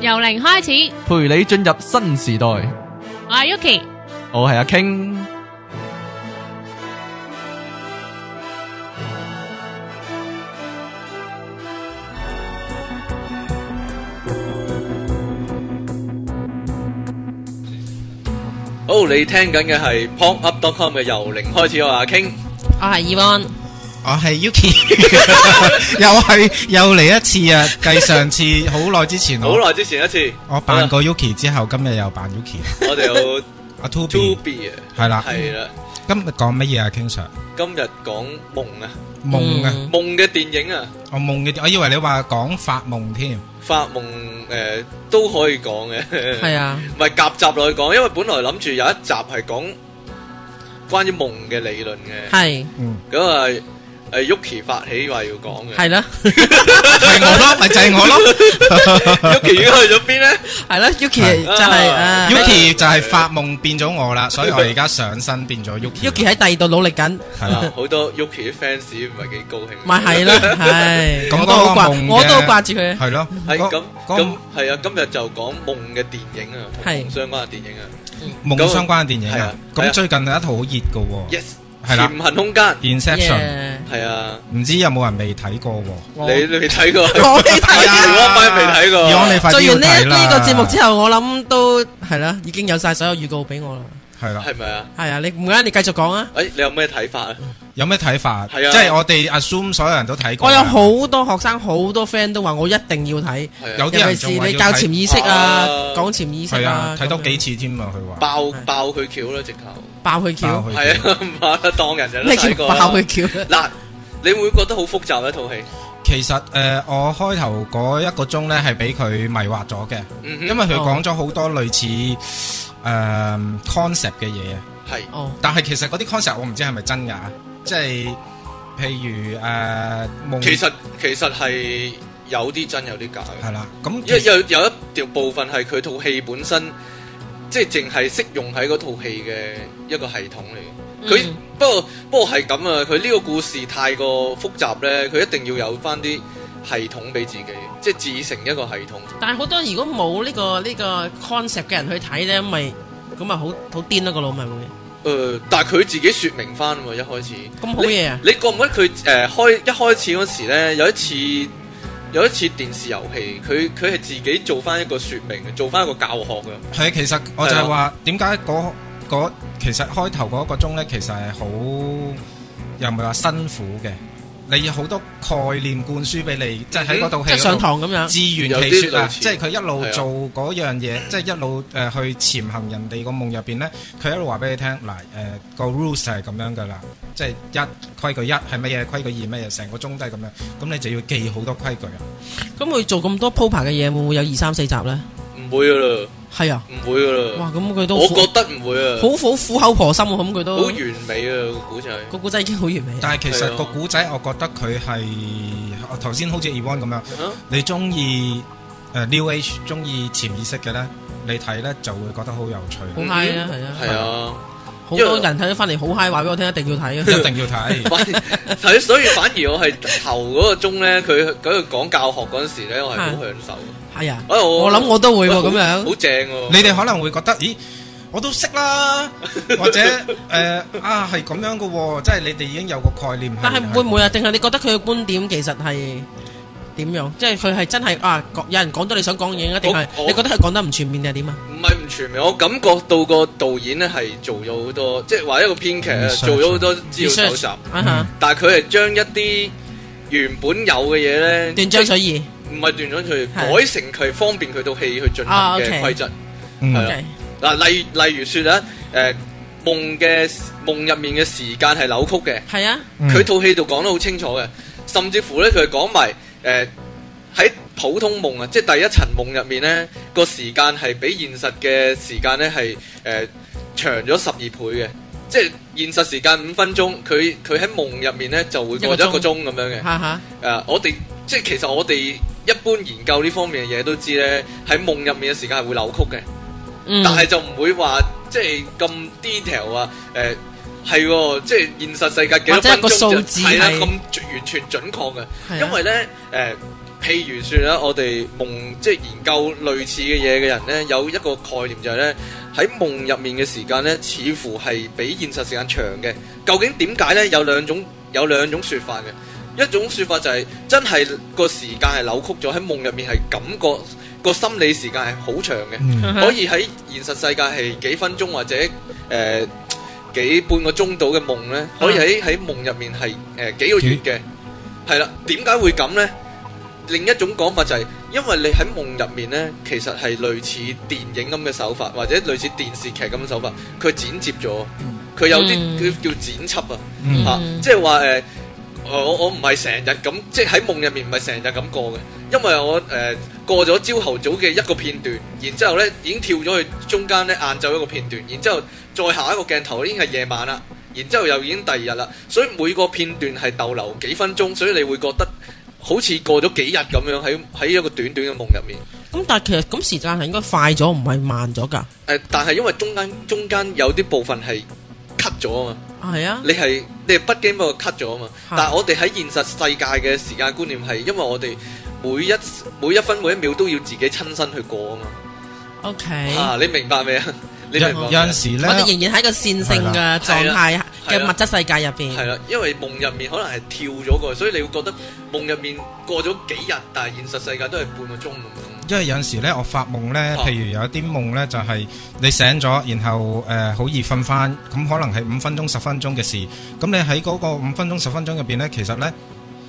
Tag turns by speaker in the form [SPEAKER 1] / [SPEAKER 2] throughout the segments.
[SPEAKER 1] 由零開始，
[SPEAKER 2] 陪你進入新時代。
[SPEAKER 1] 我係 Yuki，
[SPEAKER 2] 我係阿 King。好，你聽緊嘅係 PopUp.com 嘅由零開始，我係阿 King。
[SPEAKER 1] 我係 Evan，
[SPEAKER 3] 我 係 Yuki，又係又嚟一次啊！繼上次好耐之前
[SPEAKER 2] 好
[SPEAKER 3] 我
[SPEAKER 2] 耐之前一 次，
[SPEAKER 3] 我扮過 Yuki 之後，今日又扮 Yuki 啦。
[SPEAKER 2] 好啦，我哋有
[SPEAKER 3] 阿 To
[SPEAKER 2] To
[SPEAKER 3] B
[SPEAKER 2] B 啊，
[SPEAKER 3] 係啦，
[SPEAKER 2] 係啦，
[SPEAKER 3] 今日講乜嘢啊？King Sir，
[SPEAKER 2] 今日講夢啊，
[SPEAKER 3] 夢啊，
[SPEAKER 1] 嗯
[SPEAKER 2] 夢嘅電影啊。
[SPEAKER 3] 我夢嘅，我以為你話講發夢添。
[SPEAKER 2] 發夢誒都可以講嘅，
[SPEAKER 1] 係啊，
[SPEAKER 2] 唔係夾雜落去講，因為本來諗住有一集係講關於夢嘅理論 嘅，
[SPEAKER 1] 係
[SPEAKER 3] 嗯，
[SPEAKER 2] 咁啊誒 Yuki 發起話要講 嘅
[SPEAKER 1] 係啦，
[SPEAKER 3] 係我咯，咪就係我 咯。
[SPEAKER 2] ，Yuki 已經去咗 邊咧？
[SPEAKER 1] 係啦，Yuki 就係啊
[SPEAKER 3] Yuki 就係發夢變咗我啦，所以我而家上身變咗 Yuki。
[SPEAKER 1] Yuki 喺第二度努力緊，
[SPEAKER 3] 係 啦，
[SPEAKER 2] 好多 Yuki 啲 fans 唔係幾高興，
[SPEAKER 1] 咪係啦，係，
[SPEAKER 3] 咁
[SPEAKER 1] 我都好
[SPEAKER 3] 嗰個
[SPEAKER 1] 掛，
[SPEAKER 3] 夢嘅
[SPEAKER 1] 我都好掛住佢，
[SPEAKER 3] 係咯。
[SPEAKER 2] 係咁
[SPEAKER 3] 嗰
[SPEAKER 2] 咁
[SPEAKER 3] 嗰
[SPEAKER 2] 係啊！今日就講夢嘅電影啊，同
[SPEAKER 1] 係
[SPEAKER 2] 夢相關嘅電影啊
[SPEAKER 3] 夢相關嘅電影
[SPEAKER 2] 係
[SPEAKER 3] 啊
[SPEAKER 2] 啊，係啊
[SPEAKER 3] 咁最近有一套好熱嘅喎，
[SPEAKER 2] ，yes，
[SPEAKER 3] 係啦
[SPEAKER 2] 潛行空間
[SPEAKER 3] 《Inception》，
[SPEAKER 1] Yeah
[SPEAKER 2] 係啊，
[SPEAKER 3] 唔知有冇人未睇過喎？
[SPEAKER 1] 我
[SPEAKER 2] 你你未睇過？
[SPEAKER 1] 我 未
[SPEAKER 2] 係
[SPEAKER 1] 睇
[SPEAKER 2] 啊
[SPEAKER 1] 啊。
[SPEAKER 2] 如果咪未睇過
[SPEAKER 3] 如果你快
[SPEAKER 1] 做
[SPEAKER 3] 啲要
[SPEAKER 1] 完呢
[SPEAKER 3] 睇
[SPEAKER 1] 一呢
[SPEAKER 3] 啦。
[SPEAKER 1] 個節目之後，我諗都係啦，已經有晒所有預告俾我啦。
[SPEAKER 3] 係啦，
[SPEAKER 2] 係咪啊？
[SPEAKER 1] 係啊，你唔該，你繼續講啊。
[SPEAKER 2] 誒，你有咩睇法啊？
[SPEAKER 3] 有咩睇法？即
[SPEAKER 2] 係啊
[SPEAKER 3] 係我哋 assume 所有人都睇過
[SPEAKER 1] 我
[SPEAKER 3] 㗎。
[SPEAKER 1] 有好多學生，好多 friend 都話我一定要睇，
[SPEAKER 2] 係啊
[SPEAKER 3] 有啲
[SPEAKER 1] 尤其
[SPEAKER 3] 人
[SPEAKER 1] 是
[SPEAKER 3] 仲話
[SPEAKER 1] 你
[SPEAKER 3] 要
[SPEAKER 1] 教
[SPEAKER 3] 睇
[SPEAKER 1] 潛意識啊
[SPEAKER 2] 啊，
[SPEAKER 1] 講潛意識
[SPEAKER 3] 係啊
[SPEAKER 1] 啊，，
[SPEAKER 3] 睇多
[SPEAKER 1] 咁樣
[SPEAKER 3] 幾次添啊！佢話
[SPEAKER 2] 爆
[SPEAKER 1] 係
[SPEAKER 2] 爆佢橋啦，直頭。
[SPEAKER 1] 爆佢橋
[SPEAKER 3] 爆，佢
[SPEAKER 2] 系啊，唔怕啦，當人就
[SPEAKER 1] 咩
[SPEAKER 2] 都
[SPEAKER 1] 叫
[SPEAKER 2] 睇過啦
[SPEAKER 1] 爆佢 橋？
[SPEAKER 2] 嗱，你會覺得好複雜一套戲，
[SPEAKER 3] 其實誒，我開頭嗰一個鐘咧係俾佢迷惑咗嘅，
[SPEAKER 2] 嗯
[SPEAKER 3] 因為佢講咗好多類似誒 concept 嘅嘢，
[SPEAKER 2] 係
[SPEAKER 1] 哦，
[SPEAKER 3] 但係其實嗰啲 concept 我唔知係咪真㗎，即係譬如誒夢
[SPEAKER 2] 其實其實係有啲真有啲假嘅，
[SPEAKER 3] 係啦，咁
[SPEAKER 2] 因為有有一條部分係佢套戲本身，即係淨係適用喺嗰套戲嘅一個系統嚟嘅。佢
[SPEAKER 1] 嗯
[SPEAKER 2] 不過不過係咁啊，佢呢個故事太過複雜咧，佢一定要有翻啲系統俾自己，即係自成一個系統。
[SPEAKER 1] 但係好多如果冇呢個呢個 concept 嘅人去睇咧，咪咁咪好好癲咯個腦咪會，
[SPEAKER 2] 誒、但係佢自己説明翻喎，一開始。
[SPEAKER 1] 咁好嘢啊！
[SPEAKER 2] 你覺唔覺得佢誒、呃、開一開始嗰時咧，有一次有一次電視遊戲，佢佢係自己做翻一個説明，做翻一個教學嘅。
[SPEAKER 3] 係，啊其實我就係話點解嗰嗰其實開頭嗰一個鐘咧，其實係好又唔係話辛苦嘅，你有好多概念灌輸俾你，即係
[SPEAKER 2] 嗯
[SPEAKER 3] 喺嗰度
[SPEAKER 1] 即係
[SPEAKER 3] 戲
[SPEAKER 1] 上
[SPEAKER 3] 嗰度
[SPEAKER 1] 堂咁樣，
[SPEAKER 3] 自圓其說
[SPEAKER 2] 有啲類
[SPEAKER 3] 啊！
[SPEAKER 2] 似
[SPEAKER 3] 即係佢一路
[SPEAKER 2] 係啊
[SPEAKER 3] 做嗰樣嘢，即係一路誒、呃去潛行人哋個夢入邊咧，佢一路話俾你聽嗱誒個 rules 係咁樣噶啦，即係一規矩一係乜嘢，規矩二乜嘢，成個鐘都係咁樣，咁你就要記好多規矩啊！
[SPEAKER 1] 咁佢做咁多鋪排嘅嘢，會唔會有二三四集咧？
[SPEAKER 2] 唔會噶啦，
[SPEAKER 1] 係啊，
[SPEAKER 2] 唔會噶
[SPEAKER 1] 哇！
[SPEAKER 2] 啦，
[SPEAKER 1] 咁佢都
[SPEAKER 2] 我
[SPEAKER 1] 苦
[SPEAKER 2] 覺得唔會啊，
[SPEAKER 1] 好好苦口婆心喎，咁佢
[SPEAKER 2] 好
[SPEAKER 1] 都
[SPEAKER 2] 完美啊個古仔。
[SPEAKER 1] 個古仔已經好完美啦。
[SPEAKER 3] 但係其
[SPEAKER 2] 係啊
[SPEAKER 3] 實個古仔，我覺得佢係我頭先好似 Evan 咁樣。
[SPEAKER 2] 啊
[SPEAKER 3] 你中意誒 New Age 中意潛意識嘅咧，你睇咧就會覺得好有趣，
[SPEAKER 1] 好 high 啊，係啊，
[SPEAKER 2] 嗯係啊，
[SPEAKER 1] 好多人睇咗翻嚟好 high，話俾我聽一定要睇啊！
[SPEAKER 3] 一定要睇。
[SPEAKER 2] 反係啊所以反而我係頭嗰個鐘咧，佢佢講教學嗰陣時咧，我係好享受。
[SPEAKER 1] 係啊，
[SPEAKER 2] 哎我
[SPEAKER 1] 我諗我都會喎
[SPEAKER 2] 喂好
[SPEAKER 1] 咁樣。
[SPEAKER 2] 好正喎。
[SPEAKER 3] 你哋可能會覺得，咦，我都識啦，或者誒、呃啊係咁樣嘅喎，即係你哋已經有個概念係。
[SPEAKER 1] 但係會唔會啊？定係你覺得佢嘅觀點其實係點樣？即係佢係真係啊，講有人講咗你想講嘅嘢，一定係
[SPEAKER 2] 我我
[SPEAKER 1] 你覺得佢講得唔全面定係點啊？
[SPEAKER 2] 唔係唔全面，我感覺到個導演咧係做咗好多，即係話一個編劇啊，
[SPEAKER 3] Research
[SPEAKER 2] 做咗好多資料搜集，
[SPEAKER 1] 啊哈，
[SPEAKER 2] 但係佢係將一啲原本有嘅嘢咧，
[SPEAKER 1] 斷章取義。
[SPEAKER 2] 即係唔係斷章取義，
[SPEAKER 1] 係
[SPEAKER 2] 改成佢方便佢套戲去進
[SPEAKER 1] 啊
[SPEAKER 2] 行嘅
[SPEAKER 1] ，OK
[SPEAKER 2] 規則。
[SPEAKER 3] 嗯？
[SPEAKER 2] 係啊嗱，例例如説咧，誒夢嘅夢入面嘅時間係扭曲嘅，
[SPEAKER 1] 係啊，
[SPEAKER 3] 嗯
[SPEAKER 2] 佢套戲度講得好清楚嘅，甚至乎咧佢係講埋誒喺普通夢啊，即係第一層夢入面咧個時間係比現實嘅時間咧係誒長咗十二倍嘅，即係現實時間五分鐘，佢佢喺夢入面咧就會過咗一個鐘咁樣嘅。
[SPEAKER 1] 哈哈，
[SPEAKER 2] 誒、我哋即係其實我哋一般研究呢方面嘅嘢都知咧，喺夢入面嘅時間係會扭曲嘅。
[SPEAKER 1] 嗯，
[SPEAKER 2] 但係就唔會話即係咁 detail 啊，誒係喎，即係現實世界幾多
[SPEAKER 1] 或者一
[SPEAKER 2] 分
[SPEAKER 1] 個
[SPEAKER 2] 鐘就
[SPEAKER 1] 數字
[SPEAKER 2] 係啦，
[SPEAKER 1] 係
[SPEAKER 2] 咁完全準確嘅，
[SPEAKER 1] 係啊
[SPEAKER 2] 因為咧誒譬如算啦，我哋夢即係研究類似嘅嘢嘅人呢，有一個概念就係呢：喺夢入面嘅時間呢，似乎係比現實時間長嘅。究竟點解呢？有兩種有兩種説法嘅，一種説法就係、真係個時間係扭曲咗，喺夢入面係感覺個心理時間係好長嘅。
[SPEAKER 3] 嗯
[SPEAKER 1] Uh-huh.
[SPEAKER 2] 可以喺現實世界係幾分鐘或者誒、呃、幾半個鐘度嘅夢咧，可以喺喺夢入面係誒、呃、幾個月嘅，係啦。點解會咁呢？另一種講法就係、因為你喺夢入面呢，其實係類似電影咁嘅手法，或者類似電視劇咁嘅手法，佢剪接咗，佢有啲
[SPEAKER 1] 嗯
[SPEAKER 2] 叫叫剪輯啊。
[SPEAKER 3] 嗯
[SPEAKER 2] 吓、
[SPEAKER 1] 嗯
[SPEAKER 2] 即係話诶，誒我我唔係成日咁，即係喺夢入面唔係成日咁過嘅，因為我诶过過咗朝頭早嘅一個片段，然之後咧已經跳咗去中間咧晏晝一個片段，然之後再下一個鏡頭已經係夜晚啦，然之後又已經第二日啦，所以每個片段係逗留幾分鐘，所以你會覺得。好似過咗幾日咁樣喺喺一個短短嘅夢入面，誒、
[SPEAKER 1] 咁但係其實咁時間係應該快咗，唔係慢咗㗎。
[SPEAKER 2] 但係因為中間中間有啲部分係 cut 咗啊嘛，
[SPEAKER 1] 啊，係啊，
[SPEAKER 2] 你係你係不經不覺 cut 咗啊嘛。
[SPEAKER 1] 係
[SPEAKER 2] 但係我哋喺現實世界嘅時間觀念係，因為我哋每一每一分每一秒都要自己親身去過啊嘛。
[SPEAKER 1] OK，
[SPEAKER 2] 啊，你明白未 啊？你明白
[SPEAKER 3] 有
[SPEAKER 2] 未
[SPEAKER 3] 有
[SPEAKER 2] 啊
[SPEAKER 3] 陣時
[SPEAKER 1] 我
[SPEAKER 3] 咧
[SPEAKER 1] 哋。仍然喺一個線性嘅狀態嘅物質世界入
[SPEAKER 2] 係
[SPEAKER 1] 邊。
[SPEAKER 2] 啦，因為夢入面可能係跳咗過去，所以你會覺得夢入面過咗幾日，但係現實世界都係半個鐘咁樣。
[SPEAKER 3] 因為有陣時咧，我發夢咧，
[SPEAKER 2] 啊
[SPEAKER 3] 譬如有一啲夢咧，就係你醒咗，然後誒好易瞓翻，咁可能係五分鐘、十分鐘嘅事。咁你喺嗰個五分鐘、十分鐘入邊咧，其實咧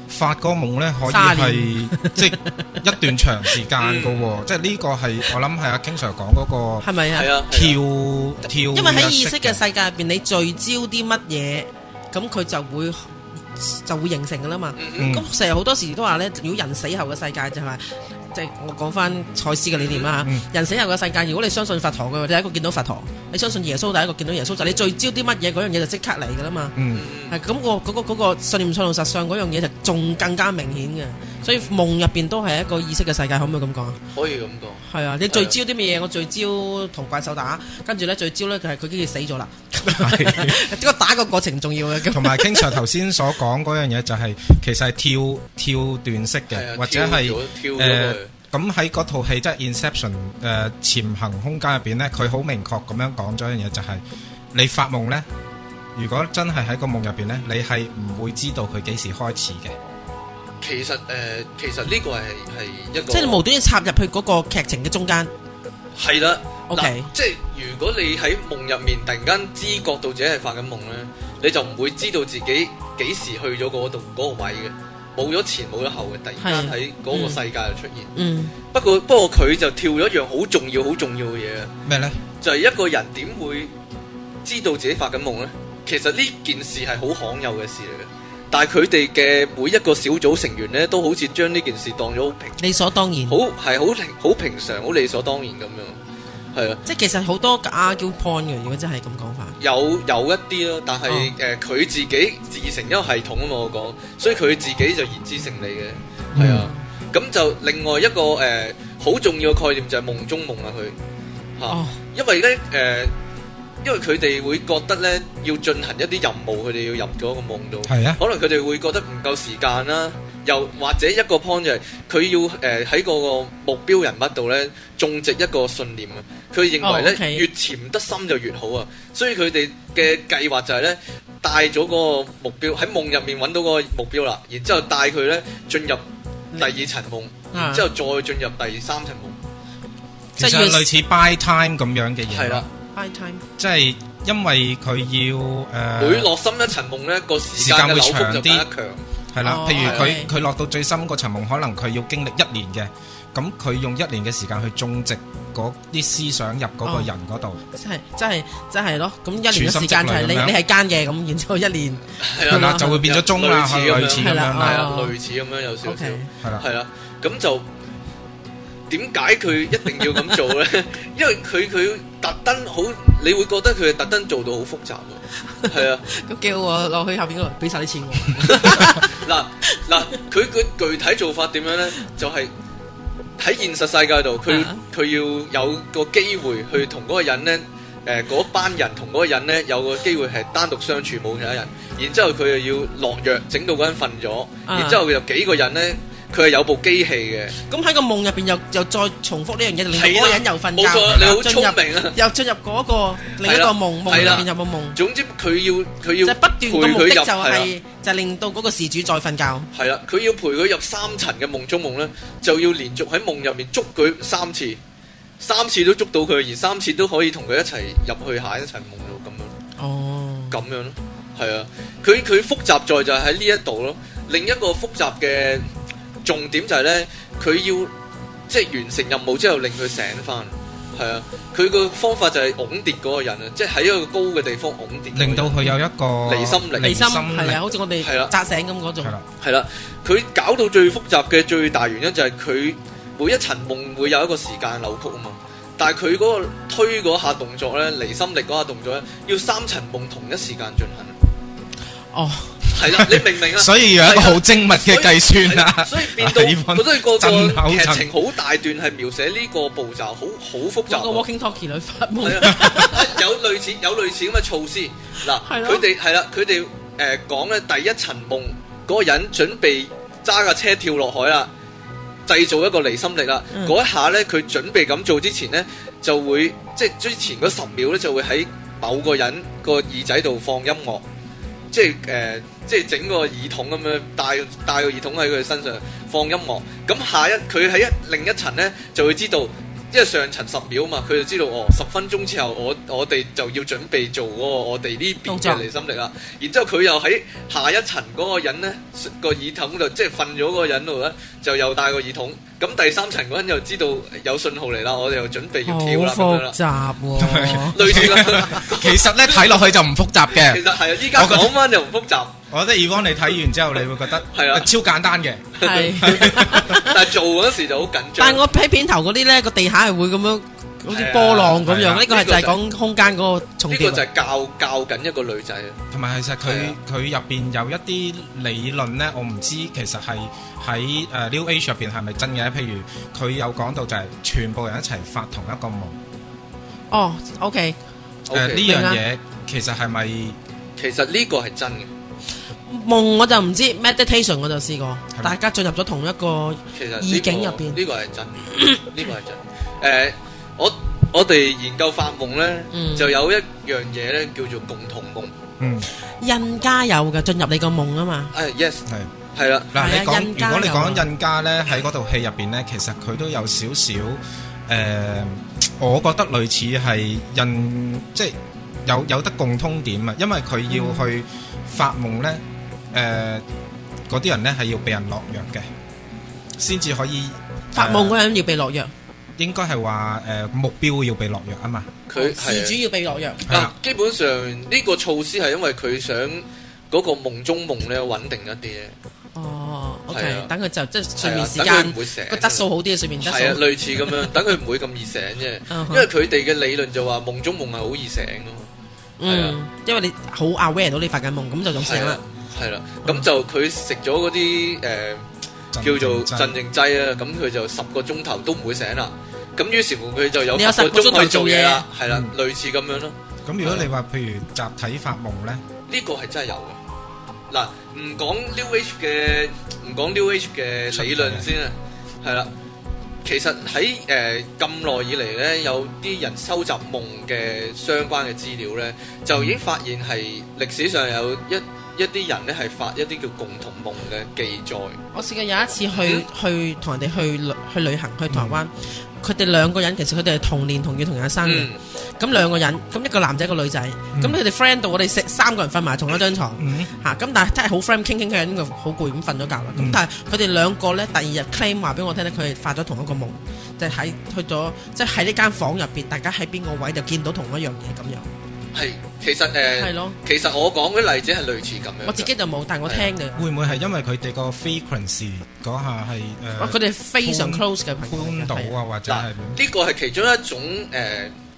[SPEAKER 3] 發嗰個夢咧，可以
[SPEAKER 1] 卅
[SPEAKER 3] 係即係一段長時間嘅喎。即係呢個係我諗係阿 King Sir 講嗰個
[SPEAKER 1] 係咪啊？
[SPEAKER 2] 係啊，係啊
[SPEAKER 3] 跳跳，
[SPEAKER 1] 因為喺意識嘅世界入邊，你聚焦啲乜嘢，咁佢就會就會形成噶啦嘛。
[SPEAKER 2] 嗯嗯
[SPEAKER 3] 嗯
[SPEAKER 1] 咁成日好多時都話咧，如果人死後嘅世界就係、即係我講翻賽斯嘅理念啦、
[SPEAKER 3] 嗯
[SPEAKER 1] 人死後嘅世界，如果你相信佛陀嘅，你第一個見到佛陀；你相信耶穌，第一個見到耶穌。就係你聚焦啲乜嘢，嗰樣嘢就即刻嚟噶啦嘛。
[SPEAKER 3] 嗯
[SPEAKER 2] 嗯
[SPEAKER 1] 係咁、我嗰、個嗰、個信念、信念、實相嗰樣嘢就仲更加明顯嘅。所以夢入邊都係一個意識嘅世界，可唔可以咁講啊？
[SPEAKER 2] 可以咁講。
[SPEAKER 1] 係啊，你聚焦啲咩嘢？我聚焦同怪獸打，跟住咧聚焦咧就係佢跟住死咗啦。
[SPEAKER 3] 係
[SPEAKER 1] 呢個打個過程重要嘅咁。
[SPEAKER 3] 同埋 King Sir 頭先所講嗰樣嘢就係其實係跳跳段式
[SPEAKER 2] 係啊
[SPEAKER 3] 嘅，或者係
[SPEAKER 2] 跳。咗跳咗
[SPEAKER 3] 誒
[SPEAKER 2] 過去。
[SPEAKER 3] 咁喺嗰套戲即係《Inception》誒潛行空間入邊咧，佢好明確咁樣講咗一樣嘢，就係你發夢咧，如果真係喺個夢入邊咧，你係唔會知道佢幾時開始嘅。
[SPEAKER 2] 其實誒，其實呢個係係一個
[SPEAKER 1] 即係你無端端插入去嗰個劇情嘅中間。
[SPEAKER 2] 係啦。
[SPEAKER 1] OK
[SPEAKER 2] 嗱即係如果你喺夢入面突然間知覺到自己係發緊夢呢，你就唔會知道自己幾時去咗嗰度嗰個位嘅，冇咗前冇咗後嘅，突然間
[SPEAKER 1] 係
[SPEAKER 2] 喺嗰個世界就出現。
[SPEAKER 1] 嗯，
[SPEAKER 2] 不過不過佢就跳咗一樣好重要好重要嘅嘢啊，
[SPEAKER 3] 咩咧？
[SPEAKER 2] 就係、一個人點會知道自己發緊夢呢？其實呢件事係好罕有嘅事嚟嘅，但係佢哋嘅每一個小組成員呢，都好似將呢件事當咗好平
[SPEAKER 1] 理所當然。
[SPEAKER 2] 好係好平好平常好理所當然咁樣，係啊。
[SPEAKER 1] 即係其實好多假叫 point 嘅，如果真係咁講法。
[SPEAKER 2] 有有一啲咯，但係
[SPEAKER 1] 哦
[SPEAKER 2] 誒佢自己自成一個系統啊嘛，我講，所以佢自己就言之成理
[SPEAKER 1] 嗯
[SPEAKER 2] 嘅，係啊。咁就另外一個誒好、重要嘅概念就係夢中夢啊，佢嚇，
[SPEAKER 1] 哦，
[SPEAKER 2] 因為咧誒、因為佢哋會覺得咧要進行一啲任務，佢哋要入咗個夢度。
[SPEAKER 3] 係啊，
[SPEAKER 2] 可能佢哋會覺得唔夠時間啦，又或者一個 point 就係佢要誒喺嗰個目標人物度咧種植一個信念啊。佢認為咧、
[SPEAKER 1] 哦，OK
[SPEAKER 2] 越潛得深就越好啊，所以佢哋嘅計劃就係咧帶咗嗰個目標喺夢入面揾到嗰個目標啦，然之後帶佢咧進入第二層夢，
[SPEAKER 1] 啊
[SPEAKER 2] 然之後再進入第三層夢，
[SPEAKER 3] 其
[SPEAKER 1] 即係
[SPEAKER 3] 實
[SPEAKER 1] 要
[SPEAKER 3] 類似 buy time 咁樣嘅嘢。
[SPEAKER 2] 係啦，，
[SPEAKER 1] ，by time。
[SPEAKER 3] 即係因為佢要
[SPEAKER 2] 每
[SPEAKER 3] 誒
[SPEAKER 2] 落深一層夢咧個時間
[SPEAKER 3] 啊時間
[SPEAKER 2] 嘅
[SPEAKER 3] 會
[SPEAKER 2] 扭曲就
[SPEAKER 3] 長
[SPEAKER 2] 更加
[SPEAKER 3] 啲
[SPEAKER 2] 強，
[SPEAKER 3] 係啦
[SPEAKER 1] 哦，
[SPEAKER 3] 譬如
[SPEAKER 1] 係
[SPEAKER 3] 佢佢落到最深嗰層夢，可能佢要經歷一年嘅。咁佢用一年嘅時間去種植嗰啲思想入嗰個
[SPEAKER 1] 哦
[SPEAKER 3] 人嗰度，
[SPEAKER 1] 即係，即係，即係咯。咁一年
[SPEAKER 3] 全
[SPEAKER 1] 嘅
[SPEAKER 3] 心
[SPEAKER 1] 時間就係
[SPEAKER 3] 積累
[SPEAKER 1] 你，
[SPEAKER 3] 咁樣
[SPEAKER 1] 你係奸嘅咁，然之後一年
[SPEAKER 2] 係
[SPEAKER 3] 係
[SPEAKER 2] 啦，
[SPEAKER 3] 啦，就會變咗中啦，
[SPEAKER 2] 類似咁樣
[SPEAKER 3] 類似咁
[SPEAKER 1] 係
[SPEAKER 3] 樣啊啦，
[SPEAKER 2] 係啦，
[SPEAKER 1] 哦
[SPEAKER 2] 類似咁樣有少少
[SPEAKER 1] OK。。
[SPEAKER 3] 係啦。
[SPEAKER 2] 系啦，咁就點解佢一定要咁做咧？因為佢佢特登好，你會覺得佢係特登做到好複雜喎。係啊，
[SPEAKER 1] 咁叫我落去後邊嗰度俾晒啲錢 我。
[SPEAKER 2] 嗱嗱，佢佢具體做法點樣咧？就係喺現實世界度，佢
[SPEAKER 1] 啊
[SPEAKER 2] 佢要有個機會去同嗰個人咧。誒嗰、班人同嗰個人咧有個機會係單獨相處冇其他人，然之後佢又要落藥整到嗰個人瞓咗，
[SPEAKER 1] 啊
[SPEAKER 2] 然之後有幾個人咧佢係有部機器嘅，
[SPEAKER 1] 咁喺個夢入邊又又再重複呢樣嘢，令到嗰個人又瞓
[SPEAKER 2] 冇錯，
[SPEAKER 1] 覺，
[SPEAKER 2] 你好
[SPEAKER 1] 又進入
[SPEAKER 2] 聰明啊！
[SPEAKER 1] 又進入嗰個另一個夢，夢
[SPEAKER 2] 係
[SPEAKER 1] 入
[SPEAKER 2] 啦
[SPEAKER 1] 邊有個夢，
[SPEAKER 2] 總之佢要佢
[SPEAKER 1] 就
[SPEAKER 2] 要
[SPEAKER 1] 係不斷嘅目
[SPEAKER 2] 陪
[SPEAKER 1] 的就
[SPEAKER 2] 佢入係
[SPEAKER 1] 係就係令到嗰個事主再瞓覺。
[SPEAKER 2] 係啦，佢要陪佢入三層嘅夢中夢咧，就要連續喺夢入面捉佢三次，三次都捉到佢，而三次都可以同佢一齊入去下一層夢度咁樣。
[SPEAKER 1] 哦，
[SPEAKER 2] 咁樣咯，係啊，佢佢複雜在就喺呢一度咯。另一個複雜嘅重點就係呢，佢要即係完成任務之後令佢醒翻，係啊，佢個方法就係拱跌嗰個人啊，即係喺一個高嘅地方拱跌嗰個人，
[SPEAKER 3] 令到佢有一個
[SPEAKER 2] 離心力。
[SPEAKER 1] 離心係啊，
[SPEAKER 3] 離心力，
[SPEAKER 1] 好似我哋
[SPEAKER 2] 係啦
[SPEAKER 1] 扎醒咁嗰種。
[SPEAKER 3] 係啦，
[SPEAKER 2] 係啦，佢搞到最複雜嘅最大原因就係佢每一層夢會有一個時間扭曲啊嘛。但係佢嗰個推嗰下動作呢，離心力嗰下動作呢，要三層夢同一時間進行。
[SPEAKER 1] 哦，
[SPEAKER 2] 係啦，你明唔明 啊？
[SPEAKER 3] 所以有一個好精密嘅計算啊。
[SPEAKER 2] 所以變到
[SPEAKER 3] 啊 呢方
[SPEAKER 2] 覺得佢個
[SPEAKER 3] 真
[SPEAKER 2] 個
[SPEAKER 3] 口
[SPEAKER 2] 劇
[SPEAKER 3] 震
[SPEAKER 2] 情好大段係描寫呢個步驟，好好複
[SPEAKER 1] 嗰
[SPEAKER 2] 雜。
[SPEAKER 1] 個
[SPEAKER 2] 啊
[SPEAKER 1] walking talkie 女發夢
[SPEAKER 2] 係啊， 有類似有類似咁嘅措施。嗱，
[SPEAKER 1] 係啊咯
[SPEAKER 2] 佢哋係啦，佢哋誒講咧第一層夢嗰個人準備揸架車跳落海啦，製造一個離心力啦。
[SPEAKER 1] 嗯
[SPEAKER 2] 嗰一下咧，佢準備咁做之前咧，就會即係之前嗰十秒咧，就會喺某個人個耳仔度放音樂。即係誒、呃即係整個耳筒咁樣戴戴個耳筒喺佢身上放音樂。咁下一佢喺一另一層呢，就會知道，因為上層十秒嘛，佢就知道哦，十分鐘之後我我哋就要準備做嗰、個我哋呢邊
[SPEAKER 1] 動
[SPEAKER 2] 嘅
[SPEAKER 1] 作
[SPEAKER 2] 離心力啦。然之後佢又喺下一層嗰個人呢，個耳筒度，即係瞓咗嗰個人度呢，就又戴個耳筒。咁第三層嗰個人又知道有信號嚟啦，我哋又準備要跳啦
[SPEAKER 1] 好
[SPEAKER 2] 咁樣啦
[SPEAKER 1] 複，雜喎。
[SPEAKER 2] 類似啦。
[SPEAKER 3] 其實呢，睇落去就唔複雜嘅。
[SPEAKER 2] 其實係啊，依家
[SPEAKER 3] 我覺得
[SPEAKER 2] 講翻就唔 複雜，
[SPEAKER 3] 我覺得，Yvonne，你睇完之後，你會覺得
[SPEAKER 2] 係啦。
[SPEAKER 3] 超簡單嘅。
[SPEAKER 1] 係，
[SPEAKER 2] 但係做嗰時就好緊張
[SPEAKER 1] 但係。我睇片頭嗰啲咧，個地下係會咁樣，好似
[SPEAKER 3] 係啊
[SPEAKER 1] 波浪咁樣。
[SPEAKER 3] 係啊
[SPEAKER 1] 呢個係就
[SPEAKER 2] 呢個
[SPEAKER 1] 係
[SPEAKER 2] 就
[SPEAKER 1] 講空間嗰個重
[SPEAKER 2] 呢
[SPEAKER 1] 點
[SPEAKER 2] 個
[SPEAKER 1] 啊
[SPEAKER 2] 就。係教教緊一個女仔啊，
[SPEAKER 3] 同埋其實佢
[SPEAKER 2] 係啊
[SPEAKER 3] 佢入邊有一啲理論呢，我唔知其實係喺誒 New Age 入邊係咪真嘅？譬如佢有講到就係全部人一齊發同一個夢，
[SPEAKER 1] 哦，OK，
[SPEAKER 3] 誒呢
[SPEAKER 2] OK，
[SPEAKER 3] 樣
[SPEAKER 1] 明啊
[SPEAKER 3] 嘢其實係咪
[SPEAKER 2] 其實呢個係真嘅，
[SPEAKER 1] 夢我就唔知，meditation 我就試過，
[SPEAKER 3] 咪
[SPEAKER 1] 大家進入咗同一個
[SPEAKER 2] 其實呢個
[SPEAKER 1] 意境入邊
[SPEAKER 2] 呢個係真嘅，呢個係真。誒、我我哋研究發夢咧，
[SPEAKER 1] 嗯
[SPEAKER 2] 就有一樣嘢咧叫做共同夢。
[SPEAKER 3] 嗯
[SPEAKER 1] 印加有嘅進入你個夢啊嘛。
[SPEAKER 2] 啊，yes，
[SPEAKER 3] 係
[SPEAKER 2] 係啦，
[SPEAKER 1] 係啊
[SPEAKER 3] 嗱？你講
[SPEAKER 1] 印加
[SPEAKER 3] 如果你
[SPEAKER 1] 有啊
[SPEAKER 3] 講印加呢，喺嗰套戲入邊呢，其實佢都有少少誒，我覺得類似係印即係有有得共通點啊，因為佢要
[SPEAKER 1] 嗯
[SPEAKER 3] 去發夢呢。誒嗰啲人咧係要被人落藥嘅，先至可以
[SPEAKER 1] 發
[SPEAKER 2] 啊
[SPEAKER 1] 夢啊嗰
[SPEAKER 3] 誒
[SPEAKER 1] 個人要被落藥，
[SPEAKER 3] 應該係話誒目標要被落藥啊嘛，
[SPEAKER 2] 佢
[SPEAKER 1] 哦事主
[SPEAKER 2] 係
[SPEAKER 1] 要被落藥。
[SPEAKER 2] 啊
[SPEAKER 3] 係啦，
[SPEAKER 2] 嗱，基本上呢個措施係因為佢想嗰個夢中夢咧穩定一啲咧，
[SPEAKER 1] 哦
[SPEAKER 2] 係
[SPEAKER 1] ，OK，
[SPEAKER 2] 啊
[SPEAKER 1] 等佢就即係睡
[SPEAKER 2] 係
[SPEAKER 1] 眠
[SPEAKER 2] 啊
[SPEAKER 1] 時
[SPEAKER 2] 等佢
[SPEAKER 1] 間
[SPEAKER 2] 唔會醒
[SPEAKER 1] 個質素好啲，睡眠質
[SPEAKER 2] 係啊，
[SPEAKER 1] 素。
[SPEAKER 2] 類似咁樣，等佢唔會咁易醒啫。
[SPEAKER 1] 嗯
[SPEAKER 2] 因為佢哋嘅理論就話夢中夢係好易醒噶嘛。係啊
[SPEAKER 1] 嗯，因為你好 aware 到你發緊夢，咁就咁醒啦。
[SPEAKER 2] 係啦，咁就佢食咗嗰啲誒叫做鎮靜劑啊，咁佢就十個鐘頭都唔會醒啦。咁於是乎佢就有
[SPEAKER 1] 你有
[SPEAKER 2] 10個
[SPEAKER 1] 10個鐘
[SPEAKER 2] 鐘
[SPEAKER 1] 頭
[SPEAKER 2] 去做嘢啦，係啦，
[SPEAKER 3] 嗯
[SPEAKER 2] 類似咁樣咯。
[SPEAKER 3] 咁如果你話譬如集體發夢咧，
[SPEAKER 2] 呢個係真係有嘅。嗱，唔講 New Age 嘅，唔講 New Age 嘅理論先啊，係啦。其實喺誒咁耐以嚟咧，有啲人收集夢嘅相關嘅資料咧，就已經發現係歷史上有一一啲人咧係發一啲叫共同夢嘅記載。
[SPEAKER 1] 我試過有一次去
[SPEAKER 2] 嗯
[SPEAKER 1] 去同人哋去旅去旅行去台灣，佢哋兩個人其實佢哋係同年同月同日生嘅，
[SPEAKER 2] 嗯，
[SPEAKER 1] 咁兩個人，咁一個男仔一個女仔，咁佢哋 friend 到我哋食三個人瞓埋同一張床。
[SPEAKER 3] 嗯，
[SPEAKER 1] 嚇咁、但係真係好 friend 傾傾傾咁，好攰咁瞓咗覺啦。咁、
[SPEAKER 3] 嗯
[SPEAKER 1] 但係佢哋兩個咧，第二日 claim 話俾我聽咧，佢哋發咗同一個夢，就係喺去咗即係喺呢間房入邊，大家喺邊個位就見到同一樣嘢咁樣。
[SPEAKER 2] 係其實誒，
[SPEAKER 1] 係咯，
[SPEAKER 2] 其實我講嘅例子係類似咁樣嘅。
[SPEAKER 1] 我自己就冇，但係我聽嘅，
[SPEAKER 3] 會唔會係因為佢哋個 frequency 嗰下係呃
[SPEAKER 1] 哇啊佢
[SPEAKER 3] 誒
[SPEAKER 1] 哋非常 close 嘅朋友嚟嘅
[SPEAKER 3] 搬到
[SPEAKER 1] 係啊
[SPEAKER 3] 啊，或者
[SPEAKER 2] 嗱，
[SPEAKER 3] 係
[SPEAKER 2] 呢個係其中一種誒，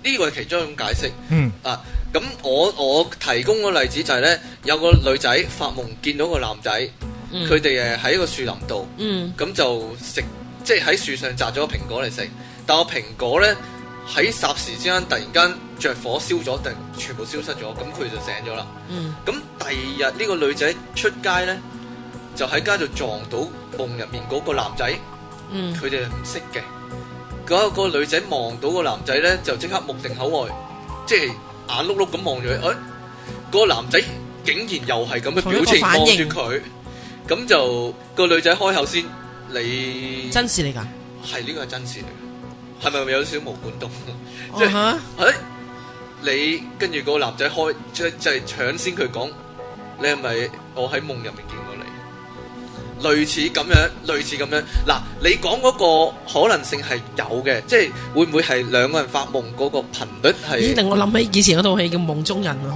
[SPEAKER 2] 呢個係其中一種解釋。
[SPEAKER 3] 嗯
[SPEAKER 2] 啊，咁我我提供個例子就係呢：有個女仔發夢見到個男仔，
[SPEAKER 1] 嗯
[SPEAKER 2] 佢哋誒喺個樹林度，
[SPEAKER 1] 嗯
[SPEAKER 2] 咁就食，即係喺樹上摘咗個蘋果嚟食，但個蘋果呢，喺霎時之間突然間着火燒咗，突然全部消失咗，咁佢就醒咗啦。
[SPEAKER 1] 嗯
[SPEAKER 2] 咁第二日呢個女仔出街呢，就喺街度撞到夢入面嗰個男仔，
[SPEAKER 1] 嗯
[SPEAKER 2] 佢哋係唔識嘅。嗰、個女仔望到個男仔咧，就即刻目定口呆，即係眼碌碌咁望住佢。誒、嗰、個男仔竟然又係咁嘅
[SPEAKER 1] 同一個
[SPEAKER 2] 表情
[SPEAKER 1] 反
[SPEAKER 2] 望住
[SPEAKER 1] 應
[SPEAKER 2] 佢，咁就、個女仔開口先，你
[SPEAKER 1] 真事嚟噶，
[SPEAKER 2] 係呢個係真事嚟嘅，係咪有少少毛管動？即係
[SPEAKER 1] 哦吓，
[SPEAKER 2] 诶，你跟住個男仔開即即係搶先佢講，你係咪我喺夢入面見過你？類似咁樣，類似咁樣。嗱，你講嗰個可能性係有嘅，即係會唔會係兩個人發夢嗰個頻率
[SPEAKER 1] 咦
[SPEAKER 2] 係？
[SPEAKER 1] 令我諗起以前嗰套戲叫《夢中人》喎。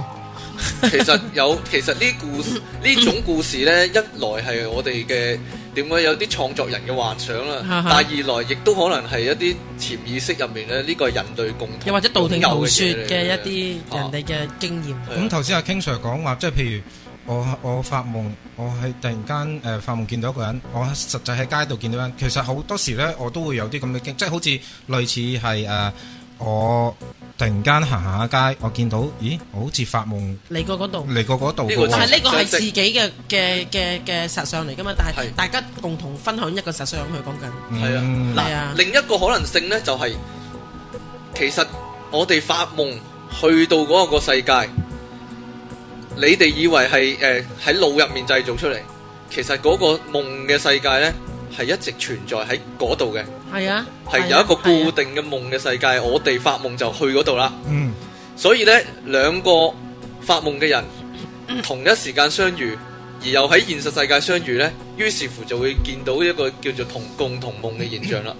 [SPEAKER 2] 其實有，其實呢故事呢種故事呢，一來係我哋嘅點解有啲創作人嘅幻想啦
[SPEAKER 1] 哈，哈
[SPEAKER 2] 但二來亦都可能係一啲潛意識入面呢，呢個係人類共同
[SPEAKER 1] 又或者道聽途說
[SPEAKER 2] 擁有嘢
[SPEAKER 1] 嘅
[SPEAKER 2] 嚟嘅哦
[SPEAKER 1] 一啲人哋嘅經驗，
[SPEAKER 2] 係啊
[SPEAKER 3] 嗯咁頭先阿 King Sir 講話，即係譬如我我發夢，我係突然間誒、呃、發夢見到一個人，我實際喺街度見到人，其實好多時咧我都會有啲咁嘅經，即係好似類似係誒、呃我突然間行下街，我見到咦，我好似發夢
[SPEAKER 1] 嚟過嗰度。
[SPEAKER 3] 嚟過嗰度
[SPEAKER 2] 呢
[SPEAKER 3] 嘅
[SPEAKER 2] 個
[SPEAKER 3] 喎
[SPEAKER 2] 就
[SPEAKER 1] 但係呢個
[SPEAKER 2] 嗯
[SPEAKER 1] 係
[SPEAKER 2] 相識
[SPEAKER 1] 自己嘅嘅嘅嘅實相嚟噶嘛，但係
[SPEAKER 2] 係
[SPEAKER 1] 大家共同分享一個實相，佢講緊。
[SPEAKER 2] 係啊，
[SPEAKER 3] 嗯
[SPEAKER 1] 係啊
[SPEAKER 2] 嗱，另一個可能性呢，就係、其實我哋發夢去到嗰個世界，你哋以為係誒喺腦入面製造出嚟，其實嗰個夢嘅世界呢，係一直存在喺嗰度嘅，
[SPEAKER 1] 係啊，
[SPEAKER 2] 係有一個
[SPEAKER 1] 係啊
[SPEAKER 2] 固定嘅夢嘅世界，我哋發夢就去嗰度啦。
[SPEAKER 3] 嗯
[SPEAKER 2] 所以呢，兩個發夢嘅人同一時間相遇，而又喺現實世界相遇呢，於是乎就會見到一個叫做同共同夢嘅現象啦。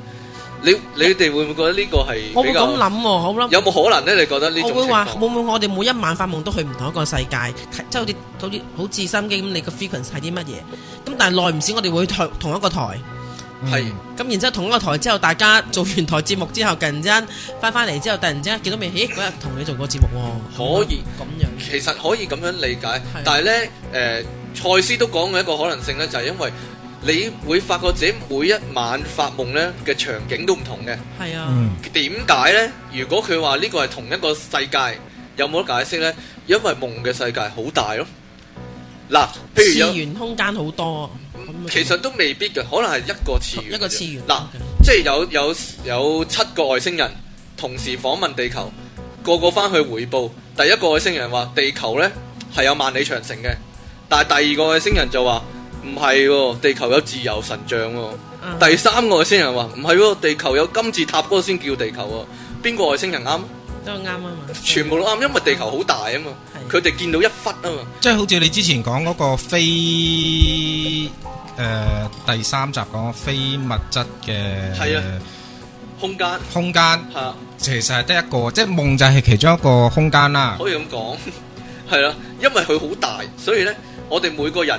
[SPEAKER 2] 你你哋會唔會覺得呢個
[SPEAKER 1] 我
[SPEAKER 2] 係
[SPEAKER 1] 會
[SPEAKER 2] 比
[SPEAKER 1] 咁
[SPEAKER 2] 較
[SPEAKER 1] 諗喎，好啦。
[SPEAKER 2] 有冇可能呢？你覺得呢種
[SPEAKER 1] 我會
[SPEAKER 2] 情
[SPEAKER 1] 話
[SPEAKER 2] 況
[SPEAKER 1] 會唔會我哋每一晚發夢都去唔同一個世界，即係好似好似好似心機咁，你個 frequency 係啲乜嘢？咁但係耐唔少我哋會同同一個台。
[SPEAKER 2] 係
[SPEAKER 1] 咁然之後同一個台之後，大家做完台節目之後，突然之間翻翻嚟之後，突然之間見到面，咦嗰日同你做過節目喎，
[SPEAKER 2] 可以？
[SPEAKER 1] 咁樣
[SPEAKER 2] 其實可以咁樣理解
[SPEAKER 1] 係，
[SPEAKER 2] 但係呢，誒、賽斯都講嘅一個可能性呢，就係、因為你會發覺自己每一晚發夢呢嘅場景都唔同嘅。
[SPEAKER 1] 係啊，
[SPEAKER 3] 嗯
[SPEAKER 2] 點解呢？如果佢話呢個係同一個世界，有冇得解釋呢？因為夢嘅世界好大咯。嗱，譬如
[SPEAKER 1] 次
[SPEAKER 2] 有，
[SPEAKER 1] 元空間好多，啊咁
[SPEAKER 2] 其實都未必嘅，可能係一個次元。
[SPEAKER 1] 一個次元
[SPEAKER 2] 嗱，即係有有有七個外星人同時訪問地球，個個翻去回報。第一個外星人話地球呢係有萬里長城嘅，但係第二個外星人就話唔係喎，地球有自由神像喎、
[SPEAKER 1] 嗯
[SPEAKER 2] 第三個外星人話唔係喎，地球有金字塔嗰個先叫地球喎、邊個外星人啱？
[SPEAKER 1] 都啱啊嘛，
[SPEAKER 2] 全部都啱，因為地球好大啊嘛，
[SPEAKER 1] 係
[SPEAKER 2] 佢哋見到一忽啊嘛，
[SPEAKER 3] 即係好似你之前講嗰個非誒、呃第三集講非物質嘅
[SPEAKER 2] 係啊空間
[SPEAKER 3] 空間。
[SPEAKER 2] 嚇、
[SPEAKER 3] 其實係得一個，即係夢就係其中一個空間啦。
[SPEAKER 2] 可以咁講， 係啦，因為佢好大，所以呢，我哋每個人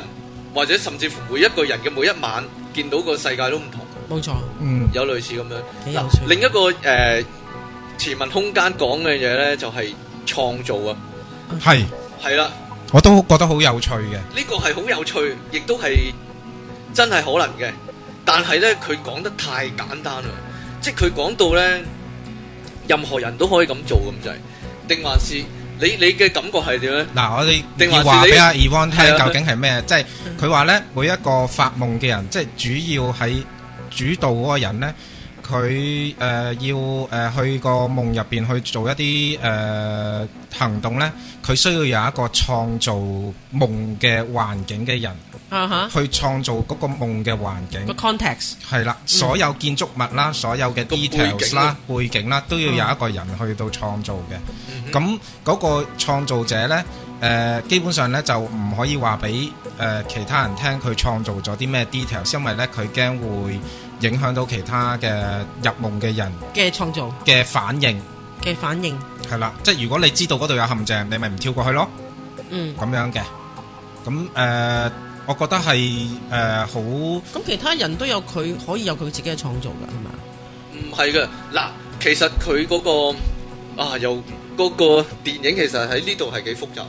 [SPEAKER 2] 或者甚至乎每一個人嘅每一晚見到個世界都唔同，
[SPEAKER 1] 冇錯，
[SPEAKER 3] 嗯，
[SPEAKER 2] 有類似咁樣。
[SPEAKER 1] 幾有
[SPEAKER 2] 嗱
[SPEAKER 1] 趣，。
[SPEAKER 2] 另一個誒、呃、前文空間講嘅嘢呢，就係、創造啊，
[SPEAKER 3] 係，
[SPEAKER 2] 係啦，
[SPEAKER 3] 我都覺得好有趣嘅。
[SPEAKER 2] 呢個係好有趣，亦都係真係可能嘅。但係呢，佢講得太簡單啦，即係佢講到呢，任何人都可以咁做咁滯，定還是你你嘅感覺係點呢？
[SPEAKER 3] 嗱，我哋
[SPEAKER 2] 定還
[SPEAKER 3] 要
[SPEAKER 2] 是
[SPEAKER 3] 話
[SPEAKER 2] 你
[SPEAKER 3] 俾阿
[SPEAKER 2] 係
[SPEAKER 3] Evan 聽
[SPEAKER 2] 啊
[SPEAKER 3] 究竟係咩？即係佢話咧，每一個發夢嘅人，即係主要喺主導嗰個人咧，佢誒、呃要誒、呃去個夢入邊去做一啲誒、呃行動咧，佢需要有一個創造夢嘅環境嘅人，
[SPEAKER 1] 啊哈，
[SPEAKER 3] 去創造嗰個夢嘅環境
[SPEAKER 1] 個。context
[SPEAKER 3] 係啦，所有建築物啦，所有嘅
[SPEAKER 2] 嗯個背景嗯
[SPEAKER 3] details 啦、背景啦，都要有一個人去到創造嘅。咁嗰個創造者呢，誒、基本上呢就唔可以話俾誒其他人聽佢創造咗啲咩 details，因為呢，佢驚會影響到其他嘅入夢嘅人
[SPEAKER 1] 嘅創造
[SPEAKER 3] 嘅反應。
[SPEAKER 1] 嘅反應，
[SPEAKER 3] 係啦，即係如果你知道嗰度有陷阱，你咪唔跳過去咯。
[SPEAKER 1] 嗯，
[SPEAKER 3] 咁樣嘅。咁誒、呃我覺得係誒好。
[SPEAKER 1] 咁其他人都有佢可以有佢自己嘅創造㗎，係嘛？
[SPEAKER 2] 唔係嘅，嗱，其實佢嗰、個啊，又嗰、個電影其實喺呢度係幾複雜。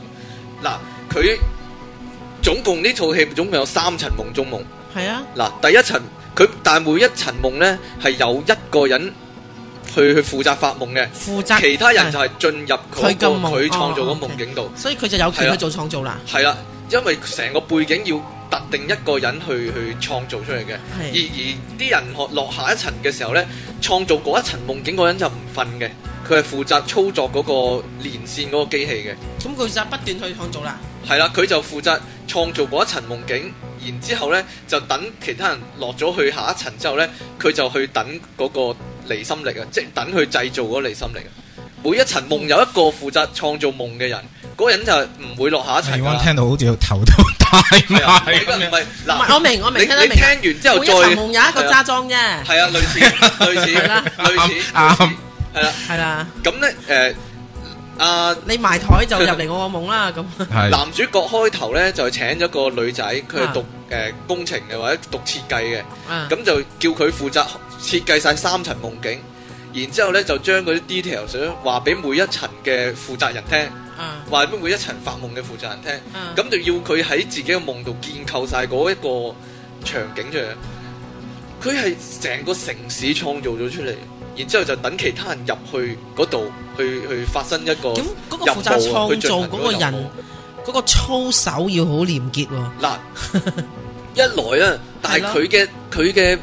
[SPEAKER 2] 嗱，佢總共呢套戲總共有三層夢中夢。
[SPEAKER 1] 係啊，
[SPEAKER 2] 嗱，第一層佢但係每一層夢呢係有一個人去去負責發夢嘅，
[SPEAKER 1] 負責
[SPEAKER 2] 其他人就係進入嗰、
[SPEAKER 1] 佢嘅
[SPEAKER 2] 個
[SPEAKER 1] 夢
[SPEAKER 2] 佢創造
[SPEAKER 1] 哦
[SPEAKER 2] 嗰
[SPEAKER 1] 哦
[SPEAKER 2] 夢境度。
[SPEAKER 1] 所以佢就有
[SPEAKER 2] 係啊
[SPEAKER 1] 權
[SPEAKER 2] 啦
[SPEAKER 1] 去做創造啦。
[SPEAKER 2] 係啦，因為成個背景要特定一個人去去創造出嚟嘅。而
[SPEAKER 1] 係
[SPEAKER 2] 而啲人學落下一層嘅時候呢，創造嗰一層夢境嗰個人就唔瞓嘅，佢係負責操作嗰個連線嗰個機器嘅。
[SPEAKER 1] 咁佢就不斷去創造啦。
[SPEAKER 2] 係啦，佢就負責創造嗰一層夢境，然之後呢，就等其他人落咗去下一層之後呢，佢就去等嗰個離心力啊，即係等佢製造嗰個離心力啊。每一層夢有一個負責創造夢嘅人，嗰個人就唔會落下一層
[SPEAKER 3] 係
[SPEAKER 2] 㗎
[SPEAKER 3] 我
[SPEAKER 2] 啦。
[SPEAKER 3] 聽到好似頭都大
[SPEAKER 2] 係啊，
[SPEAKER 3] 埋
[SPEAKER 2] 唔係
[SPEAKER 3] 咁
[SPEAKER 2] 唔
[SPEAKER 3] 樣。
[SPEAKER 2] 係
[SPEAKER 1] 唔
[SPEAKER 2] 嗱
[SPEAKER 1] 係，，我明我
[SPEAKER 2] 你
[SPEAKER 1] 明，聽得
[SPEAKER 2] 你
[SPEAKER 1] 明啊。
[SPEAKER 2] 聽完之後
[SPEAKER 1] 每一層
[SPEAKER 2] 再
[SPEAKER 1] 夢有一個
[SPEAKER 2] 係啊
[SPEAKER 1] 揸裝啫，
[SPEAKER 2] 係啊，類似類似
[SPEAKER 1] 係啦
[SPEAKER 2] 類似
[SPEAKER 3] 啱啱
[SPEAKER 2] 係啦。
[SPEAKER 1] 係啦。
[SPEAKER 2] 咁咧誒阿
[SPEAKER 1] 你埋台就入嚟我個夢啦， 咁
[SPEAKER 3] 係
[SPEAKER 2] 男主角開頭咧就請咗個女仔，佢係讀誒工程嘅或者讀設計嘅，
[SPEAKER 1] 啊
[SPEAKER 2] 咁就叫佢負責設計晒三層夢境。然之後咧就將嗰啲 detail 想話俾每一層嘅負責人聽，
[SPEAKER 1] 啊
[SPEAKER 2] 話俾每一層發夢嘅負責人聽。
[SPEAKER 1] 啊
[SPEAKER 2] 咁就要佢喺自己嘅夢度建構晒嗰一個場景出嚟。佢係成個城市創造咗出嚟，然之後就等其他人入去嗰度去去發生一個
[SPEAKER 1] 咁嗰個
[SPEAKER 2] 任
[SPEAKER 1] 負
[SPEAKER 2] 務
[SPEAKER 1] 責創
[SPEAKER 2] 去進
[SPEAKER 1] 造
[SPEAKER 2] 行
[SPEAKER 1] 嗰個
[SPEAKER 2] 任務
[SPEAKER 1] 人嗰個操守要好廉潔喎。
[SPEAKER 2] 嗱， 一來啊，但係
[SPEAKER 1] 係咯
[SPEAKER 2] 佢嘅佢嘅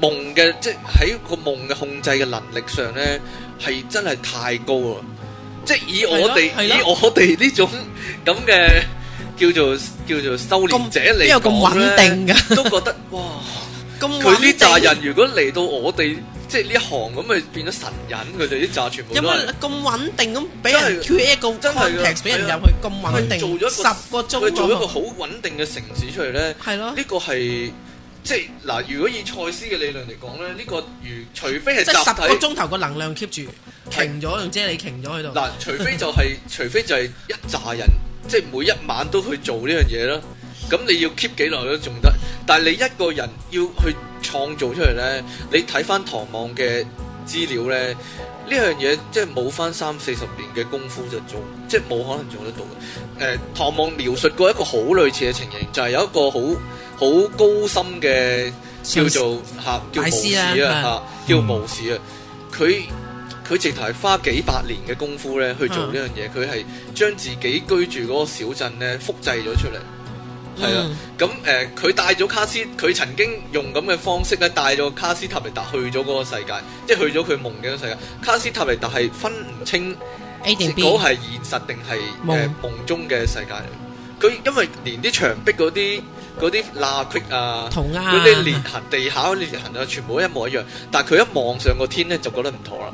[SPEAKER 2] 夢嘅，即係喺個夢嘅控制嘅能力上咧，係真係太高啊！即係以我哋
[SPEAKER 1] 係咯係咯
[SPEAKER 2] 以我哋呢種 咁嘅叫做叫做修
[SPEAKER 1] 咁
[SPEAKER 2] 練者嚟
[SPEAKER 1] 邊有咁
[SPEAKER 2] 講
[SPEAKER 1] 穩
[SPEAKER 2] 呢
[SPEAKER 1] 定㗎？
[SPEAKER 2] 都覺得哇！
[SPEAKER 1] 咁
[SPEAKER 2] 佢呢扎
[SPEAKER 1] 穩定
[SPEAKER 2] 人如果嚟到我哋即係呢一行咁，咪變咗神人。佢哋呢扎全部
[SPEAKER 1] 有
[SPEAKER 2] 都
[SPEAKER 1] 冇
[SPEAKER 2] 係
[SPEAKER 1] 咁穩定咁俾人
[SPEAKER 2] 真係
[SPEAKER 1] create 一個
[SPEAKER 2] 真係㗎
[SPEAKER 1] context 俾人
[SPEAKER 2] 係啊
[SPEAKER 1] 入去咁穩定，
[SPEAKER 2] 佢做咗一
[SPEAKER 1] 十
[SPEAKER 2] 個
[SPEAKER 1] 個
[SPEAKER 2] 佢
[SPEAKER 1] 鐘
[SPEAKER 2] 做一個
[SPEAKER 1] 喎，
[SPEAKER 2] 好穩定嘅城市出嚟咧。
[SPEAKER 1] 係咯
[SPEAKER 2] 呢，個係即係嗱，如果以賽斯嘅理論嚟講咧，呢、個如除非係
[SPEAKER 1] 即係十個
[SPEAKER 2] 集體
[SPEAKER 1] 鐘頭個能量 keep 住停咗，用啫你停咗喺度。
[SPEAKER 2] 嗱，除非就係、除非就係一扎人，即係每一晚都去做呢樣嘢啦。咁你要 keep 幾耐都仲得，但係你一個人要去創造出嚟咧，你睇翻唐望嘅資料咧，呢樣嘢即係冇翻三四十年嘅功夫就做，即係冇可能做得到嘅。誒、唐望描述過一個好類似嘅情形，就係、有一個好好高深嘅叫做嚇、叫
[SPEAKER 1] 大
[SPEAKER 2] 無
[SPEAKER 1] 師啊
[SPEAKER 2] 視啊
[SPEAKER 1] 係
[SPEAKER 2] 嚇、叫無視啊，佢佢直頭係花幾百年嘅功夫咧去做
[SPEAKER 1] 啊
[SPEAKER 2] 呢樣嘢，佢係將自己居住嗰個小鎮咧複製咗出嚟。係啊
[SPEAKER 1] 嗯，
[SPEAKER 2] 咁誒佢帶咗卡斯，佢曾經用咁嘅方式咧帶咗卡斯塔尼達去咗嗰個世界，即係去咗佢夢境嘅世界。卡斯塔尼達係分唔清
[SPEAKER 1] A 定 B
[SPEAKER 2] 嗰係現實定係誒
[SPEAKER 1] 夢
[SPEAKER 2] 夢中嘅世界嚟。佢因為連啲牆壁嗰啲嗰啲罅隙啊〜
[SPEAKER 1] 塗鴉
[SPEAKER 2] 嗰啲裂
[SPEAKER 1] 啊，
[SPEAKER 2] 痕、地下嗰啲裂痕啊，全部一模一樣。但係佢一望上個天咧，就覺得唔妥啦，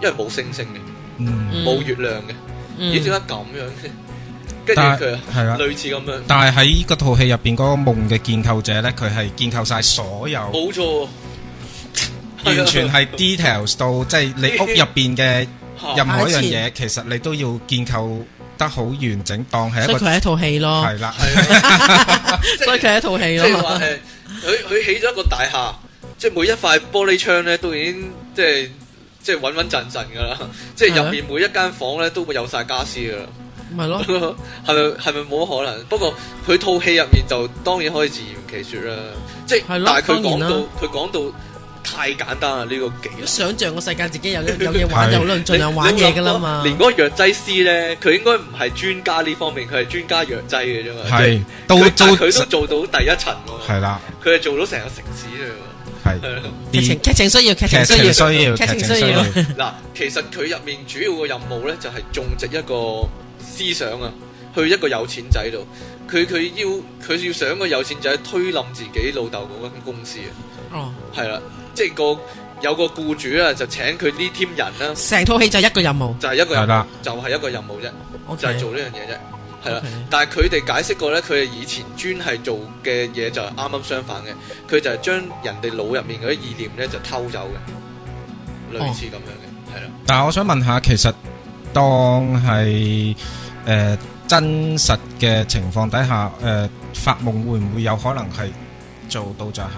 [SPEAKER 2] 因為冇星星嘅，
[SPEAKER 3] 嗯，
[SPEAKER 1] 嗯
[SPEAKER 2] 冇月亮嘅，
[SPEAKER 1] 嗯
[SPEAKER 2] 咦點解咁樣嘅？跟住
[SPEAKER 3] 但
[SPEAKER 2] 佢
[SPEAKER 3] 係
[SPEAKER 2] 啊
[SPEAKER 3] 係啦，
[SPEAKER 2] 類似咁樣，
[SPEAKER 3] 但係喺嗰套戲入邊嗰個夢嘅建構者咧，佢係建構晒所有，
[SPEAKER 2] 冇錯喎，
[SPEAKER 3] 完全係 details 到即係你屋入邊嘅任
[SPEAKER 2] 入
[SPEAKER 3] 何一樣
[SPEAKER 1] 下
[SPEAKER 3] 嘢，其實你都要建構得好完整，當係一
[SPEAKER 1] 所以
[SPEAKER 3] 個
[SPEAKER 1] 佢係一套戲咯，
[SPEAKER 3] 係啦，
[SPEAKER 1] 所以佢係一套戲
[SPEAKER 2] 即係話
[SPEAKER 1] 咯。
[SPEAKER 2] 誒，佢佢起咗一個大廈，即係每一塊玻璃窗咧都已經即係即係穩穩陣陣㗎啦，即係入面每一間房咧都會有晒家私㗎啦。
[SPEAKER 1] 咪咯，
[SPEAKER 2] 係咪係咪冇可能？不過佢套戲入面就當然可以自圓其說啦，即係
[SPEAKER 1] 係
[SPEAKER 2] 但
[SPEAKER 1] 咯
[SPEAKER 2] 係佢講
[SPEAKER 1] 當然
[SPEAKER 2] 到
[SPEAKER 1] 啦
[SPEAKER 2] 佢講到太簡單啦，呢、個技
[SPEAKER 1] 如
[SPEAKER 2] 術。
[SPEAKER 1] 果想像個世界自己有有嘢玩，
[SPEAKER 3] 係
[SPEAKER 1] 就論盡量玩嘢㗎啦嘛
[SPEAKER 2] 你。你諗過連嗰個藥劑師咧，佢應該唔係專家呢方面，佢係專家藥劑嘅啫嘛。
[SPEAKER 3] 係
[SPEAKER 2] 即
[SPEAKER 3] 到
[SPEAKER 2] 係佢但係
[SPEAKER 3] 到
[SPEAKER 2] 佢都做到第一層喎，
[SPEAKER 3] 係啦，
[SPEAKER 2] 佢係做到成個城市嘅喎。
[SPEAKER 3] 係
[SPEAKER 2] 係咯
[SPEAKER 1] 劇情劇情需要，劇情
[SPEAKER 3] 劇
[SPEAKER 1] 需
[SPEAKER 3] 情
[SPEAKER 1] 要，
[SPEAKER 3] 需要，
[SPEAKER 1] 劇
[SPEAKER 3] 劇
[SPEAKER 1] 情
[SPEAKER 3] 情
[SPEAKER 1] 需
[SPEAKER 3] 需要
[SPEAKER 1] 要。，
[SPEAKER 2] 嗱，其實佢入面主要嘅任務咧，就係、種植一個思想啊，去一個有錢仔度。佢佢要佢要想個有錢仔推冧自己老豆嗰間公司啊，
[SPEAKER 1] 哦，
[SPEAKER 2] 係啦，即係個有個僱主啊，就請佢呢 team 人啦，
[SPEAKER 1] 成套戲就一個任務。
[SPEAKER 2] 就係、一個任
[SPEAKER 3] 係啦
[SPEAKER 2] 務，就係一個任務啫。
[SPEAKER 1] 我
[SPEAKER 2] 就係做呢樣嘢啫。係啦
[SPEAKER 1] OK，
[SPEAKER 2] 但係佢哋解釋過咧，佢哋以前專係做嘅嘢就係啱啱相反嘅，佢就係將人哋腦入面嗰啲意念咧就偷走嘅，類似咁樣嘅，係啦、
[SPEAKER 3] 但係我想問下，其實當係誒、呃真實嘅情況底下，誒、發夢會唔會有可能係做到就係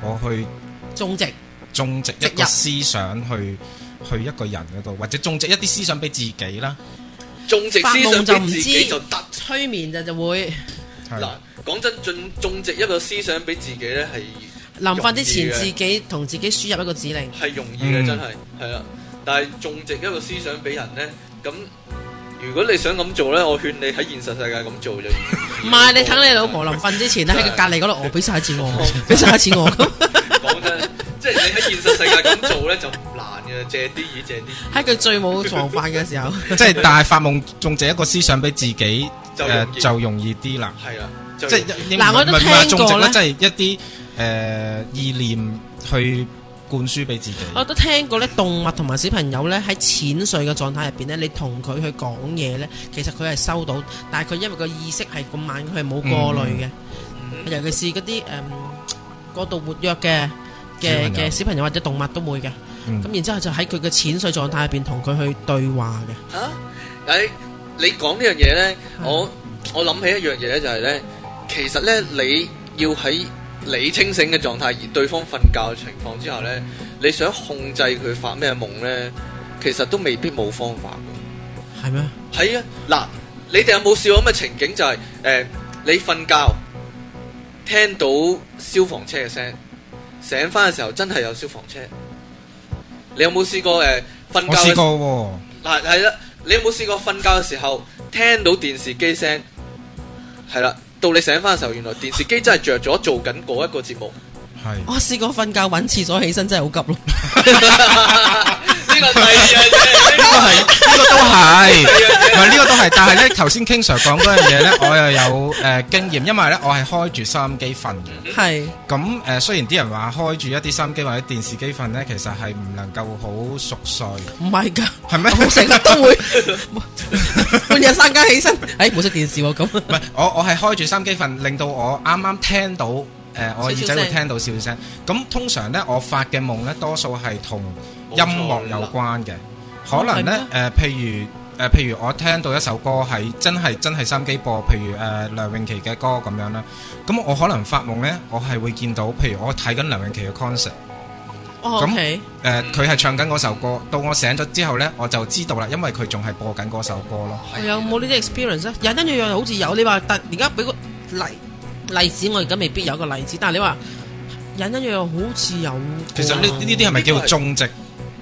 [SPEAKER 3] 我去
[SPEAKER 1] 種植。
[SPEAKER 3] 種植一
[SPEAKER 1] 植
[SPEAKER 3] 個
[SPEAKER 1] 入
[SPEAKER 3] 思想去去一個人嗰度，或者種植一啲思想俾自己啦？
[SPEAKER 2] 種植思想俾自己就得。
[SPEAKER 1] 催眠就就會
[SPEAKER 3] 係
[SPEAKER 2] 嗱，講真，種種植一個思想俾自己咧係
[SPEAKER 1] 臨瞓之前
[SPEAKER 2] 容易嘅
[SPEAKER 1] 自己同自己輸入一個指令，
[SPEAKER 2] 係容易嘅，
[SPEAKER 3] 嗯
[SPEAKER 2] 真係係啦。但係種植一個思想俾人咧，咁如果你想咁做咧，我勸你喺現實世界咁做 就已經
[SPEAKER 1] 唔係你等你老婆臨瞓之前咧，喺佢隔離嗰度，我哦俾晒錢我，俾晒錢我咁，
[SPEAKER 2] 講真， 即係你喺現實世界咁做咧就唔難嘅，借啲嘢借啲耳
[SPEAKER 1] 喺佢最冇防範嘅時候，
[SPEAKER 3] 即係但係發夢中者一個思想俾自己
[SPEAKER 2] 就
[SPEAKER 3] 誒
[SPEAKER 2] 容易
[SPEAKER 3] 就容易啲啦。
[SPEAKER 2] 係啦，即
[SPEAKER 3] 即係一
[SPEAKER 1] 嗱我都
[SPEAKER 3] 唔係唔係
[SPEAKER 1] 聽
[SPEAKER 3] 種植
[SPEAKER 1] 過
[SPEAKER 3] 啦
[SPEAKER 1] 呢
[SPEAKER 3] 即係一啲誒意念去灌輸俾自己。
[SPEAKER 1] 我都聽過咧，動物同埋小朋友咧喺淺睡嘅狀態入邊咧，你同佢去講嘢咧，其實佢係收到，但係佢因為個意識係咁慢，佢係冇過濾嘅。
[SPEAKER 3] 嗯
[SPEAKER 1] 尤其是嗰啲誒嗯過度活躍嘅
[SPEAKER 3] 小
[SPEAKER 1] 嘅
[SPEAKER 3] 朋友
[SPEAKER 1] 嘅小朋友或者動物都會嘅。咁、
[SPEAKER 3] 嗯
[SPEAKER 1] 然之後就喺佢嘅淺睡狀態入邊同佢去對話嘅。
[SPEAKER 2] 吓，誒你講呢樣嘢咧，
[SPEAKER 1] 嗯
[SPEAKER 2] 我我諗起一樣嘢咧，就係咧，其實咧你要喺你清醒嘅狀態，而對方瞓覺嘅情況之下咧，你想控制佢發咩夢咧，其實都未必冇方法㗎。
[SPEAKER 1] 係
[SPEAKER 3] 嗯
[SPEAKER 1] 咩？
[SPEAKER 2] 係啊，嗱，你哋有冇試過咁嘅情景就係、呃你瞓覺聽到消防車嘅聲，醒翻嘅時候真係有消防車。你有冇試過誒瞓、
[SPEAKER 3] 我
[SPEAKER 2] 覺
[SPEAKER 3] 試
[SPEAKER 2] 嘅時？
[SPEAKER 3] 過喎，
[SPEAKER 2] 嗱係啦，你有冇試過瞓覺嘅時候聽到電視機聲？係啦，到你醒翻嘅時候，原來電視機真係着咗做緊嗰一個節目。
[SPEAKER 3] 係
[SPEAKER 1] 我試過瞓覺揾廁所起身真係 好急咯。
[SPEAKER 2] 呢個啊第二樣
[SPEAKER 3] 呢個
[SPEAKER 2] 嘢，
[SPEAKER 3] 係呢個都係，唔係呢個都係。但係咧，頭先 King Sir 講嗰樣嘢咧，我又有誒經驗，因為咧我係開住收音機瞓嘅。
[SPEAKER 1] 係
[SPEAKER 3] 咁誒，雖然啲人話開住一啲收音機或者電視機瞓咧，其實係唔能夠好熟 睡，
[SPEAKER 1] 唔係㗎？
[SPEAKER 3] 係咩？
[SPEAKER 1] 我成日都 會 半夜三更起身，誒冇熄電視喎咁。
[SPEAKER 3] 唔係，我我係開住心機瞓，令到我啱啱聽到誒、呃我耳
[SPEAKER 1] 少
[SPEAKER 3] 仔
[SPEAKER 1] 少
[SPEAKER 3] 會
[SPEAKER 1] 聲
[SPEAKER 3] 聽到笑聲。咁通常呢，我發嘅夢呢，多數係同
[SPEAKER 2] 冇
[SPEAKER 3] 音
[SPEAKER 2] 錯
[SPEAKER 3] 樂有關嘅。可能
[SPEAKER 1] 係
[SPEAKER 3] 呢
[SPEAKER 1] 咩，
[SPEAKER 3] 誒、譬如誒、呃譬如我聽到一首歌係真係真係心機播，譬如誒、呃梁詠琪嘅歌咁樣啦。咁我可能發夢呢，我係會見到，譬如我睇緊梁詠琪嘅 concert。
[SPEAKER 1] 哦
[SPEAKER 3] 咁
[SPEAKER 1] OK，
[SPEAKER 3] 誒呃佢係唱緊嗰首歌，到我醒咗之後呢，我就知道啦，因為佢仲係播緊嗰首歌咯。
[SPEAKER 1] 我有冇呢啲 experience 咧？有跟住樣好似有，你話但而家俾個例例子，我而家未必有個例子，但係你話隱隱約約好似有喎。
[SPEAKER 3] 其實呢呢啲係咪叫做種植？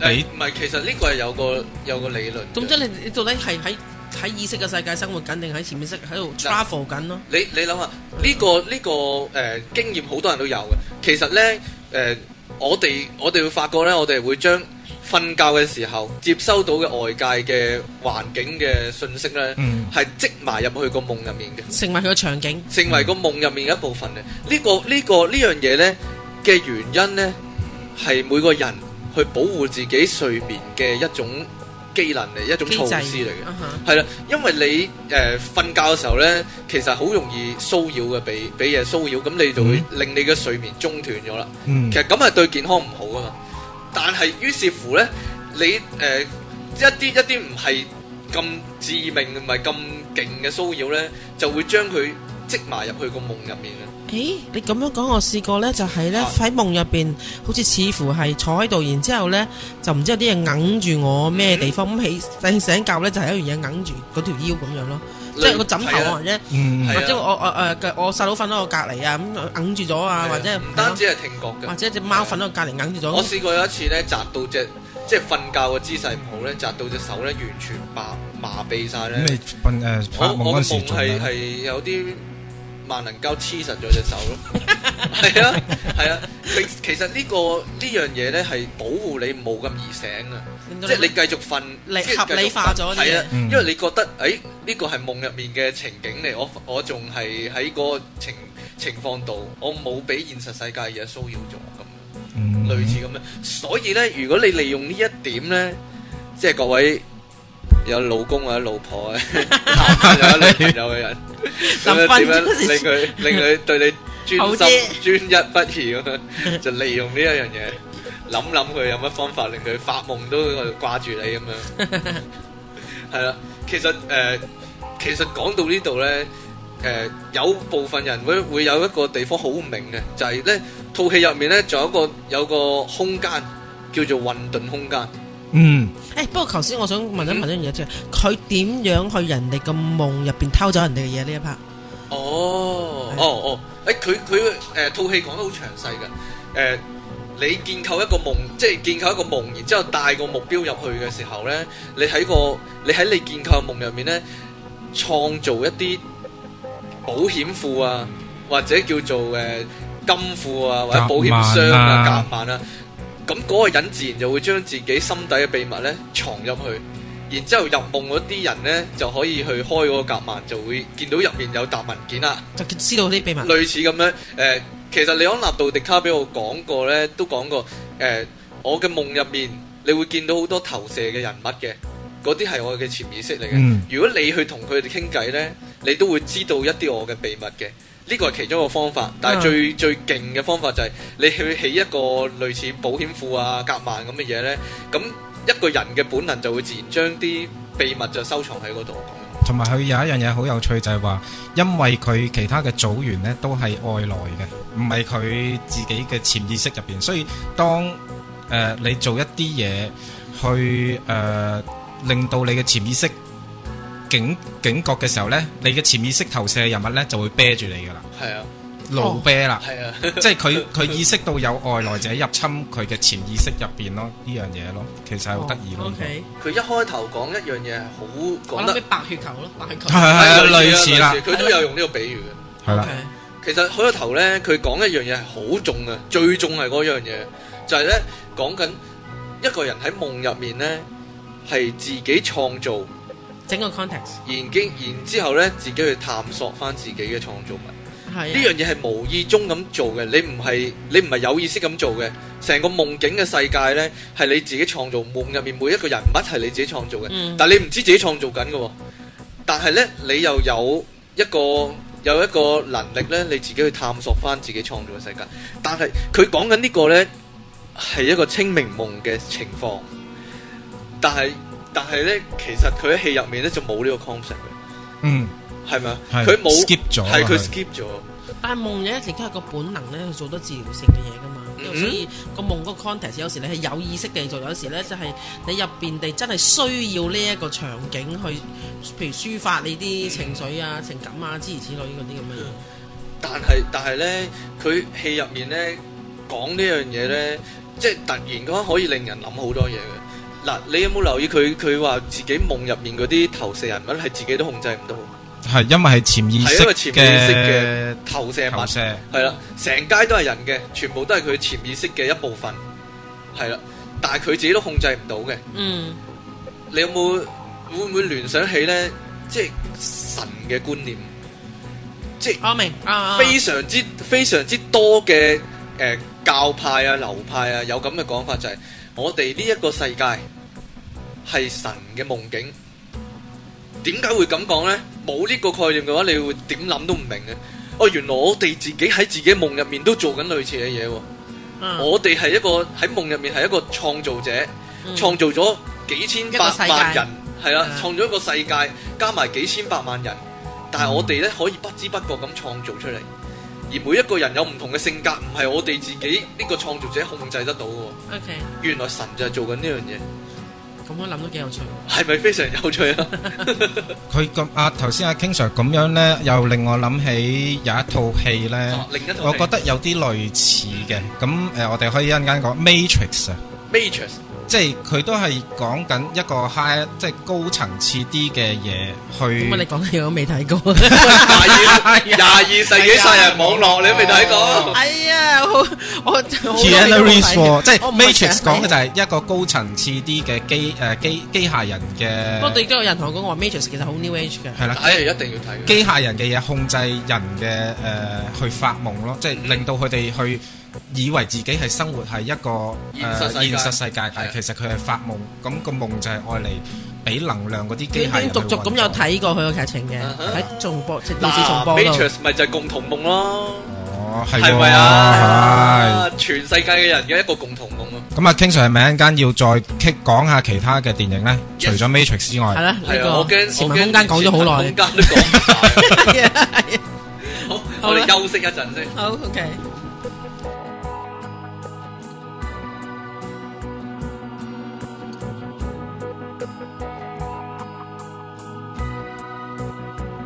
[SPEAKER 2] 誒唔係，其實呢個係有個有個理論嘅。
[SPEAKER 1] 咁即係你你到底係喺喺意識嘅世界生活緊，定喺潛意識喺度 travel 緊咯？
[SPEAKER 2] 你你諗下呢個呢、個誒、呃、經驗好多人都有嘅。其實呢，誒、我哋我哋會發覺呢，我哋會將瞓覺嘅時候接收到嘅外界嘅環境嘅信息呢，
[SPEAKER 3] 嗯
[SPEAKER 2] 係積埋入去個夢入面嘅，
[SPEAKER 1] 成為佢嘅場景，
[SPEAKER 2] 成為個夢入面嘅一部分嘅。呢、個呢、個呢樣嘢呢嘅原因呢，係每個人去保護自己睡眠嘅一種機能嚟，一種
[SPEAKER 1] 機
[SPEAKER 2] 措
[SPEAKER 1] 制
[SPEAKER 2] 施嚟嘅。
[SPEAKER 1] 啊哈
[SPEAKER 2] 係啦，因為你誒瞓覺嘅時候咧，其實好容易騷擾嘅，俾俾嘢騷擾，咁你就會令你嘅睡眠中斷咗啦。
[SPEAKER 3] 嗯
[SPEAKER 2] 其實咁係對健康唔好啊噶嘛。但係於是乎咧，你誒、呃一啲一啲唔係咁致命唔係咁勁嘅騷擾咧，就會將佢積埋入去個夢入面啊啦。
[SPEAKER 1] 咦，你咁樣講，我試過呢，就係呢，
[SPEAKER 2] 啊
[SPEAKER 1] 喺夢入邊，好似似乎係坐喺度，然之後呢，就唔知有啲嘢揞住我咩地方，咁起醒醒覺呢，就係有樣嘢揞住嗰條腰咁樣咯，即係個枕頭啊或者
[SPEAKER 3] 嗯
[SPEAKER 2] 係啊
[SPEAKER 1] 或者我我誒嘅我細佬瞓喺我隔離啊，咁揞住咗啊，或者
[SPEAKER 2] 唔單止係聽覺嘅
[SPEAKER 1] 或。者只貓瞓喺我隔離揞住
[SPEAKER 2] 我
[SPEAKER 1] 咗，
[SPEAKER 2] 試過有一次咧，扎到隻即係瞓覺嘅姿勢唔好咧，扎到隻手咧完全麻麻痹晒咧
[SPEAKER 3] 咁。你瞓誒
[SPEAKER 2] 我
[SPEAKER 3] 發夢嗰
[SPEAKER 2] 我嘅
[SPEAKER 3] 陣時
[SPEAKER 2] 夢
[SPEAKER 3] 做
[SPEAKER 2] 係
[SPEAKER 3] 咩？
[SPEAKER 2] 係有啲萬能膠黐實咗隻手咯， 係啊係啊，其其實呢個呢樣嘢咧係保護你冇咁易醒啊，
[SPEAKER 1] 令
[SPEAKER 2] 即
[SPEAKER 1] 到
[SPEAKER 2] 係你繼續瞓，
[SPEAKER 1] 你
[SPEAKER 2] 即係
[SPEAKER 1] 合理化咗啲嘢
[SPEAKER 2] 係啊，
[SPEAKER 3] 嗯
[SPEAKER 2] 因為你覺得誒呢個係夢入面嘅情景嚟，我我仲係喺嗰個情情況度，我冇俾現實世界嘅嘢騷擾咗咁。
[SPEAKER 3] 嗯
[SPEAKER 2] 類似咁樣。所以咧，如果你利用呢一點咧，即係各位有老公或者老婆啊，有女朋友嘅人，咁樣點樣令佢令佢對你專
[SPEAKER 1] 好
[SPEAKER 2] 心專一不二咁樣，就利用呢一樣嘢，諗諗佢有乜方法令佢發夢都喺度掛住你咁樣。係啦，其實誒、呃其實講到呢度咧。誒、有部分人會會有一個地方好唔明嘅，就係、咧套戲入面咧，仲有一個有個空間叫做混沌空間。
[SPEAKER 3] 嗯，
[SPEAKER 1] 誒不過頭先我想問一問一樣嘢，即係佢點樣去人哋嘅夢入邊偷走人哋嘅嘢呢一 part？
[SPEAKER 2] 哦，
[SPEAKER 1] 係
[SPEAKER 2] ờ, 哦哦，誒佢佢誒套戲講得好詳細嘅，誒、你建構一個夢，即係建構一個夢，然之後帶個目標入去嘅時候呢，你喺個你喺你建構嘅夢入面呢，創造一啲保險庫啊，或者叫做誒、呃金庫啊，或者保險箱啊、夾萬啊，咁嗰個人自然就會將自己心底嘅秘密呢藏入去。然之後入夢嗰啲人呢，就可以去開嗰個夾萬，就會見到入面有沓文件啊啦。
[SPEAKER 1] 就知道啲秘密。
[SPEAKER 2] 類似咁樣誒、呃其實李安納道迪卡俾我講過咧，都講過誒、呃我嘅夢入面，你會見到好多投射嘅人物嘅，嗰啲係我嘅潛意識嚟嘅。
[SPEAKER 3] 嗯
[SPEAKER 2] 如果你去同佢哋傾偈咧，你都會知道一啲我嘅秘密嘅。呢個係其中一個方法，但係
[SPEAKER 1] 嗯
[SPEAKER 2] 最、最勁嘅方法就係你去 起一個類似保險庫啊、夾萬咁嘅嘢咧，咁一個人嘅本能就會自然將啲秘密就收藏喺嗰度。
[SPEAKER 3] 同埋佢有一樣嘢好有趣就係話，因為佢其他嘅組員呢都係外來嘅，唔係佢自己嘅潛意識入邊，所以當誒、呃你做一啲嘢去誒、呃令到你嘅潛意識警警覺嘅時候呢，你嘅潛意識投射嘅人物呢就會啤住你噶啦，
[SPEAKER 2] 係啊，
[SPEAKER 3] 老啤 啦，
[SPEAKER 2] 係啊。
[SPEAKER 3] 即係佢佢意識到有外來者入侵佢嘅潛意識入邊咯，呢樣嘢咯，其實係好得意咯。
[SPEAKER 1] O
[SPEAKER 3] 呢
[SPEAKER 2] 哦
[SPEAKER 3] 個
[SPEAKER 1] K，
[SPEAKER 2] 佢一開頭講一樣嘢係好
[SPEAKER 1] 我
[SPEAKER 2] 講
[SPEAKER 1] 諗
[SPEAKER 2] 得
[SPEAKER 1] 起。白血球咯，白血球。
[SPEAKER 3] 係係
[SPEAKER 2] 係啊
[SPEAKER 3] 係啊類似啦，
[SPEAKER 2] 佢都有用呢個比喻嘅。
[SPEAKER 3] 係啦。
[SPEAKER 2] 其實開頭呢，佢講一樣嘢係好重嘅，最重係嗰樣嘢，就係呢講緊一個人喺夢入面呢，係自己創造，
[SPEAKER 1] 整個 context
[SPEAKER 2] 然經然之後呢，自己去探索翻自己嘅創造物。
[SPEAKER 3] 嗯
[SPEAKER 2] 呢
[SPEAKER 1] 係
[SPEAKER 2] 樣嘢係無意中咁做嘅，你唔係你唔係有意識咁做嘅。成個夢境嘅世界呢，係你自己創造，夢入面每一個人物係你自己創造嘅，
[SPEAKER 1] 嗯
[SPEAKER 2] 但係你唔知自己創造緊嘅喎。但係呢，你又有一個有一個能力呢，你自己去探索翻自己創造嘅世界。但係佢講緊呢個呢，係一個清明夢嘅情況，但係但係呢，其實佢喺戲入面呢，就冇呢個 concept
[SPEAKER 3] 嗯，
[SPEAKER 2] 嘅，係咪啊？
[SPEAKER 3] 係
[SPEAKER 2] 佢冇
[SPEAKER 3] skip 咗啦
[SPEAKER 2] 係佢
[SPEAKER 3] 佢
[SPEAKER 2] skip 咗。
[SPEAKER 1] 但係夢嘢一直都係個本能咧去做多治療性嘅嘢噶嘛，
[SPEAKER 2] 嗯
[SPEAKER 1] 所以個夢嗰個 context 有時你係有意識地做，有時咧就係你入邊地真係需要呢一個場景去，譬如抒發你啲情緒啊、情感啊諸如此類嗰啲咁嘅嘢。
[SPEAKER 2] 但係但係咧，佢戲入面咧講呢樣嘢咧，即係突然間可以令人諗好多嘢嘅。嗱，你有冇留意佢佢話自己夢入面嗰啲投射人物係自己都控制唔到，
[SPEAKER 3] 係因為係潛意
[SPEAKER 2] 係因為
[SPEAKER 3] 識
[SPEAKER 2] 潛意
[SPEAKER 3] 嘅
[SPEAKER 2] 識嘅投射物
[SPEAKER 3] 投。射，
[SPEAKER 2] 係啦，成街都係人嘅，全部都係佢潛意識嘅一部分。係啦，但係佢自己都控制唔到嘅。
[SPEAKER 1] 嗯，
[SPEAKER 2] 你有冇會唔會聯想起咧？即係神嘅觀念，即係。
[SPEAKER 1] 我明啊啊，
[SPEAKER 2] 非常之非常之多嘅誒、呃教派啊、流派啊，有咁嘅講法就係、我哋呢一個世界係神嘅夢境。點解會咁講呢？冇呢個概念嘅話，你會點諗都唔明嘅。哦，原來我哋自己喺自己夢入面都做緊類似嘅嘢喎。
[SPEAKER 1] 啊
[SPEAKER 2] 我哋係一個喺夢入面係一個創造者，
[SPEAKER 1] 嗯
[SPEAKER 2] 創造咗幾千百萬人，係啦
[SPEAKER 1] 嗯，
[SPEAKER 2] 創造一個世界，加埋幾千百萬人，但
[SPEAKER 1] 嗯
[SPEAKER 2] 係我哋咧可以不知不覺咁創造出嚟，而每一個人有唔同嘅性格，唔係我哋自己呢個創造者控制得到嘅喎。
[SPEAKER 1] OK，
[SPEAKER 2] 原來神就係做緊呢樣
[SPEAKER 1] 咁我諗都幾有趣
[SPEAKER 2] 嘢，
[SPEAKER 1] 喎。
[SPEAKER 2] 係咪非常有趣啊？
[SPEAKER 3] 佢咁啊頭先阿 King Sir 咁樣呢，又令我諗起有一套戲呢，
[SPEAKER 2] 另一哦套
[SPEAKER 3] 我
[SPEAKER 2] 戲
[SPEAKER 3] 覺得有啲類似嘅。咁誒，我哋可以一陣間講 Matrix 啊，
[SPEAKER 2] Matrix
[SPEAKER 3] 即係佢都係講緊一個 high，即係高層次啲嘅嘢
[SPEAKER 1] 咁啊，你
[SPEAKER 3] 去。
[SPEAKER 1] 講起我都 未睇過。
[SPEAKER 2] 廿二廿二世紀殺人網絡，你都未睇過？
[SPEAKER 1] 哎呀，好我我
[SPEAKER 3] Keanu Reeves 喎即係
[SPEAKER 1] 我唔係
[SPEAKER 3] Matrix
[SPEAKER 1] 成日
[SPEAKER 3] 講嘅就係一個高層次啲嘅機誒機機械人嘅，
[SPEAKER 1] 不過亦都有人同我講話 Matrix 其實好 New Age 嘅。
[SPEAKER 3] 係啦。
[SPEAKER 2] 係哎一定要睇嘅。
[SPEAKER 3] 機械人嘅嘢控制人嘅誒、呃去發夢咯，即係令到佢哋去以為自己係生活係一個誒、
[SPEAKER 2] 現實世界
[SPEAKER 3] 現實世界，
[SPEAKER 2] 係
[SPEAKER 3] 但
[SPEAKER 2] 啊
[SPEAKER 3] 係其實佢係發夢，咁、個夢就係愛嚟俾能量嗰啲機
[SPEAKER 1] 斷
[SPEAKER 3] 械
[SPEAKER 1] 斷
[SPEAKER 3] 人
[SPEAKER 1] 續續咁有
[SPEAKER 3] 睇。
[SPEAKER 1] 睇過佢個劇情嘅
[SPEAKER 2] 嗯，哼
[SPEAKER 1] 喺重播即係電視重
[SPEAKER 2] Uh-huh。嗱
[SPEAKER 1] 播嗰度。
[SPEAKER 2] ，Matrix 咪就係共同夢咯。
[SPEAKER 3] 哦，係
[SPEAKER 2] 係
[SPEAKER 3] 喎
[SPEAKER 2] 咪啊
[SPEAKER 3] 係？？
[SPEAKER 2] 全世界嘅人嘅一個共同夢啊！
[SPEAKER 3] 咁啊，King Sir 係咪一陣間要再 kick 講下其他嘅電影咧？除
[SPEAKER 2] Yes
[SPEAKER 3] 咗 Matrix 之
[SPEAKER 1] 係
[SPEAKER 3] 外，
[SPEAKER 1] 啦，
[SPEAKER 2] 係啊，
[SPEAKER 1] 呢
[SPEAKER 2] 我
[SPEAKER 1] 個
[SPEAKER 2] 驚
[SPEAKER 1] 潛
[SPEAKER 2] 我
[SPEAKER 1] 文
[SPEAKER 2] 驚
[SPEAKER 1] 空間講咗好耐
[SPEAKER 2] 空。間都講唔晒啊。
[SPEAKER 1] 係啊係啊
[SPEAKER 2] 好，
[SPEAKER 1] 好
[SPEAKER 2] 我
[SPEAKER 1] 啦
[SPEAKER 2] 哋休息一陣先。
[SPEAKER 1] 好 OK。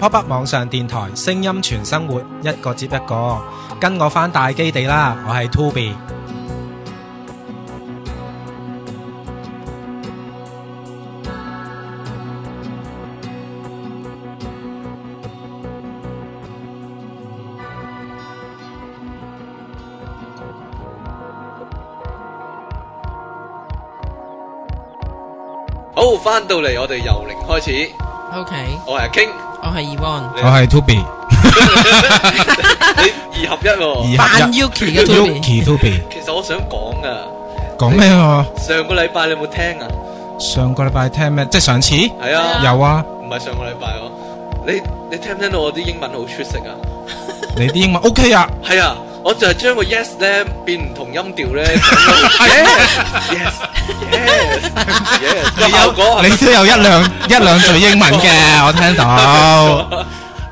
[SPEAKER 3] pop up 網上電台，聲音全生活，一個接一個，跟我翻大基地啦！我係 Tubi。
[SPEAKER 2] 好，翻到嚟我哋由零開始，
[SPEAKER 1] OK，
[SPEAKER 2] 我係 King，
[SPEAKER 1] 我係 e v o n
[SPEAKER 2] 你
[SPEAKER 3] 我係 Toby，
[SPEAKER 2] 你二合一喎。
[SPEAKER 3] 二合
[SPEAKER 1] 扮
[SPEAKER 3] 一
[SPEAKER 1] Yuki 嘅 Toby，
[SPEAKER 3] Yuki Toby
[SPEAKER 2] 其實我想講噶，
[SPEAKER 3] 講咩啊？
[SPEAKER 2] 上個禮拜你有冇聽啊？
[SPEAKER 3] 上個禮拜聽咩？即係上次
[SPEAKER 2] 係啊，
[SPEAKER 3] 有啊，
[SPEAKER 2] 唔係上個禮拜喎。你你聽唔聽到我啲英文好出色啊？
[SPEAKER 3] 你啲英文 OK 啊？
[SPEAKER 2] 係啊，我就係將個 yes 咧變唔同音調咧， 講 yes yes yes 個效果係咪
[SPEAKER 3] 你都有一兩一兩句英文 嘅，我聽到，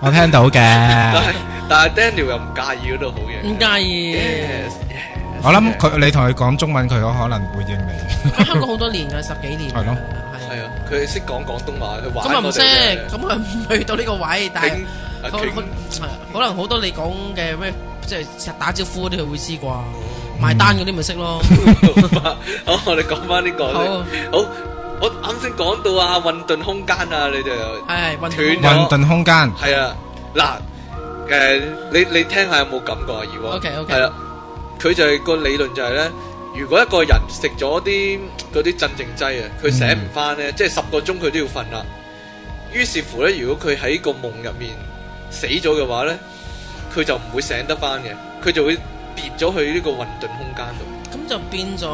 [SPEAKER 3] 我聽到
[SPEAKER 2] 但
[SPEAKER 3] 嘅。
[SPEAKER 2] 係但係 Daniel 又唔介意嗰度好嘢。
[SPEAKER 1] 唔介意，
[SPEAKER 2] Yes, yes,
[SPEAKER 3] 我諗佢你同佢講中文，佢可能會應你。
[SPEAKER 1] 我香港好多年㗎，十幾年㗎，
[SPEAKER 3] 係咯
[SPEAKER 1] 係
[SPEAKER 2] 係啊，佢識講廣東話，佢
[SPEAKER 1] 咁啊
[SPEAKER 2] 玩
[SPEAKER 1] 唔
[SPEAKER 2] 我
[SPEAKER 1] 識，
[SPEAKER 2] 哋嘅
[SPEAKER 1] 咁啊唔去到呢個位，但係
[SPEAKER 2] 傾。啊
[SPEAKER 1] 可
[SPEAKER 2] 傾
[SPEAKER 1] 可可能好多你講嘅咩，即係打招呼嗰啲佢會知啩，埋單嗰啲咪識咯。
[SPEAKER 2] 好，我哋講翻呢個
[SPEAKER 1] 好
[SPEAKER 2] 先。好，我啱先講到啊，混沌空間啊，你哋又
[SPEAKER 1] 係運
[SPEAKER 2] 斷
[SPEAKER 3] 混沌空間，
[SPEAKER 2] 係啊，嗱，誒，你你聽下有冇感覺啊？如果
[SPEAKER 1] OK，OK
[SPEAKER 2] 係啦，佢就係個理論就係咧，如果一個人食咗啲嗰啲鎮靜劑啊，佢醒唔翻咧，即係十個鐘佢都要瞓啦。於是乎咧，如果佢喺個夢入面死咗嘅話咧，佢就唔會醒得翻嘅，佢就會跌咗去呢個混沌空間度。
[SPEAKER 1] 咁就變咗誒、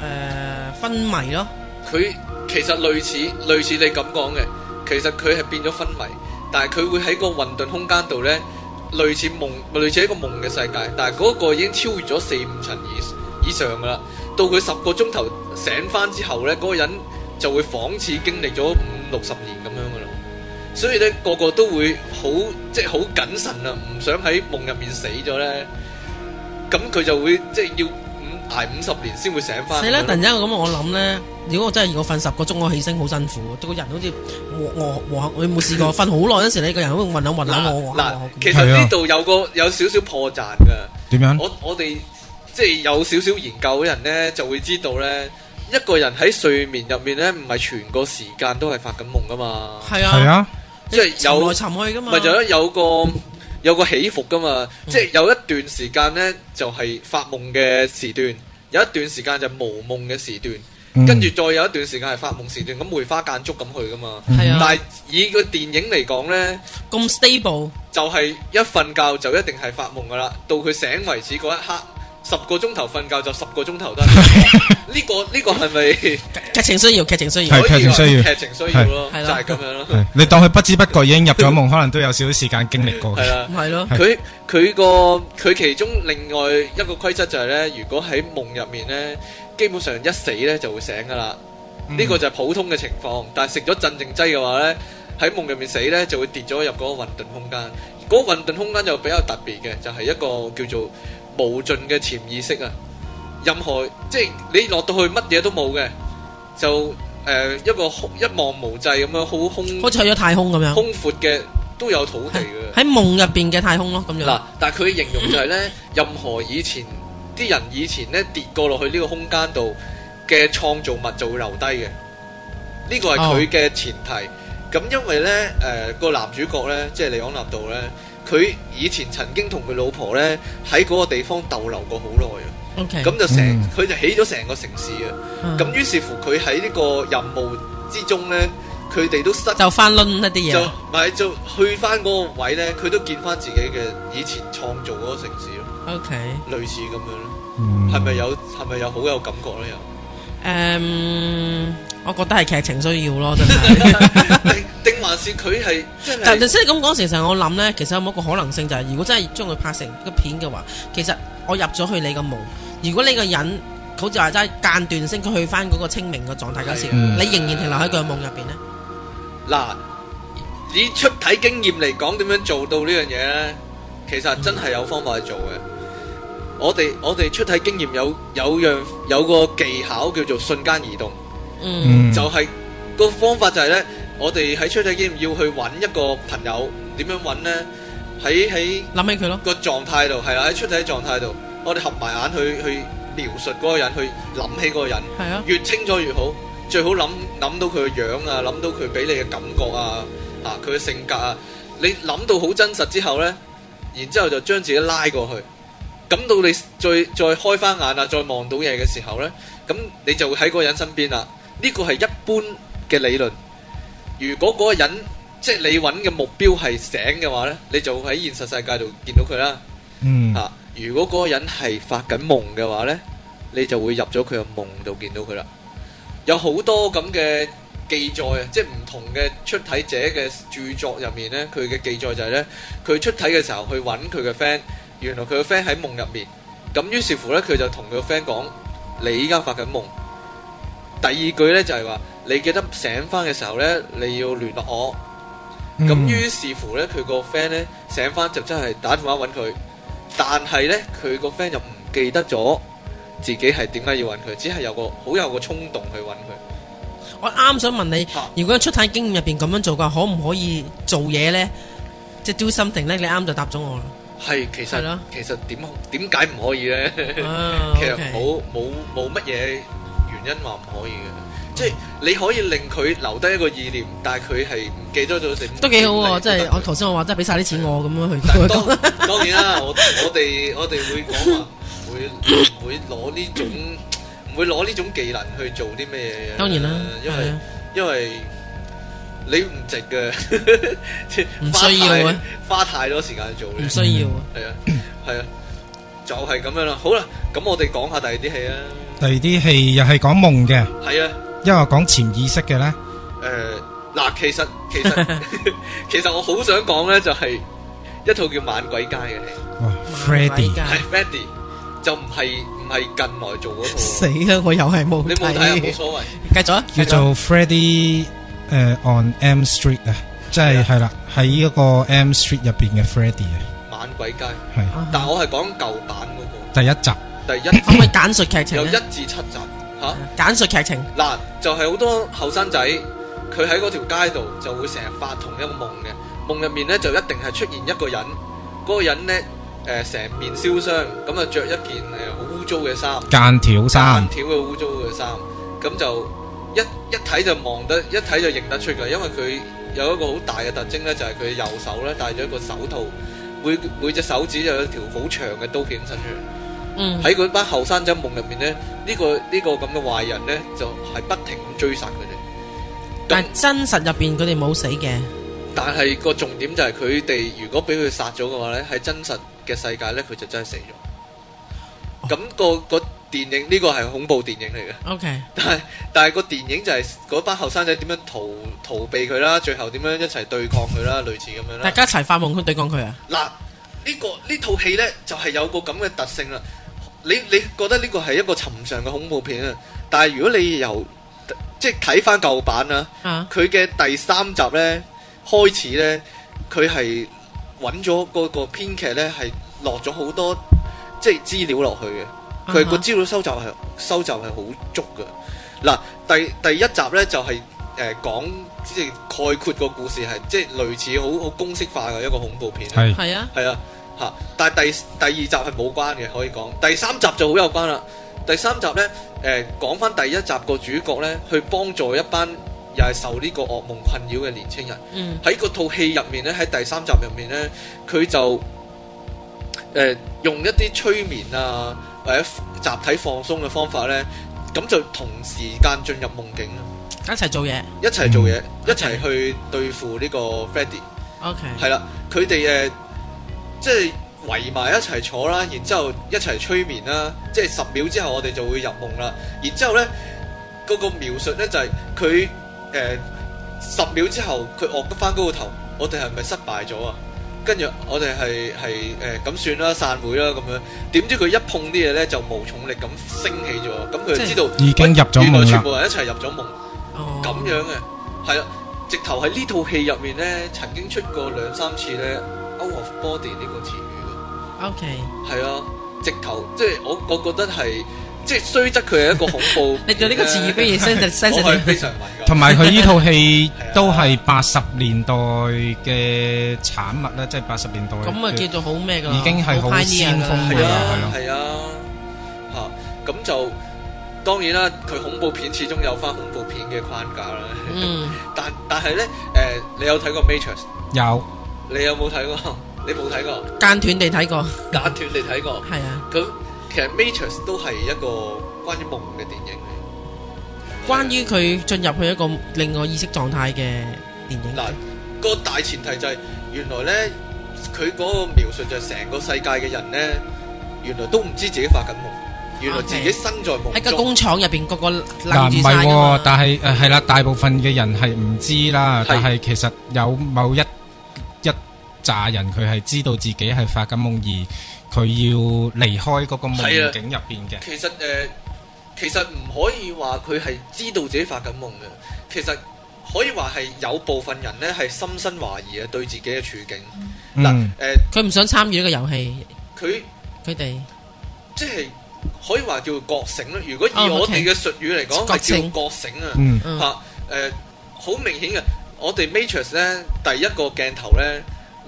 [SPEAKER 1] 呃昏迷咯。
[SPEAKER 2] 佢其實類似類似你咁講嘅，其實佢係變咗昏迷，但係佢會喺個混沌空間度呢，類似夢，類似一個夢嘅世界，但係嗰個已經超越咗四五層以以上噶啦。到佢十個鐘頭醒翻之後呢，嗰、個人就會仿似經歷咗五六十年咁樣噶啦。所以呢，個個都會好即係好謹慎啊，唔想喺夢入面死咗呢。咁佢就會即係要五捱五十年先會醒翻。
[SPEAKER 1] 死啦！突然間咁我諗咧，如果我真係我瞓十個鐘，我起身好辛苦，個人好似和和和，你有冇試過瞓好耐嗰時，你個人好似暈下暈下
[SPEAKER 2] 嗱
[SPEAKER 1] 啊我我
[SPEAKER 2] 嗱
[SPEAKER 1] 我，
[SPEAKER 2] 其實呢度有個有少少破綻噶。
[SPEAKER 3] 點樣？
[SPEAKER 2] 我我哋即係有少少研究嘅人呢，就會知道呢，一個人喺睡眠入面呢，唔係全個時間都係發緊夢噶嘛，
[SPEAKER 1] 係
[SPEAKER 3] 係
[SPEAKER 1] 啊，
[SPEAKER 3] 啊，
[SPEAKER 2] 即係
[SPEAKER 1] 沉啊
[SPEAKER 2] 有
[SPEAKER 1] 來沉去噶嘛。
[SPEAKER 2] 咪就係有個有個起伏噶嘛，
[SPEAKER 1] 嗯
[SPEAKER 2] 即係有一段時間呢，就係發夢嘅時段，有一段時間就無夢嘅時段，
[SPEAKER 3] 嗯
[SPEAKER 2] 跟住再有一段時間係發夢時段，咁梅花間竹咁去噶嘛。
[SPEAKER 1] 係
[SPEAKER 2] 但
[SPEAKER 1] 啊，
[SPEAKER 2] 係以個電影嚟講呢。
[SPEAKER 1] 咁 stable
[SPEAKER 2] 就係一瞓覺就一定係發夢噶啦，到佢醒為止嗰一刻，十個鐘頭瞓覺就十個鐘頭得。 呢個呢個係咪
[SPEAKER 1] 劇情需要，劇情需要
[SPEAKER 3] 係。
[SPEAKER 2] 可以
[SPEAKER 3] 劇情需要
[SPEAKER 2] 話劇情需要咯，
[SPEAKER 1] 係
[SPEAKER 2] 就係
[SPEAKER 1] 係啦
[SPEAKER 2] 咁樣咯，
[SPEAKER 3] 係你當佢不知不覺已經入咗夢，可能都有少少時間經 歷過。
[SPEAKER 2] 係啦。
[SPEAKER 1] 係咯，
[SPEAKER 2] 佢佢個佢其中另外一個規則就係咧，如果喺夢入面咧，基本上一死咧就會醒噶啦。
[SPEAKER 3] 嗯
[SPEAKER 2] 呢個就係普通嘅情況，但係食咗鎮靜劑嘅話咧，喺夢入面死咧就會跌咗入嗰個混沌空間。嗰、個混沌空間就比較特別嘅，就係、一個叫做無盡嘅潛意識啊。任何即係你落到去乜嘢都冇嘅，就誒、呃一個空一望無際咁樣好空
[SPEAKER 1] 好似去咗太空咁樣，
[SPEAKER 2] 空闊嘅都有土地嘅。
[SPEAKER 1] 喺夢入邊嘅太空咯，咁樣。
[SPEAKER 2] 嗱，但係佢形容就係咧，任何以前啲人以前咧跌過落去呢個空間度嘅創造物就會留低嘅，呢個係佢嘅前提。咁因為咧，誒、個男主角咧，即係利昂納度咧，佢以前曾經同佢老婆咧喺嗰個地方逗留過好耐啊，
[SPEAKER 1] OK，
[SPEAKER 2] 咁就成
[SPEAKER 3] 嗯
[SPEAKER 2] 佢、就起咗成個城市啊。
[SPEAKER 1] 嗯
[SPEAKER 2] 咁於是乎佢喺呢個任務之中咧，佢哋都失
[SPEAKER 1] 就翻攆一啲
[SPEAKER 2] 就
[SPEAKER 1] 嘢。
[SPEAKER 2] 唔係就去翻嗰個位咧，佢都見翻自己嘅以前創造嗰個城市咯，
[SPEAKER 1] OK。
[SPEAKER 2] 類似咁樣咯，
[SPEAKER 3] 嗯
[SPEAKER 2] 係咪有係咪有好有感覺咧？又
[SPEAKER 1] 诶、我覺得係劇情需要咯，真係。
[SPEAKER 2] 定定還是佢係真
[SPEAKER 1] 但
[SPEAKER 2] 係
[SPEAKER 1] 係即係咁講，其實我諗呢，其實有冇一個可能性就係、如果真係將佢拍成個片嘅話，其實我入咗去你個夢，如果你個人好似話齋間斷性，佢去翻嗰個清明嘅狀態嗰時，
[SPEAKER 3] 嗯
[SPEAKER 1] 你仍然停留喺佢嘅夢入邊呢？
[SPEAKER 2] 嗱，以出體經驗嚟講，點樣做到呢樣嘢咧？其實真係有方法去做嘅。我哋我哋出體經驗有有樣有個技巧叫做瞬間移動。
[SPEAKER 1] 嗯，
[SPEAKER 3] 嗯
[SPEAKER 2] 就係、個方法就係呢，我哋喺出體經驗要去揾一個朋友，點樣揾呢？喺喺
[SPEAKER 1] 諗起佢咯，
[SPEAKER 2] 個狀態度，係啦，喺出體狀態度，我哋合埋眼去去描述嗰個人，去諗起嗰個人，
[SPEAKER 1] 係啊，
[SPEAKER 2] 越清楚越好，最好諗諗到佢嘅樣啊，諗到佢俾你嘅感覺啊，啊佢嘅性格啊，你諗到好真實之後呢，然之後就將自己拉過去。咁到你再再開翻眼啊，再望到嘢嘅時候呢，咁你就會喺嗰個人身邊啦。呢個係一般嘅理論，如果嗰個人即係你揾嘅目標係醒嘅話呢，你就會喺現實世界度見到佢啦。
[SPEAKER 3] 嗯
[SPEAKER 2] 啊，如果嗰個人係發緊夢嘅話呢，你就會入咗佢嘅夢度見到佢啦。有好多咁嘅記載啊，即係唔同嘅出體者嘅著作入面呢，佢嘅記載就係呢：佢出體嘅時候去揾佢嘅 friend，原來佢嘅 friend 喺夢入面。咁於是乎呢，佢就同佢個 friend 講：你依家發緊夢。第二句呢，就係話：你記得醒翻嘅時候呢，你要聯絡我。咁於是乎呢，佢個 friend 呢醒翻就真係打電話揾佢，但係呢，佢個 friend 就唔記得咗自己係點解要揾佢，只係有個好有個衝動去揾佢。
[SPEAKER 1] 我啱想問你
[SPEAKER 2] 啊，
[SPEAKER 1] 如果出體經驗入邊咁樣做嘅，可唔可以做嘢呢？即係 do something 咧？你啱就答 咗我啦。
[SPEAKER 2] 係其
[SPEAKER 1] 係
[SPEAKER 2] 實
[SPEAKER 1] 咯
[SPEAKER 2] 其實點點解唔可以呢？
[SPEAKER 1] 啊
[SPEAKER 2] 其實
[SPEAKER 1] OK
[SPEAKER 2] 冇冇冇乜嘢原因話唔可以嘅，即係你可以令佢留低一個意念，但係佢係唔記得咗點。
[SPEAKER 1] 都幾好喎！即
[SPEAKER 2] 點嚟都
[SPEAKER 1] 係
[SPEAKER 2] 得
[SPEAKER 1] 我頭先我話，即係俾晒啲錢我咁樣去
[SPEAKER 2] 但係
[SPEAKER 1] 佢
[SPEAKER 2] 當
[SPEAKER 1] 咁。
[SPEAKER 2] 當然啦，我我哋我哋會講話會唔會攞呢種唔會攞呢種技能去做啲咩嘢？
[SPEAKER 1] 當然啦，
[SPEAKER 2] 因
[SPEAKER 1] 係
[SPEAKER 2] 為
[SPEAKER 1] 啊
[SPEAKER 2] 因為你唔值嘅，即係
[SPEAKER 1] 唔
[SPEAKER 2] 花
[SPEAKER 1] 需要
[SPEAKER 2] 太
[SPEAKER 1] 啊
[SPEAKER 2] 花太多時間做
[SPEAKER 1] 唔
[SPEAKER 2] 嘅，
[SPEAKER 1] 需要啊。
[SPEAKER 2] 係啊係啊，就係咁樣啦。好啦，咁我哋講下第二啲戲啊，
[SPEAKER 3] 第二啲戲又係講夢嘅，
[SPEAKER 2] 係啊。
[SPEAKER 3] 因為講潛意識嘅咧，
[SPEAKER 2] 誒嗱、其實其實 其實我好想講咧，就係、一套叫《猛鬼街》嘅戲，
[SPEAKER 3] 哇，Freddy
[SPEAKER 2] 係 Freddy 就唔係唔係近來做嗰套
[SPEAKER 1] 死，啦！我又係冇
[SPEAKER 2] 你冇睇啊，
[SPEAKER 1] à,
[SPEAKER 2] 冇所謂。
[SPEAKER 1] 繼續啊，
[SPEAKER 3] 叫做 Freddy 誒 on M Street à? 啊，即係係啦，喺一個 M Street 入邊嘅 Freddy à? 啊，
[SPEAKER 2] 猛鬼街，
[SPEAKER 3] 係
[SPEAKER 2] 但我係講舊版嗰、
[SPEAKER 3] 第一集，
[SPEAKER 2] 個，第
[SPEAKER 1] 可唔可以
[SPEAKER 2] 一
[SPEAKER 1] 簡述劇情
[SPEAKER 2] 有一
[SPEAKER 1] 咧？
[SPEAKER 2] 至七集吓。
[SPEAKER 1] 簡述劇情
[SPEAKER 2] 嗱，就係、好多後生仔，佢喺嗰條街度就會成日發同一個夢嘅，夢入面咧就一定係出現一個人，嗰、個人咧誒成面燒傷，咁啊着一件誒好污糟嘅衫。
[SPEAKER 3] 間條
[SPEAKER 2] 三
[SPEAKER 3] 衫，
[SPEAKER 2] 條嘅污糟嘅衫，咁就一一睇就望得，一睇就認得出嘅，因為佢有一個好大嘅特徵咧，就係佢右手咧戴咗一個手套，每每隻手指就有一條好長嘅刀片伸出嚟。
[SPEAKER 1] 嗯
[SPEAKER 2] 喺嗰班後生仔夢入面咧，呢、個呢、個咁嘅壞人咧就係、不停咁追殺佢哋。
[SPEAKER 1] 但
[SPEAKER 2] 咁
[SPEAKER 1] 係真實入邊佢哋冇死嘅，
[SPEAKER 2] 但係個重點就係佢哋如果俾佢殺咗嘅話咧，喺真實嘅世界咧，佢就真係死咗。咁、個個電影呢、個係恐怖電影嚟嘅。
[SPEAKER 1] OK，
[SPEAKER 2] 但係但係個電影就係嗰班後生仔點樣逃逃避佢啦，最後點樣一齊對抗佢啦，類似咁樣啦。
[SPEAKER 1] 大家一齊發夢去對抗佢啊！
[SPEAKER 2] 嗱，呢個呢套戲呢，就係有個咁嘅特性啦。你你覺得呢個係一個尋常嘅恐怖片啊？但係如果你由即係睇翻舊版啊，
[SPEAKER 1] 啊，
[SPEAKER 2] 佢嘅第三集呢，開始呢，佢係揾咗嗰個編劇呢，係落咗好多即係資料落去嘅。佢個資料收集係收集係好足嘅。嗱，第第一集呢就係、誒、講即係概括個故事係即係類似好好公式化嘅一個恐怖片。
[SPEAKER 3] 係
[SPEAKER 1] 係啊，
[SPEAKER 2] 係啊，嚇！但係第第二集係冇關嘅，可以講。第三集就好有關啦。第三集呢，誒、講翻第一集個主角呢，去幫助一班又係受呢個噩夢困擾嘅年青人。
[SPEAKER 1] 嗯
[SPEAKER 2] 喺嗰套戲入面咧，喺第三集入面咧，佢就誒、呃用一啲催眠啊或者集體放鬆嘅方法咧，咁就同時間進入夢境啦，
[SPEAKER 1] 一齊做嘢
[SPEAKER 2] 一齊做嘢，一齊
[SPEAKER 1] Okay
[SPEAKER 2] 去對付呢個 Freddy。
[SPEAKER 1] ，OK，
[SPEAKER 2] 係啦，佢哋誒呃即係圍埋一齊坐啦，然之後一齊催眠啦，即係十秒之後我哋就會入夢啦。然之後咧，嗰、個描述咧就係佢誒十秒之後佢惡翻高個頭，我哋係咪失敗咗啊？跟住我哋係係誒咁算啦，散會啦咁樣。點知佢一碰啲嘢咧就無重力咁升起咗，咁佢就
[SPEAKER 1] 即係
[SPEAKER 2] 知道
[SPEAKER 3] 已經入咗
[SPEAKER 2] 原來
[SPEAKER 3] 夢
[SPEAKER 2] 全
[SPEAKER 3] 啦，
[SPEAKER 2] 部人一齊入咗夢。
[SPEAKER 1] 哦，
[SPEAKER 2] 咁樣嘅，係啦，啊直頭喺呢套戲入面咧，曾經出過兩三次咧 out of body 呢個詞語
[SPEAKER 1] ，OK，
[SPEAKER 2] 嘅，係啊，直頭即係我我覺得係，即係雖則佢係一個恐怖
[SPEAKER 1] ，你對呢個詞語不如 sensitive
[SPEAKER 2] 我係
[SPEAKER 1] sensitive
[SPEAKER 2] 非常敏
[SPEAKER 3] 同
[SPEAKER 2] 感，
[SPEAKER 3] 埋佢呢套戲
[SPEAKER 2] 係啊
[SPEAKER 3] 都係八十年代嘅產物啦，即係八十年代嘅。
[SPEAKER 1] 咁啊叫做好咩噶啦，
[SPEAKER 3] 已經係好
[SPEAKER 1] pioneer
[SPEAKER 3] 先
[SPEAKER 1] 㗎
[SPEAKER 3] 鋒㗎
[SPEAKER 2] 係
[SPEAKER 1] 啦
[SPEAKER 3] 啦
[SPEAKER 2] 啊係啊，嚇咁就當然啦，佢恐怖片始終有翻恐怖片嘅框架啦，
[SPEAKER 1] 嗯，
[SPEAKER 2] 但但係咧誒，你有睇過 Matrix？
[SPEAKER 3] 有
[SPEAKER 2] 你有冇睇過？ 你冇睇過？
[SPEAKER 1] 間斷地睇過，
[SPEAKER 2] 間斷你睇過？
[SPEAKER 1] 係啊，
[SPEAKER 2] 咁其實 Matrix 都係一個關於夢嘅電影嚟，
[SPEAKER 1] 關於佢進入去一個另外意識狀態嘅電影。
[SPEAKER 2] 嗱，個大前提就係、原來咧，佢嗰個描述就係成個世界嘅人咧，原來都唔知自己發緊夢，原來自己
[SPEAKER 1] OK
[SPEAKER 2] 身在夢
[SPEAKER 1] 喺個
[SPEAKER 2] 中。
[SPEAKER 1] 工廠入邊，個個
[SPEAKER 3] 嗱，
[SPEAKER 1] 攬
[SPEAKER 3] 唔
[SPEAKER 1] 住
[SPEAKER 3] 係
[SPEAKER 1] 晒㗎嘛
[SPEAKER 3] 喎，但係誒係啦，大部分嘅人係唔知啦，但係其實有某一一扎人佢係知道自己係發緊夢，而佢要離開嗰個夢境入邊嘅。
[SPEAKER 2] 其實誒、呃其實唔可以話佢係知道自己發緊夢嘅，其實可以話係有部分人咧係心生懷疑嘅對自己嘅處境。嗱誒、
[SPEAKER 3] 嗯，
[SPEAKER 2] 呃
[SPEAKER 1] 佢唔想參與呢個遊戲，
[SPEAKER 2] 佢
[SPEAKER 1] 佢哋
[SPEAKER 2] 即係可以話叫覺醒咯。如果以
[SPEAKER 1] 哦
[SPEAKER 2] 我
[SPEAKER 1] ，OK
[SPEAKER 2] 哋嘅術語嚟講，係
[SPEAKER 1] 覺醒
[SPEAKER 2] 叫覺醒啊。
[SPEAKER 3] 嗯，
[SPEAKER 1] 嗯
[SPEAKER 2] 吓诶，好、明顯嘅，我哋 Matrix 咧第一個鏡頭咧，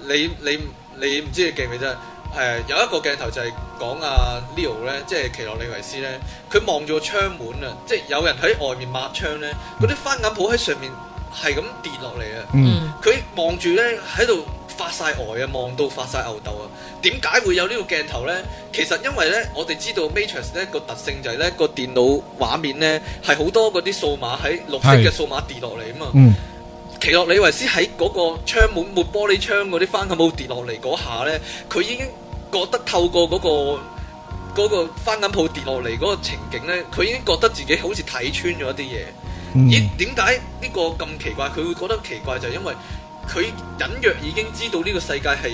[SPEAKER 2] 你你你唔知你記唔記得？誒、有一個鏡頭就係講阿 Leo 咧，即係奇洛里維斯咧，佢望住個窗門啊，即係有人喺外面抹窗咧，嗰啲番梘泡喺上面係咁跌落嚟啊！
[SPEAKER 3] 嗯，
[SPEAKER 1] 嗯
[SPEAKER 2] 佢望住咧喺度發晒呆啊，望到發晒牛痘啊！點解會有呢個鏡頭呢？其實因為呢，我哋知道 Matrix 呢個特性就係呢個電腦畫面呢係好多嗰啲數碼喺綠色嘅
[SPEAKER 3] 係
[SPEAKER 2] 數碼跌落嚟啊嘛。
[SPEAKER 3] 嗯，
[SPEAKER 2] 奇洛里維斯喺嗰個窗門抹玻璃窗嗰啲翻咁冇跌落嚟嗰下呢，佢已經覺得透過嗰、個。嗰個翻緊鋪跌落嚟嗰個情景呢，佢已經覺得自己好似睇穿咗一啲嘢。
[SPEAKER 3] 嗯，
[SPEAKER 2] 咦？點解呢個咁奇怪？佢會覺得奇怪就係因為佢隱約已經知道呢個世界係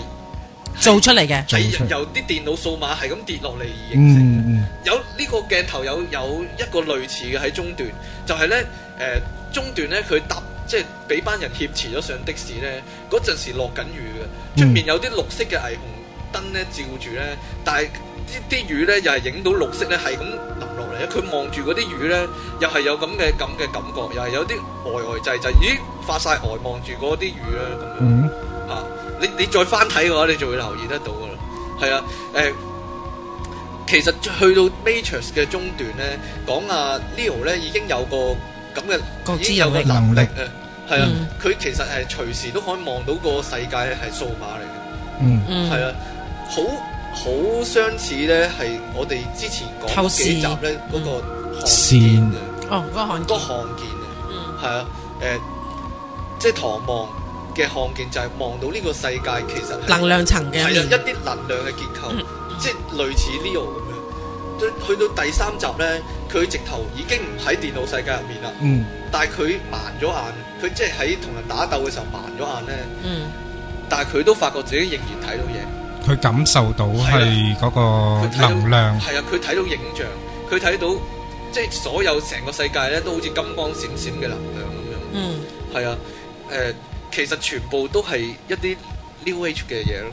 [SPEAKER 1] 做出嚟嘅，
[SPEAKER 3] 做出
[SPEAKER 2] 係
[SPEAKER 3] 嚟
[SPEAKER 2] 由啲電腦數碼係咁跌落嚟而
[SPEAKER 3] Ừ.
[SPEAKER 2] 形成。
[SPEAKER 3] 嗯，
[SPEAKER 2] 有呢個鏡頭有有一個類似嘅喺中段，就係呢，誒中段呢，佢搭即係俾班人挾持咗上的士呢，嗰陣時落緊雨嘅，出
[SPEAKER 3] 嗯
[SPEAKER 2] 面有啲綠色嘅霓虹燈呢照住呢，但係啲啲雨呢又係影到綠色呢係咁淋落嚟，佢望住嗰啲雨呢，又係有咁嘅咁嘅感覺，又係有啲呆呆滯滯，咦發晒呆望住嗰啲雨啦咁樣。
[SPEAKER 3] 嗯，
[SPEAKER 2] 啊！你你再翻睇嘅話，你就會留意得到噶啦。係啊，誒、其實去到 Matrix 嘅中段咧，講啊 Leo 咧已經有個咁嘅
[SPEAKER 1] 覺知能力
[SPEAKER 2] 已經有個
[SPEAKER 3] 能力
[SPEAKER 2] 誒，係啊
[SPEAKER 1] 嗯，
[SPEAKER 2] 佢、其實係隨時都可以望到個世界係數碼嚟嘅，
[SPEAKER 3] 嗯，
[SPEAKER 1] 嗯，
[SPEAKER 2] 係啊，好好相似咧，係我哋之前講
[SPEAKER 1] 透
[SPEAKER 2] 幾
[SPEAKER 1] 視嗯
[SPEAKER 2] 集咧嗰、個看
[SPEAKER 3] 線
[SPEAKER 2] 見嘅
[SPEAKER 1] 哦，嗰個
[SPEAKER 2] 嗰
[SPEAKER 1] 韓
[SPEAKER 2] 個
[SPEAKER 1] 國，
[SPEAKER 2] 看見啊。
[SPEAKER 1] 嗯
[SPEAKER 2] 係啊，誒、即係唐望嘅看見就係望到呢個世界其實係
[SPEAKER 1] 能量層嘅
[SPEAKER 2] 係啊
[SPEAKER 1] 一面
[SPEAKER 2] 一啲能量嘅結構，
[SPEAKER 1] 嗯
[SPEAKER 2] 即係類似 Leo 咁樣。去去到第三集呢，佢直頭已經唔喺電腦世界入面啦，
[SPEAKER 3] 嗯，
[SPEAKER 2] 但係佢盲咗眼，佢即係喺同人打鬥嘅時候盲咗眼呢，
[SPEAKER 1] 嗯，
[SPEAKER 2] 但係佢都發覺自己仍然睇到嘢。
[SPEAKER 3] 佢感受到係嗰
[SPEAKER 2] 佢
[SPEAKER 3] 個
[SPEAKER 2] 睇到
[SPEAKER 3] 能量，
[SPEAKER 2] 係啊，佢睇到影像，佢睇到即係所有成個世界呢，都好似金光閃閃嘅能量咁樣。
[SPEAKER 1] 嗯，
[SPEAKER 2] 係啊，誒、其實全部都係一啲 New Age 嘅嘢咯，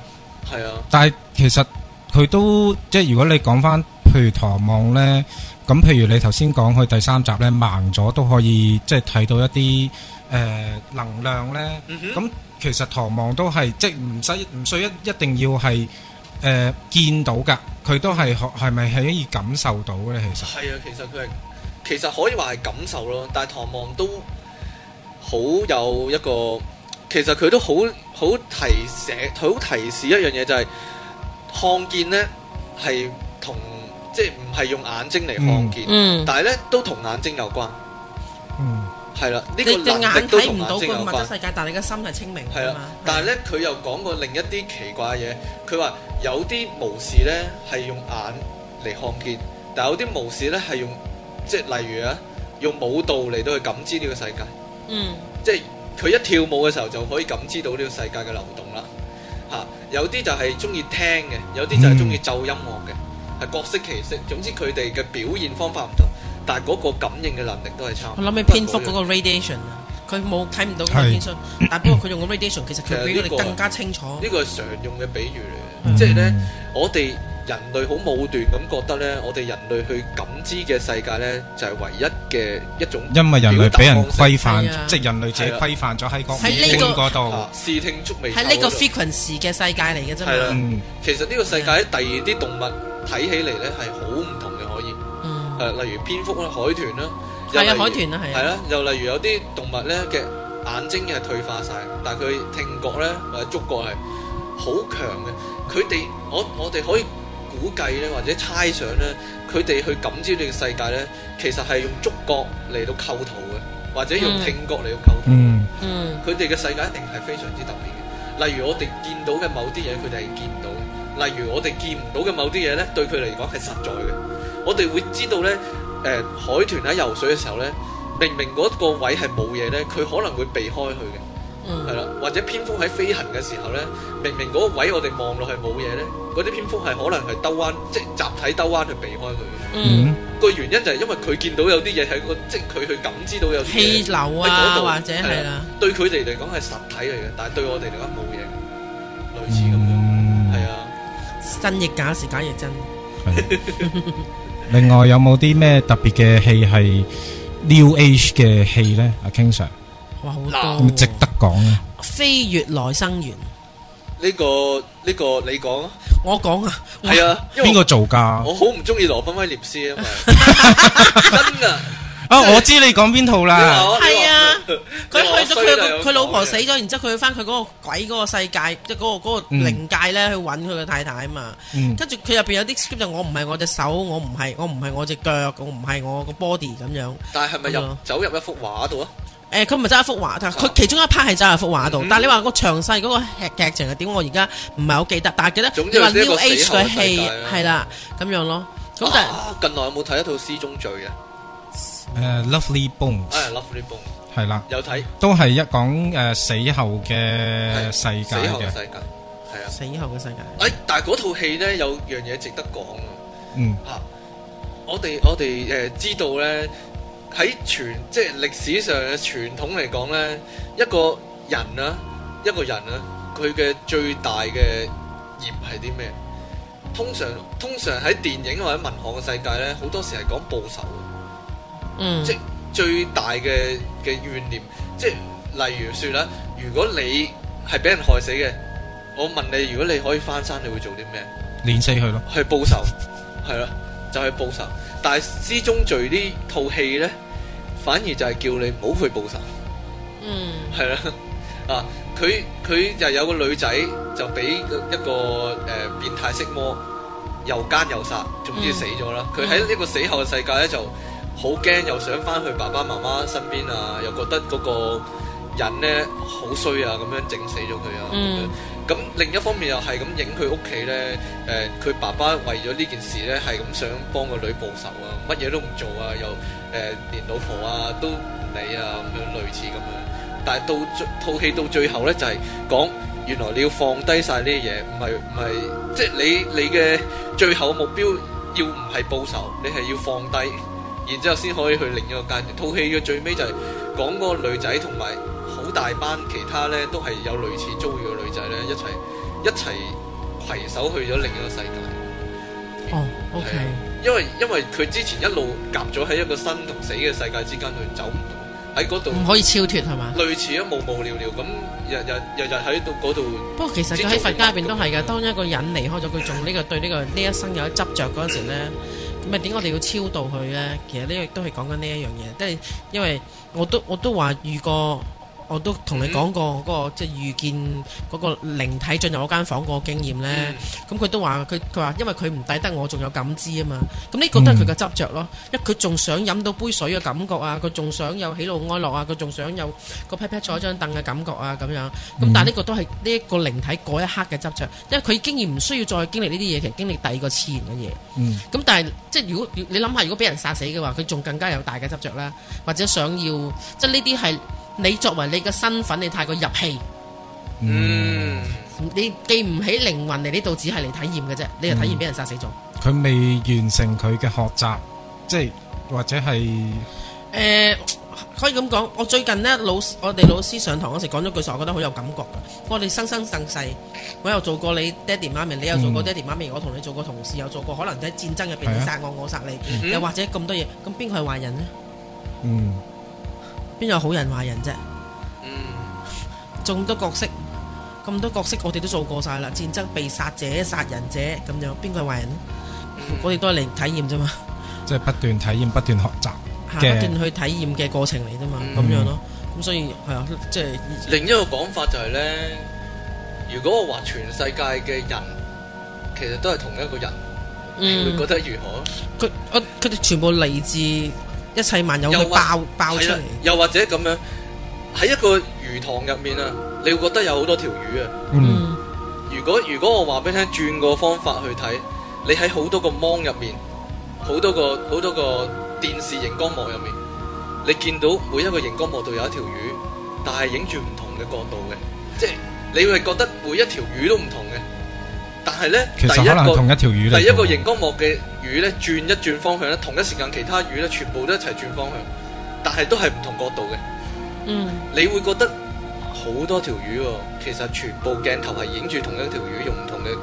[SPEAKER 2] 係啊，
[SPEAKER 3] 但係其實佢都即係如果你講翻，譬如唐望咧，咁譬如你頭先講佢第三集咧盲咗都可以即係睇到一啲誒、呃能量咧。
[SPEAKER 2] 嗯哼，
[SPEAKER 3] 咁其實唐望都係即係唔使唔需一一定要係誒、呃、見到㗎，佢都係可係咪可以感受到嘅咧？其實
[SPEAKER 2] 係啊，其實佢係其實可以話係感受咯，但係唐望都好有一個，其實佢都好好提醒，好提示一樣嘢就係、看見呢係同即係唔係用眼睛嚟看見，
[SPEAKER 1] 嗯，
[SPEAKER 2] 但係呢都同眼睛有關，
[SPEAKER 3] 嗯
[SPEAKER 2] 係啦，呢、
[SPEAKER 1] 你
[SPEAKER 2] 個
[SPEAKER 1] 隻
[SPEAKER 2] 能
[SPEAKER 1] 眼
[SPEAKER 2] 力都
[SPEAKER 1] 睇
[SPEAKER 2] 同
[SPEAKER 1] 唔到
[SPEAKER 2] 眼睛
[SPEAKER 1] 個
[SPEAKER 2] 有
[SPEAKER 1] 物
[SPEAKER 2] 關
[SPEAKER 1] 質。世界，但你嘅心係啊清明
[SPEAKER 2] 係
[SPEAKER 1] 㗎
[SPEAKER 2] 啦
[SPEAKER 1] 嘛，
[SPEAKER 2] 但係咧佢又講過另一啲奇怪嘅嘢，佢話有啲巫師咧係用眼嚟看見，但有啲巫師咧係用即係例如啊，用舞蹈嚟到去感知呢個世界，
[SPEAKER 1] 嗯，
[SPEAKER 2] 即係佢一跳舞嘅時候就可以感知到呢個世界嘅流動啦。嚇、有啲就係中意聽嘅，有啲就
[SPEAKER 1] 嗯
[SPEAKER 2] 係中意奏音樂嘅，係各色其色。總之佢哋嘅表現方法唔同，但係嗰個感應嘅能力都係差唔
[SPEAKER 1] 我
[SPEAKER 2] 多。
[SPEAKER 1] 諗起蝙蝠嗰個 radiation 啊，佢冇睇唔到嗰個
[SPEAKER 3] 係
[SPEAKER 1] radiation，但不過佢用個 radiation 其實
[SPEAKER 2] 其實
[SPEAKER 1] 佢比
[SPEAKER 2] 呢
[SPEAKER 1] 我
[SPEAKER 2] 個啊
[SPEAKER 1] 哋更加清楚
[SPEAKER 2] 呢，個係常用嘅比喻嚟嘅，
[SPEAKER 3] 嗯
[SPEAKER 2] 即係咧。我哋人類好武斷咁覺得呢，我哋人類去感知嘅世界呢，就係、唯一嘅一種
[SPEAKER 3] 因為人類俾人規
[SPEAKER 1] 表達
[SPEAKER 3] 範
[SPEAKER 1] 方式係啊，
[SPEAKER 3] 即係人類自己
[SPEAKER 2] 係啊
[SPEAKER 3] 規範咗喺個
[SPEAKER 1] 喺呢個
[SPEAKER 3] 五官嗰
[SPEAKER 2] 啊
[SPEAKER 3] 度，
[SPEAKER 2] 視聽觸味
[SPEAKER 1] 喺呢
[SPEAKER 2] 嗅嗰
[SPEAKER 1] 個
[SPEAKER 2] 度
[SPEAKER 1] frequency 嘅世界嚟嘅啫
[SPEAKER 2] 係啊啦
[SPEAKER 1] 嘛，
[SPEAKER 3] 嗯
[SPEAKER 2] 其實呢個世界喺第二啲動物睇起嚟呢係好唔同嘅，可以誒、
[SPEAKER 1] 嗯，
[SPEAKER 2] 呃例如蝙蝠啦、海豚啦，又
[SPEAKER 1] 係啊，
[SPEAKER 2] 例如
[SPEAKER 1] 海豚啊，係
[SPEAKER 2] 係
[SPEAKER 1] 啊，
[SPEAKER 2] 啦，又例如有啲動物呢嘅眼睛係退化晒，但係佢聽覺呢，或者觸覺係好強嘅。佢哋我我哋可以估計咧，或者猜想咧，佢哋去感知呢個世界咧，其實係用觸覺嚟到構圖嘅，或者用
[SPEAKER 1] 嗯
[SPEAKER 2] 聽覺嚟到構圖。
[SPEAKER 3] 嗯
[SPEAKER 1] 嗯
[SPEAKER 2] 佢哋嘅世界一定係非常之特別嘅。例如我哋見到嘅某啲嘢，佢哋係見唔到嘅；例如我哋見唔到嘅某啲嘢呢，對佢嚟講係實在嘅。我哋會知道呢，誒、海豚喺游水嘅時候呢，明明嗰個位係冇嘢呢，佢可能會避開佢嘅。係啊
[SPEAKER 1] 嗯
[SPEAKER 2] 啦，或者蝙蝠喺飛行嘅時候呢，明明嗰個位我哋望落去冇嘢呢，嗰啲蝙蝠係可能係兜彎，即係集體兜彎去避開佢嘅。
[SPEAKER 1] 嗯，
[SPEAKER 2] 個原因就係因為佢見到有啲嘢喺個，即係佢去感知到有啲
[SPEAKER 1] 氣
[SPEAKER 2] 嘢
[SPEAKER 1] 流
[SPEAKER 2] 喺嗰
[SPEAKER 1] 啊，
[SPEAKER 2] 度，
[SPEAKER 1] 或者係
[SPEAKER 2] 係
[SPEAKER 1] 啦，，
[SPEAKER 2] 對佢哋嚟講係實體嚟嘅，但係對我哋嚟講冇嘢，類似咁樣，
[SPEAKER 3] 嗯，
[SPEAKER 2] 係啊，
[SPEAKER 1] 真亦假，是假亦真。
[SPEAKER 3] 係。另外有冇啲咩特別嘅戲係 New Age 嘅戲咧？阿 King Sir，
[SPEAKER 1] 哇，好
[SPEAKER 2] 嗱
[SPEAKER 1] 多
[SPEAKER 3] 咁值得講咧？
[SPEAKER 1] 喎飛越來生緣，
[SPEAKER 2] 呢個呢個你講啊，
[SPEAKER 1] 我講啊，
[SPEAKER 2] 係啊，因
[SPEAKER 3] 邊
[SPEAKER 2] 為
[SPEAKER 3] 個做㗎？
[SPEAKER 2] 我好唔中意羅賓威廉斯 啊嘛，真啊，
[SPEAKER 3] 啊，我知你講邊套
[SPEAKER 2] 你
[SPEAKER 3] 啦
[SPEAKER 2] 話。我
[SPEAKER 1] 係啊，
[SPEAKER 2] 你話我
[SPEAKER 1] 佢去到
[SPEAKER 2] 衰
[SPEAKER 1] 佢
[SPEAKER 2] 啦有
[SPEAKER 1] 個
[SPEAKER 2] 咁
[SPEAKER 1] 佢老婆
[SPEAKER 2] 講嘅
[SPEAKER 1] 死咗，然之後佢去翻佢嗰個鬼嗰個世界，即係嗰個嗰個
[SPEAKER 3] 嗯
[SPEAKER 1] 靈界咧去揾佢個太太啊嘛。
[SPEAKER 3] 嗯
[SPEAKER 1] 跟住佢入邊有啲 script 就我唔係我隻手，我唔係我唔係我隻腳，我唔係我個 body 咁樣。
[SPEAKER 2] 但係咪
[SPEAKER 1] 咁
[SPEAKER 2] 入
[SPEAKER 1] 啊
[SPEAKER 2] 走入一幅畫度啊？
[SPEAKER 1] 誒，佢唔係真係一幅畫，但係佢
[SPEAKER 2] 啊
[SPEAKER 1] 其中一 part 係真係一幅畫度
[SPEAKER 2] 嗯。
[SPEAKER 1] 但係你話個詳細嗰個劇劇情係點，我而家唔係好記得。但係記得
[SPEAKER 2] 總之
[SPEAKER 1] 你話
[SPEAKER 2] 就係一個
[SPEAKER 1] New
[SPEAKER 2] 死
[SPEAKER 1] Age
[SPEAKER 2] 後嘅
[SPEAKER 1] 嘅
[SPEAKER 2] 世
[SPEAKER 1] 戲
[SPEAKER 2] 界啦
[SPEAKER 1] 係啦，咁樣咯。咁但係
[SPEAKER 2] 啊近來有冇睇一套《詩中罪》嘅？
[SPEAKER 3] 誒，Lovely
[SPEAKER 2] 哎
[SPEAKER 3] Bones
[SPEAKER 2] ，Lovely Bone
[SPEAKER 3] 係啦，
[SPEAKER 2] 有睇，
[SPEAKER 3] 都係一講誒死後
[SPEAKER 2] 係
[SPEAKER 3] 嘅世界
[SPEAKER 2] 死後嘅
[SPEAKER 3] 嘅
[SPEAKER 2] 世。界係啊。
[SPEAKER 1] 死後嘅世界，
[SPEAKER 2] 哎，但係嗰套戲咧有樣嘢值得講啊。
[SPEAKER 3] 嗯
[SPEAKER 2] 啊！我哋我哋誒、呃知道咧，喺傳即係歷史上嘅傳統嚟講咧，一個人啊，一個人啊，佢嘅最大嘅業係啲咩？通常通常喺電影或者文學嘅世界咧，好多時係講報仇嘅，
[SPEAKER 1] 嗯
[SPEAKER 2] 即係最大嘅嘅怨念，即係例如説啦，如果你係俾人害死嘅，我問你，如果你可以翻生，你會做啲咩？
[SPEAKER 3] 碾死佢咯。
[SPEAKER 2] 去報仇，係啦，就係報仇。但係《屍中罪》呢套戲呢，反而就係叫你唔好去報仇，
[SPEAKER 1] 嗯
[SPEAKER 2] 係啦，啊，佢佢就有個女仔就俾一個誒、呃、變態色魔又奸又殺，總之
[SPEAKER 1] 嗯
[SPEAKER 2] 死咗啦。佢喺呢個死後嘅世界呢，就好驚，又想翻去爸爸媽媽身邊啊，又覺得嗰個人呢好衰啊，咁樣整死咗佢啊。咁樣
[SPEAKER 1] 嗯
[SPEAKER 2] 咁另一方面又係咁影佢屋企咧，誒、佢爸爸為咗呢件事咧，係咁想幫個女報仇啊，乜嘢都唔做啊，又誒、呃、連老婆啊都唔理啊，咁樣類似咁樣。但係到最套戲到最後咧，就係、講原來你要放低晒呢啲嘢，唔係唔係，即係你你嘅最後目標要唔係報仇，你係要放低，然之後先可以去另一個階段。套戲嘅最尾就係講嗰個女仔同埋好大班其他咧都係有類似遭遇嘅女仔咧一齊一齊攜手去咗另一個世界。
[SPEAKER 1] 哦，OK，
[SPEAKER 2] 因為因為佢之前一路夾咗喺一個生同死嘅世界之間，佢走唔到喺嗰度，
[SPEAKER 1] 唔可以超脱係嘛？
[SPEAKER 2] 類似啊無無聊聊咁，日日日日喺度嗰度
[SPEAKER 1] 不過其實佢喺佛家入邊都係㗎，當一個人離開咗佢，仲呢個對呢個呢一生有執着嗰陣時咧，咁啊點解我哋要超度佢咧？其實呢個亦都係講緊呢一樣嘢，即係因為我都我都話遇過，我都同你講過嗰、個即係遇見嗰個靈體進入我間房嗰個經驗咧
[SPEAKER 2] 嗯。
[SPEAKER 1] 咁佢都話佢佢話因為佢唔抵得我仲有感知啊嘛，咁呢個都係佢嘅執着咯，因為佢仲想飲到杯水嘅感覺啊，佢仲想有喜怒哀樂啊，佢仲想有個 pat pat 坐喺張凳嘅感覺啊咁樣，咁但係呢個都係呢一個靈體嗰一刻嘅執着，因為佢已經唔需要再經歷呢啲嘢，其實經歷第二個次元嘅嘢。
[SPEAKER 3] 嗯
[SPEAKER 1] 咁但係即係如果你諗下，如果俾人殺死嘅話，佢仲更加有大嘅執着啦，或者想要即係呢啲係你作為你嘅身份，你太過入戲。
[SPEAKER 2] 嗯
[SPEAKER 1] 你記唔起靈魂嚟呢度，只係嚟體驗嘅啫，你就體驗俾人殺死咗。誒、
[SPEAKER 3] 佢未完成佢嘅學習，即係或者係
[SPEAKER 1] 呃可以咁講，我最近呢，老師我哋老師上堂嗰時講咗句說話，我覺得好有感覺嘅。我哋生生世世，我又做過你爹哋媽咪，你又做過
[SPEAKER 3] 嗯
[SPEAKER 1] 爹哋媽咪，我同你做過同事，又做過可能喺戰爭入
[SPEAKER 3] 係啊
[SPEAKER 1] 邊你殺我，我殺你，
[SPEAKER 2] 嗯
[SPEAKER 1] 又或者咁多嘢，咁邊個係壞人呢？
[SPEAKER 3] 嗯
[SPEAKER 1] 邊有好人壞人啫？
[SPEAKER 2] 嗯
[SPEAKER 1] 咁多角色，咁多角色我哋都做過晒啦，戰爭被殺者、殺人者咁樣，邊個係壞人呢？
[SPEAKER 3] 嗯
[SPEAKER 1] 我
[SPEAKER 2] 嗯
[SPEAKER 1] 哋都係嚟體驗啫嘛。
[SPEAKER 3] 即係不斷體驗、不斷學習。
[SPEAKER 1] 行
[SPEAKER 3] 嘅
[SPEAKER 1] 一段去體驗嘅過程嚟啫嘛，
[SPEAKER 2] 嗯
[SPEAKER 1] 咁樣咯。咁所以係啊，即係
[SPEAKER 2] 另一個講法就係咧，如果我話全世界嘅人其實都係同一個人，你會
[SPEAKER 1] 嗯
[SPEAKER 2] 覺得如何？
[SPEAKER 1] 佢我佢哋全部嚟自一切萬有
[SPEAKER 2] 又
[SPEAKER 1] 佢
[SPEAKER 2] 或
[SPEAKER 1] 爆爆出
[SPEAKER 2] 係啦啊
[SPEAKER 1] 嚟，
[SPEAKER 2] 又或者咁樣喺一個魚塘入面啊，你會覺得有好多條魚啊。
[SPEAKER 3] 嗯，
[SPEAKER 1] 嗯
[SPEAKER 2] 如果如果我話俾你聽，轉個方法去睇，你喺好多個芒入面，好多個好多個電視熒光幕入面，你見到每一個熒光幕度有一條魚，但係影住唔同嘅角度嘅，即係你會覺得每一條魚都唔同嘅。但係呢，
[SPEAKER 3] 其實
[SPEAKER 2] 第一
[SPEAKER 3] 可能
[SPEAKER 2] 個
[SPEAKER 3] 同一條魚嚟嘅喎。
[SPEAKER 2] 第一個熒光幕嘅魚咧轉一轉方向咧，同一時間其他魚咧全部都一齊轉方向，但係都係唔同角度嘅，
[SPEAKER 1] 嗯
[SPEAKER 2] 你會覺得好多條魚喎、其實全部鏡頭係影住同一條魚，用唔同嘅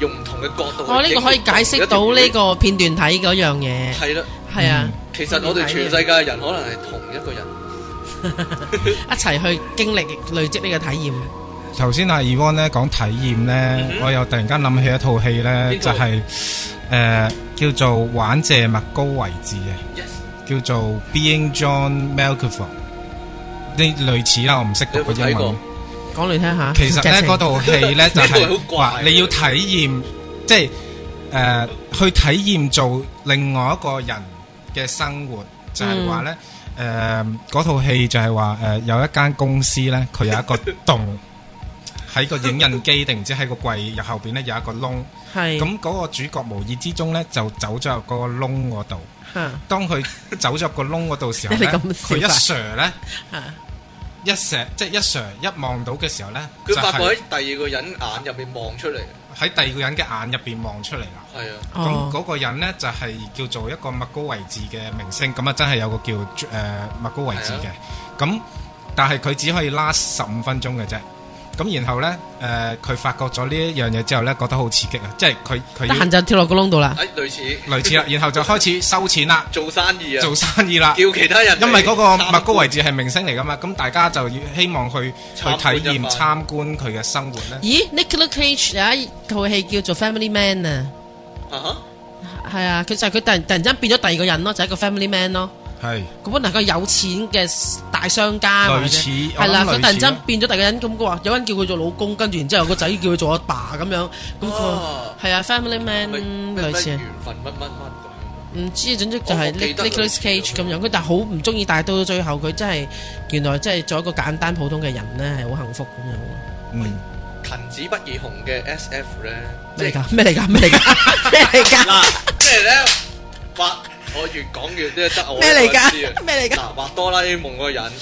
[SPEAKER 2] 用唔同嘅角度。
[SPEAKER 1] 哦我呢個可以解釋到呢。個片段睇嗰樣嘢，
[SPEAKER 2] 係啦，
[SPEAKER 1] 係啊，
[SPEAKER 3] 嗯
[SPEAKER 2] 其實我哋全世界嘅人可能係同一個人，
[SPEAKER 1] 一齊去經歷累積呢個體驗。
[SPEAKER 3] 頭先阿 e v o n 咧講體驗咧
[SPEAKER 2] 嗯，哼
[SPEAKER 3] 我又突然間諗起一套戲咧，
[SPEAKER 2] 邊
[SPEAKER 3] 就
[SPEAKER 2] 套
[SPEAKER 3] 係誒叫做玩謝麥高維治嘅，
[SPEAKER 2] Yes，
[SPEAKER 3] 叫做 Being John Malkovich，呢類似啦，我唔識讀
[SPEAKER 2] 你有冇
[SPEAKER 3] 個
[SPEAKER 2] 睇
[SPEAKER 3] 英
[SPEAKER 2] 過
[SPEAKER 3] 文。
[SPEAKER 1] 講嚟聽下，
[SPEAKER 3] 其實
[SPEAKER 1] 劇
[SPEAKER 3] 咧
[SPEAKER 1] 情
[SPEAKER 3] 嗰套戲咧就
[SPEAKER 2] 呢個好
[SPEAKER 3] 係
[SPEAKER 2] 怪
[SPEAKER 3] 話你要體驗，即係誒去體驗做另外一個人嘅生活，就係話咧誒嗰套戲就係話誒有一間公司咧，佢有一個 洞喺個影印機定唔知喺個櫃入後邊咧有一個窿，
[SPEAKER 1] 係
[SPEAKER 3] 咁嗰個主角無意之中咧就走咗入嗰個窿嗰度。
[SPEAKER 1] 嚇
[SPEAKER 3] 當佢走咗入個窿嗰度時候
[SPEAKER 1] 你
[SPEAKER 3] 咧，
[SPEAKER 1] 咁
[SPEAKER 3] 佢一
[SPEAKER 1] 笑法
[SPEAKER 3] sir 咧
[SPEAKER 1] 嚇
[SPEAKER 3] 一石即係一 sir 一望到嘅時候咧，
[SPEAKER 2] 佢
[SPEAKER 3] 就
[SPEAKER 2] 發
[SPEAKER 3] 係
[SPEAKER 2] 覺喺第二個人眼入面望出嚟，
[SPEAKER 3] 喺第二個人嘅眼入邊望出嚟啦。
[SPEAKER 2] 係啊，
[SPEAKER 3] 咁嗰、
[SPEAKER 1] 哦，
[SPEAKER 3] 個人呢，就係、叫做一個麥高維治嘅明星，咁啊真係有個叫誒、呃、麥高維治
[SPEAKER 2] 係
[SPEAKER 3] 嘅。
[SPEAKER 1] 啊
[SPEAKER 3] 咁但係佢只可以 last 十五分鐘嘅啫。咁然後呢，誒、佢發覺咗呢一樣嘢之後呢，覺得好刺激啊！即係佢
[SPEAKER 1] 得
[SPEAKER 3] 佢要
[SPEAKER 1] 閒就跳落個窿度啦。
[SPEAKER 2] 誒哎類似
[SPEAKER 3] 類似啦，然後就開始收錢 啦，
[SPEAKER 2] 做生意啊，
[SPEAKER 3] 做生意啦。
[SPEAKER 2] 叫其他人嚟
[SPEAKER 3] 因為嗰個
[SPEAKER 2] 參
[SPEAKER 3] 麥高
[SPEAKER 2] 觀
[SPEAKER 3] 維治係明星嚟噶嘛，咁大家就要希望去去
[SPEAKER 2] 參
[SPEAKER 3] 體
[SPEAKER 2] 觀一
[SPEAKER 3] 驗
[SPEAKER 2] 番
[SPEAKER 3] 參觀佢嘅生活呢。
[SPEAKER 1] 咦，Nicolas Cage 有一套戲叫做《Family Man》啊，
[SPEAKER 2] 啊哈
[SPEAKER 1] 係啊，佢就係佢突然突然間變咗第二個人咯，就係一個 Family Man 咯。
[SPEAKER 3] 係
[SPEAKER 1] 佢本來係個啊有錢嘅大商家或者
[SPEAKER 3] 類似
[SPEAKER 1] 係啦，
[SPEAKER 3] 我諗
[SPEAKER 1] 佢突然
[SPEAKER 3] 類似啦
[SPEAKER 1] 間變咗第二個人，咁佢話有人叫佢做老公，跟住然之後個仔叫佢做阿爸咁樣，咁
[SPEAKER 3] 哦
[SPEAKER 1] 佢
[SPEAKER 2] 啊
[SPEAKER 1] 係啊，Family
[SPEAKER 2] 咪
[SPEAKER 1] Man
[SPEAKER 2] 咩
[SPEAKER 1] 類
[SPEAKER 2] 咩
[SPEAKER 1] 似啊
[SPEAKER 2] 緣分乜乜乜咁樣。
[SPEAKER 1] 唔知，總之就係
[SPEAKER 2] 我記得
[SPEAKER 1] Nicolas Cage 咁樣，佢但係好唔中意，但係到到最後佢真係原來真係做一個簡單普通嘅人咧，係好幸福咁樣。
[SPEAKER 3] 嗯。
[SPEAKER 2] 藤子不二雄嘅 S.F 咧，
[SPEAKER 1] 咩
[SPEAKER 2] 係
[SPEAKER 1] 嚟㗎？咩嚟㗎？咩嚟㗎？咩嚟㗎？
[SPEAKER 2] 嗱，即係咧畫，我越講越即係得我
[SPEAKER 1] 咩嚟
[SPEAKER 2] 一
[SPEAKER 1] 㗎
[SPEAKER 2] 個人知啊
[SPEAKER 1] 咩嚟㗎
[SPEAKER 2] 嗱，畫哆啦 A 夢嗰個人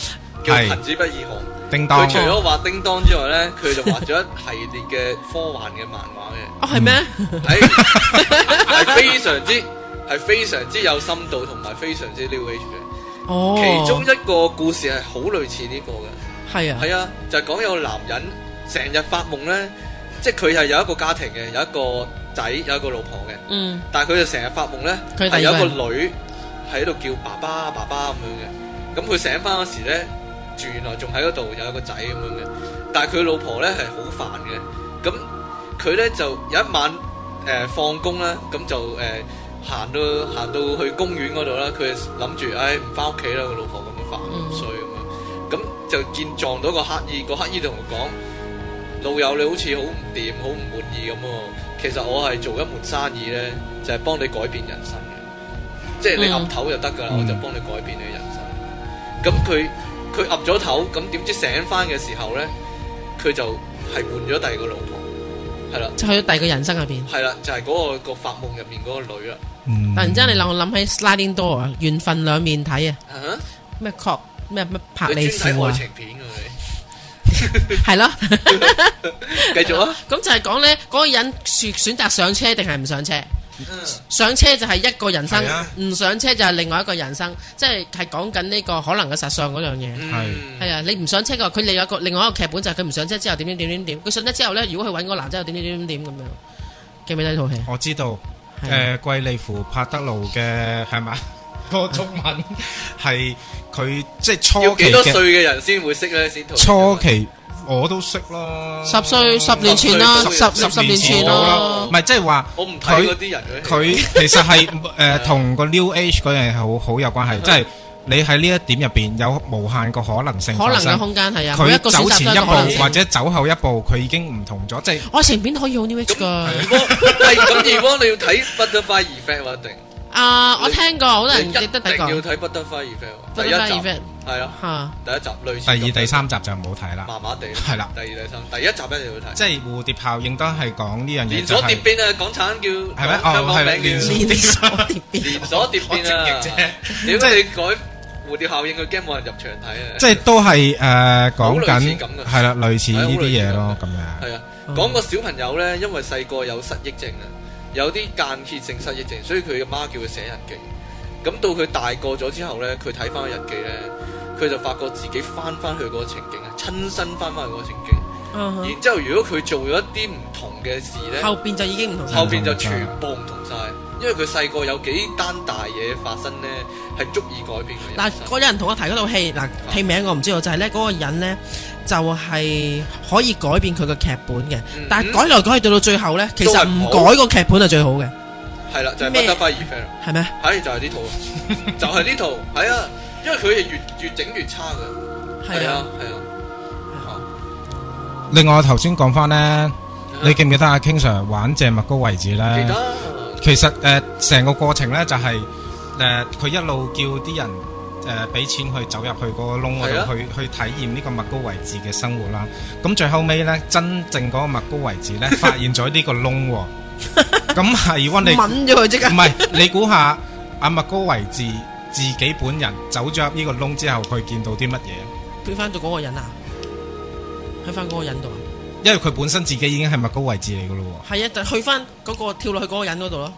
[SPEAKER 2] 叫
[SPEAKER 3] 係
[SPEAKER 2] 藤子不二雄，
[SPEAKER 3] 叮當
[SPEAKER 2] 佢除咗畫叮當之外咧，佢就畫咗一系列嘅科幻嘅漫畫 嘅。
[SPEAKER 1] 哦，係咩？
[SPEAKER 2] 係係非常之係非常之有深度同埋非常之 new age 嘅。
[SPEAKER 1] 哦，
[SPEAKER 2] 其中一個故事係好類似呢個嘅。
[SPEAKER 1] 係啊，
[SPEAKER 2] 係啊，就係講有個男人成日發夢咧，即係佢係有一個家庭嘅，有一個仔，有一個老婆嘅，
[SPEAKER 1] 嗯，
[SPEAKER 2] 但係佢就成日發夢咧，
[SPEAKER 1] 佢
[SPEAKER 2] 係
[SPEAKER 1] 第
[SPEAKER 2] 有
[SPEAKER 1] 二
[SPEAKER 2] 一個
[SPEAKER 1] 個人
[SPEAKER 2] 女喺度叫爸爸爸爸咁樣嘅，咁佢醒翻嗰時咧，住原來仲喺嗰度有一個仔咁樣嘅，但係佢老婆咧係好煩嘅，咁佢咧就有一晚誒呃放工啦，咁就誒。行到行到去公園嗰度啦，佢就諗住，唉唔翻屋企啦，個老婆咁樣煩
[SPEAKER 1] 嗯
[SPEAKER 2] 咁衰咁樣。咁就見撞到個乞兒，個乞兒同佢講：老友你好似好唔掂，好唔滿意咁喎。其實我係做一門生意咧，就係、幫你改變人生嘅，即係你
[SPEAKER 1] 嗯
[SPEAKER 2] 岌頭就得㗎啦，
[SPEAKER 3] 嗯
[SPEAKER 2] 我就幫你改變你嘅人生。咁佢佢岌咗頭，咁點知醒翻嘅時候咧，佢就係換咗第二個老婆，係啦，
[SPEAKER 1] 就去咗第二個人生入邊。
[SPEAKER 2] 係啦，就係、嗰、個個發夢入面嗰個女啦。
[SPEAKER 3] 嗯
[SPEAKER 1] 突然之間，你令我諗起 Sliding Door 啊，緣分兩面睇啊，
[SPEAKER 2] 啊哈
[SPEAKER 1] 咩確咩咩拍
[SPEAKER 2] 你
[SPEAKER 1] 利
[SPEAKER 2] 專
[SPEAKER 1] 庫
[SPEAKER 2] 睇愛
[SPEAKER 1] 啊，
[SPEAKER 2] 情片㗎
[SPEAKER 1] 係咯。
[SPEAKER 2] 你，繼續啊！
[SPEAKER 1] 咁就係講咧，嗰個人選選擇上車定係唔上車？上車就係一個人生
[SPEAKER 3] 係啊，
[SPEAKER 1] 唔上車就係另外一個人生，即係係講緊呢個可能嘅實相嗰樣嘢。
[SPEAKER 2] 嗯
[SPEAKER 1] 係啊，你唔上車嘅話，佢另外一個另外一個劇本就係佢唔上車之後點點點點點，佢上車之後咧，如果佢揾嗰個男仔又點點點點點咁樣，記唔記得呢套戲啊？
[SPEAKER 3] 我知道。
[SPEAKER 1] 係啊
[SPEAKER 3] 誒貴利芙帕德路嘅 係嘛？個中文係佢即係
[SPEAKER 2] 要
[SPEAKER 3] 初期
[SPEAKER 2] 幾多歲
[SPEAKER 3] 嘅
[SPEAKER 2] 嘅人先會識咧？先同
[SPEAKER 3] 初期，我都識咯。
[SPEAKER 1] 十歲十年前
[SPEAKER 2] 啦十
[SPEAKER 1] 啦，十
[SPEAKER 2] 十
[SPEAKER 1] 十年前
[SPEAKER 3] 到
[SPEAKER 2] 啦
[SPEAKER 1] 咯
[SPEAKER 3] 唔。係即係話
[SPEAKER 2] 我唔睇嗰
[SPEAKER 3] 佢
[SPEAKER 2] 啲人嘅戲。
[SPEAKER 3] 佢其實係誒同個 New Age 嗰樣係好好有關係，即係你喺呢一點入邊有無限個可能性
[SPEAKER 1] 可
[SPEAKER 3] 發
[SPEAKER 1] 能嘅
[SPEAKER 3] 生。
[SPEAKER 1] 空間係啊，每一
[SPEAKER 3] 佢
[SPEAKER 1] 個選
[SPEAKER 3] 走
[SPEAKER 1] 擇
[SPEAKER 3] 前
[SPEAKER 1] 都
[SPEAKER 3] 一
[SPEAKER 1] 有可能
[SPEAKER 3] 步或
[SPEAKER 1] 性。
[SPEAKER 3] 者走後一步，佢已經唔同咗，即係
[SPEAKER 1] 愛情哦片可以好 new age 噶。
[SPEAKER 2] 係咁以往你要睇 Butterfly Effect 喎，一定。
[SPEAKER 1] 啊，我聽過，好多
[SPEAKER 2] 你
[SPEAKER 1] 人
[SPEAKER 2] 一
[SPEAKER 1] 亦都睇
[SPEAKER 2] 定要
[SPEAKER 1] 過。
[SPEAKER 2] 睇 Butterfly Effect 喎。第一
[SPEAKER 1] Butterfly
[SPEAKER 2] 集
[SPEAKER 1] Effect
[SPEAKER 2] 係啊，
[SPEAKER 1] 嚇，
[SPEAKER 2] 第一集類似咁樣。
[SPEAKER 3] 第二、第三集就唔好睇啦。
[SPEAKER 2] 麻麻地。
[SPEAKER 3] 係啦
[SPEAKER 2] 第二、第三，第一集一定要睇。
[SPEAKER 3] 即係蝴蝶效應都係講呢樣嘢，
[SPEAKER 2] 連
[SPEAKER 3] 就
[SPEAKER 2] 鎖
[SPEAKER 3] 係
[SPEAKER 2] 蝶變啊，港產叫
[SPEAKER 3] 係咩
[SPEAKER 2] 香
[SPEAKER 3] 哦
[SPEAKER 2] 港
[SPEAKER 3] 係
[SPEAKER 2] 名
[SPEAKER 3] 連
[SPEAKER 2] 叫
[SPEAKER 3] 鎖
[SPEAKER 1] 連鎖碟變
[SPEAKER 2] 連鎖蝶變啊！
[SPEAKER 3] 我直譯
[SPEAKER 2] 點
[SPEAKER 3] 啫
[SPEAKER 2] 解你改蝴蝶效應佢驚冇人入場睇啊？
[SPEAKER 3] 即係都係誒講
[SPEAKER 2] 好類似
[SPEAKER 3] 緊
[SPEAKER 2] 咁嘅
[SPEAKER 3] 係啦，類似呢啲嘢咯，咁樣
[SPEAKER 2] 係啊，講個小朋友咧，因為細個有失憶症啊，有啲間歇性失憶症，所以佢嘅媽叫佢寫日記。咁到佢大個咗之後咧，佢睇翻個日記咧，佢就發覺自己翻翻去嗰個情景啊，親身翻翻去嗰個情景。
[SPEAKER 1] 嗯哼
[SPEAKER 2] 然之後，如果佢做咗一啲唔同嘅事咧，
[SPEAKER 1] 後邊就已經唔同晒
[SPEAKER 2] 後。邊就全部唔同晒，因為佢細個有幾單大嘢發生咧，係足以改變佢人
[SPEAKER 1] 嗱，
[SPEAKER 2] 生。
[SPEAKER 1] 嗰有人同我提嗰套戲，嗱戲名我唔知道，就係咧嗰個人咧就係可以改變佢個劇本嘅，
[SPEAKER 2] 嗯
[SPEAKER 1] 但係改來改去到到最後咧，其實唔
[SPEAKER 2] 都係唔好
[SPEAKER 1] 改個劇本係最好嘅，
[SPEAKER 2] 係啦，就係不
[SPEAKER 1] 咩
[SPEAKER 2] 得不而 friend 啦，
[SPEAKER 1] 係咪？
[SPEAKER 2] 係就係呢 套，啊就係呢套，係啊，因為佢係越越整越差嘅，係
[SPEAKER 1] 係啊
[SPEAKER 2] 啊，係啊。
[SPEAKER 3] 另外我頭先講翻咧，你
[SPEAKER 2] 你
[SPEAKER 3] 記唔記得阿 King Sir 玩謝麥高位置
[SPEAKER 2] 啊記
[SPEAKER 3] 咧
[SPEAKER 2] 得？
[SPEAKER 1] 啊
[SPEAKER 2] 啊
[SPEAKER 3] 其實誒成個過程咧就係誒佢一路叫啲人誒俾錢去走入去嗰個窿
[SPEAKER 2] 係
[SPEAKER 3] 嗰
[SPEAKER 2] 啊
[SPEAKER 3] 度去去體驗呢個麥高位置嘅生活啦。咁最後尾咧，真正嗰個麥高位 置咧發現咗呢個窿喎，咁係溫你。
[SPEAKER 1] 抿咗佢即刻
[SPEAKER 3] 唔。係，你估下阿麥高維治自己本人走咗入呢個窿之後，佢見到啲乜嘢？
[SPEAKER 1] 變翻到嗰個人啊，去翻嗰個人度啊，
[SPEAKER 3] 因為佢本身自己已經係麥高維治嚟噶咯
[SPEAKER 1] 係啊，就去翻嗰個跳落去嗰個人嗰度咯，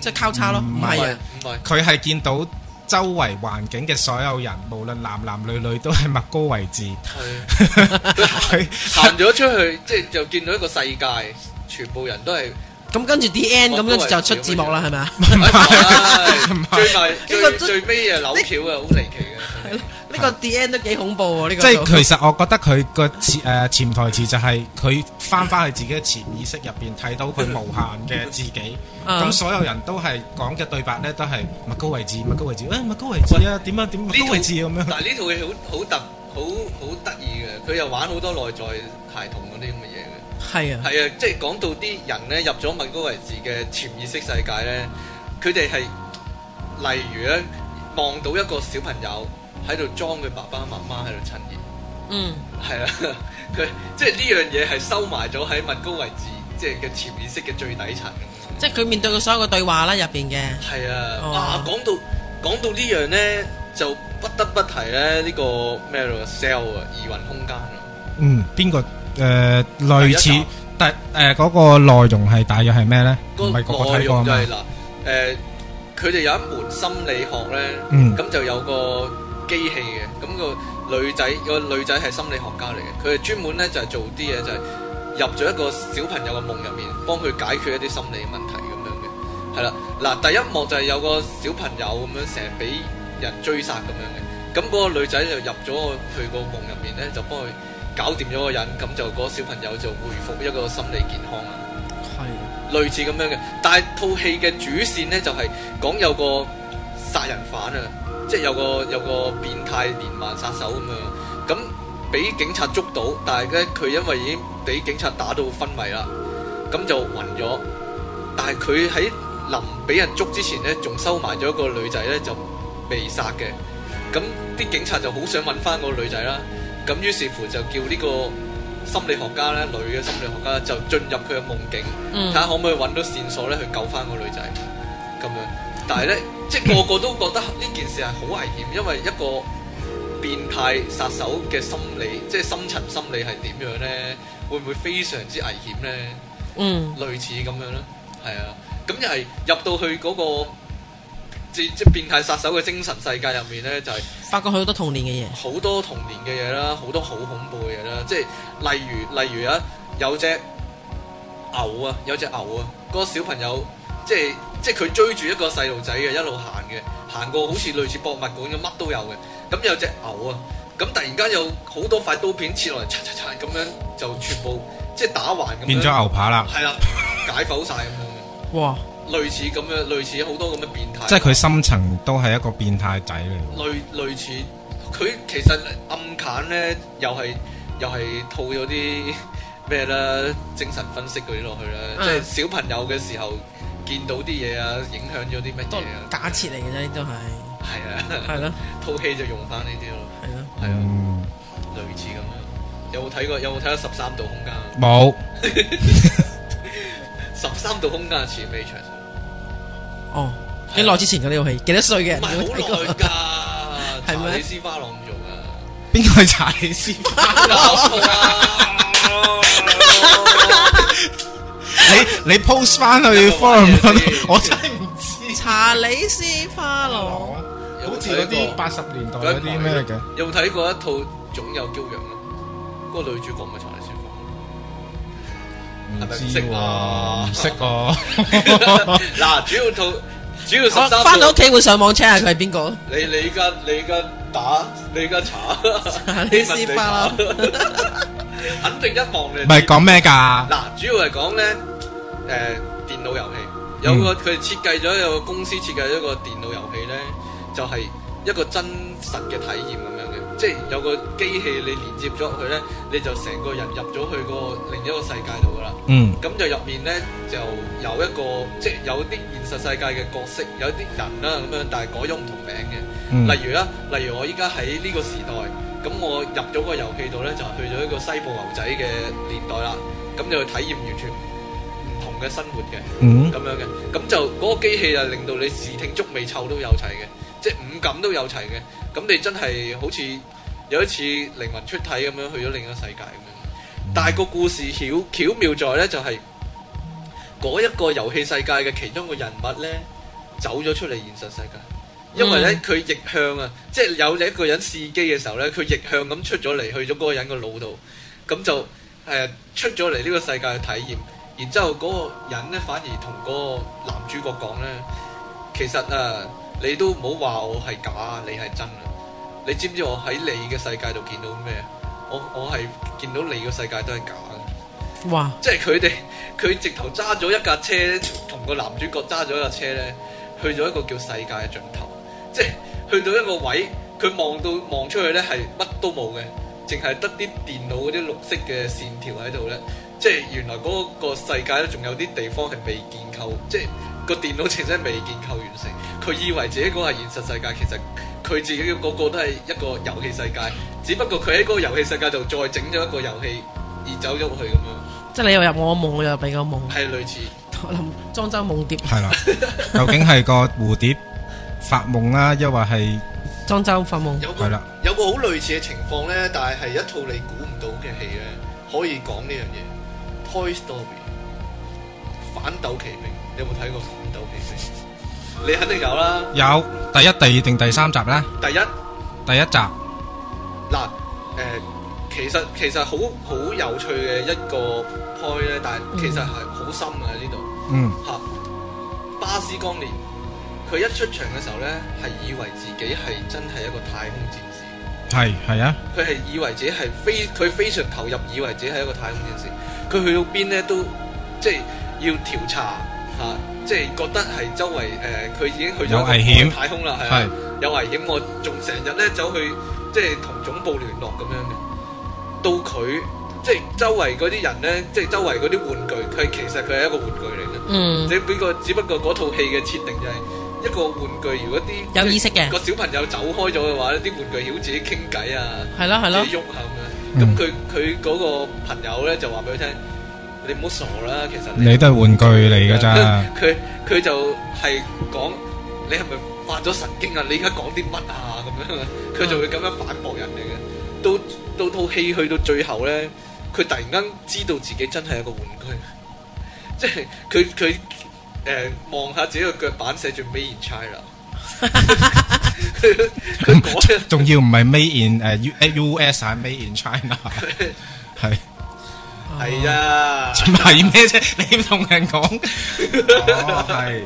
[SPEAKER 1] 即係交叉咯，唔
[SPEAKER 2] Ừ.
[SPEAKER 3] 唔
[SPEAKER 1] 係啊，
[SPEAKER 2] 唔係
[SPEAKER 3] 喎，佢係見到周圍環境嘅所有人，無論男男女女都係麥高維治。
[SPEAKER 2] 係啊
[SPEAKER 3] 佢
[SPEAKER 2] 行咗出去，即係就見到一個世界，全部人都係
[SPEAKER 1] 咁跟住 D N 咁跟住就出字幕啦，係咪啊？呢
[SPEAKER 2] 哎係最埋
[SPEAKER 1] 呢
[SPEAKER 2] 最
[SPEAKER 1] 個
[SPEAKER 2] 最尾啊扭橋啊，好離奇嘅。
[SPEAKER 1] 個 D N 都幾恐怖喎，呢個
[SPEAKER 3] 即係其實我覺得佢個潛誒潛台詞就係佢翻翻去自己嘅潛意識入邊睇到佢無限嘅自己。
[SPEAKER 1] 啊
[SPEAKER 3] 咁所有人都係講嘅對白咧，都係麥高維治，麥高維治，誒麥高維治啊，點啊點麥高維治咁樣。
[SPEAKER 2] 但係呢套嘢好好特好好得意嘅，佢又玩好多內在孩童嗰啲咁嘅嘢嘅。
[SPEAKER 1] 係啊，
[SPEAKER 2] 係啊，即係講到啲人咧入咗麥高維治嘅潛意識世界咧，佢哋係例如咧望到一個小朋友喺度裝佢爸爸媽媽喺度親熱，
[SPEAKER 1] 嗯，
[SPEAKER 2] 係啦，佢即係呢樣嘢係收埋咗喺麥高維治即係嘅潛意識嘅最底層。
[SPEAKER 1] 即係佢面對嘅所有嘅對話啦入邊嘅，
[SPEAKER 2] 係啊，
[SPEAKER 1] 哦
[SPEAKER 2] 哇！講到講到呢樣咧，就不得不提咧呢個咩咯 cell 啊，異雲空間啊，
[SPEAKER 3] 嗯，邊個誒類
[SPEAKER 2] 第一
[SPEAKER 3] 似
[SPEAKER 2] 集？
[SPEAKER 3] 但誒嗰個內容係大約係咩咧？唔係個個
[SPEAKER 2] 內
[SPEAKER 3] 睇過
[SPEAKER 2] 容
[SPEAKER 3] 啊
[SPEAKER 2] 就
[SPEAKER 3] 嘛
[SPEAKER 2] 係。嗱，誒佢哋有一門心理學咧。
[SPEAKER 3] 嗯，
[SPEAKER 2] 咁就有個機器嘅，咁、個女仔個女仔係心理學家嚟嘅，佢係專門咧就係、做啲嘢就係、入咗一個小朋友嘅夢入面，幫佢解決一啲心理問題咁樣嘅，係啦，嗱第一幕就係有個小朋友咁樣成日俾人追殺咁樣嘅，咁、嗰個女仔就入咗佢個夢入面咧，就幫佢搞掂咗個人，咁就嗰個小朋友就回復一個心理健康啦。
[SPEAKER 1] 係
[SPEAKER 2] 類似咁樣嘅，但係套戲嘅主線呢，就係、講有個殺人犯啊，即係有個有個變態連環殺手咁樣，咁俾警察捉到，但係咧佢因為已經俾警察打到昏迷啦，咁就暈咗，但係佢喺臨俾人捉之前呢，仲收埋咗一個女仔呢，就被殺嘅，咁啲警察就好想揾翻個女仔啦，咁於是乎就叫呢個心理學家呢，女嘅心理學家就進入佢嘅夢境。睇
[SPEAKER 1] 嗯
[SPEAKER 2] 下可唔可以揾到線索咧去救翻個女仔咁樣。但係咧，即係個個都覺得呢件事係好危險，因為一個變態殺手嘅心理，即係深層心理係點樣咧？會唔會非常之危險咧？
[SPEAKER 1] 嗯
[SPEAKER 2] 類似咁樣咯，係啊。咁又係入到去嗰、個即即係變態殺手嘅精神世界入面咧，就係、
[SPEAKER 1] 發覺佢好多童年嘅嘢，
[SPEAKER 2] 好多童年嘅嘢啦，好多好恐怖嘅嘢啦，即係例如例如啊，有隻牛啊，有隻牛啊，嗰、個小朋友即係即係佢追住一個細路仔嘅，一路行嘅，行過好似類似博物館咁，乜都有嘅。咁有隻牛啊，咁突然間有好多塊刀片切落嚟，嚓嚓嚓咁樣就全部即係打橫咁樣
[SPEAKER 3] 變咗牛扒啦。
[SPEAKER 2] 係啦，解剖晒咁樣嘅。
[SPEAKER 1] 哇！
[SPEAKER 2] 類似咁樣，類似好多咁嘅變態。
[SPEAKER 3] 即係佢深層都係一個變態仔嚟。
[SPEAKER 2] 類類似，佢其實暗砍咧，又係又係套咗啲 咩啦，精神分析嗰啲落去啦，
[SPEAKER 1] 嗯
[SPEAKER 2] 即係小朋友嘅時候見到啲嘢啊，影響咗啲乜嘢
[SPEAKER 1] 都
[SPEAKER 2] 啊，
[SPEAKER 1] 假設嚟嘅啫，呢都係
[SPEAKER 2] 係啊，
[SPEAKER 1] 係咯
[SPEAKER 2] 套戲就用翻呢啲咯，
[SPEAKER 1] 係咯。
[SPEAKER 2] 係啊，
[SPEAKER 3] 嗯
[SPEAKER 2] 類似咁樣。有冇睇過？有冇睇過十三度空間？啊
[SPEAKER 3] 冇
[SPEAKER 2] 十三度空間係似 Matrix，
[SPEAKER 1] 哦，幾耐之前嘅呢套戲？幾多歲嘅人
[SPEAKER 2] 唔係
[SPEAKER 1] 會睇
[SPEAKER 2] 好
[SPEAKER 1] 過
[SPEAKER 2] 耐㗎，
[SPEAKER 1] 係咩
[SPEAKER 2] 查理斯花朗做㗎。
[SPEAKER 3] 邊個係查理斯？
[SPEAKER 2] 啊
[SPEAKER 3] 你你 post 翻去 forum 嗰度我真係唔知。
[SPEAKER 1] 查理斯花郎
[SPEAKER 3] 好似嗰啲八十年代嗰啲咩嘅，
[SPEAKER 2] 有冇睇過一套《總有驕陽》啊？嗰個女主角咪查理斯花
[SPEAKER 3] 唔
[SPEAKER 2] 係咪唔
[SPEAKER 3] 知
[SPEAKER 2] 識
[SPEAKER 3] 喎，
[SPEAKER 2] 啊
[SPEAKER 3] 唔識 喎。
[SPEAKER 2] 朗。嗱，主要套主要十
[SPEAKER 1] 我
[SPEAKER 2] 三
[SPEAKER 1] 翻
[SPEAKER 2] 套
[SPEAKER 1] 到屋，企會上網 check 下佢係邊個。
[SPEAKER 2] 你你而家你而家打你而家查
[SPEAKER 1] 查理斯花朗
[SPEAKER 2] 你問你查肯定一望你
[SPEAKER 3] 唔係講咩㗎？
[SPEAKER 2] 嗱，主要係講咧，誒、電腦遊戲有個佢設計咗有個公司設計咗一個電腦遊戲咧，就係、一個真實嘅體驗咁樣嘅，即係有個機器你連接咗入去咧，你就成個人入咗去個另一個世界度噶啦。
[SPEAKER 3] 嗯
[SPEAKER 2] 咁就入面咧就有一個即係有啲現實世界嘅角色，有啲人啦咁樣，但係改咗唔同名嘅。
[SPEAKER 3] 嗯
[SPEAKER 2] 例如啦，例如我依家喺呢個時代，咁我入咗個遊戲度呢，就去咗一個西部牛仔嘅年代啦，咁就去體驗完全唔同嘅生活嘅，
[SPEAKER 3] 嗯
[SPEAKER 2] 咁樣嘅，咁就嗰、個機器就令到你視聽觸味嗅都有齊嘅，即係五感都有齊嘅，咁你真係好似有一次靈魂出體咁樣去咗另一個世界咁樣。但係個故事巧巧妙在呢，就係、嗰一個遊戲世界嘅其中一個人物呢，走咗出嚟現實世界。因為咧
[SPEAKER 1] 嗯
[SPEAKER 2] 佢逆向啊，即係有一個人試機嘅時候咧，佢逆向咁出咗嚟，去咗嗰個人個腦度，咁就誒、呃出咗嚟呢個世界去體驗。然之後嗰個人咧反而同嗰個男主角講咧，其實啊，你都唔好話我係假，你係真啊！你知唔知我喺你嘅世界度見到咩？我我係見到你嘅世界都係假嘅。
[SPEAKER 1] 哇！
[SPEAKER 2] 即係佢哋 佢直頭揸咗一架車，同個男主角揸咗一架車咧，去咗一個叫世界嘅盡頭，即係去到一個位，佢望到望出去咧係乜都冇嘅，淨係得啲電腦嗰啲綠色嘅線條喺度咧，即係原來嗰個世界咧仲有啲地方係未建構，即係個電腦程式未建構完成，佢以為自己嗰個係現實世界，其實佢自己嗰個都係一個遊戲世界，只不過佢喺嗰個遊戲世界度再整咗一個遊戲而走咗去咁樣。
[SPEAKER 1] 即係你又入我夢，我又入你個夢。
[SPEAKER 2] 係類似，
[SPEAKER 1] 我諗莊周夢蝶，
[SPEAKER 3] 係啦，究竟係個蝴蝶發夢啦，抑或係
[SPEAKER 1] 莊周發夢。
[SPEAKER 2] 有個
[SPEAKER 3] 係啦？
[SPEAKER 2] 有個好類似嘅情況咧，但係係一套你估唔到嘅戲咧，可以講呢樣嘢。Toy Story 反斗奇兵，你有冇睇過反斗奇兵？你肯定有啦。
[SPEAKER 3] 有第一、第二定第三集咧？
[SPEAKER 2] 第一
[SPEAKER 3] 第一集
[SPEAKER 2] 嗱，誒、其實其實好好有趣嘅一個 point 咧，但係其實係好深嘅呢度。
[SPEAKER 3] 嗯
[SPEAKER 2] 嚇！巴斯光年，佢一出場嘅時候咧，係以為自己係真係一個太空戰士。
[SPEAKER 3] 係係啊，
[SPEAKER 2] 佢係以為自己係非佢非常投入，以為自己係一個太空戰士。佢去到邊咧都即係要調查嚇、啊即係覺得係周圍誒，佢、已經去咗
[SPEAKER 3] 有危險
[SPEAKER 2] 外太空啦，係
[SPEAKER 3] 係
[SPEAKER 2] 啊，有危險。我仲成日咧走去即係同總部聯絡咁樣嘅。到佢即係周圍嗰啲人咧，即係周圍嗰啲玩具，佢其實佢係一個玩具嚟嘅。
[SPEAKER 1] 嗯，
[SPEAKER 2] 只不過只不過嗰套戲嘅設定就係一個玩具，如果啲
[SPEAKER 1] 有意識嘅
[SPEAKER 2] 個小朋友走開咗嘅話咧，啲玩具曉自己傾偈啊。
[SPEAKER 1] 係咯係咯
[SPEAKER 2] 自。己喐下咁樣。
[SPEAKER 3] 嗯
[SPEAKER 2] 咁佢佢嗰個朋友咧就話俾佢聽：你唔好傻啦，其實
[SPEAKER 3] 你都係玩具嚟㗎 咋？
[SPEAKER 2] 佢佢就係講你係咪發咗神經啊？你而家講啲乜啊？咁樣啊佢就會咁樣反駁人嚟嘅。到到套戲去到最後咧，佢突然間知道自己真係一個玩具， 即係佢佢誒望下自己個腳板寫住 Made in China。佢佢講
[SPEAKER 3] 仲要唔係 Made in 誒 U 誒 US 係 Made in China，係
[SPEAKER 2] 係啊。
[SPEAKER 3] 係咩啫？你同人講，哦係，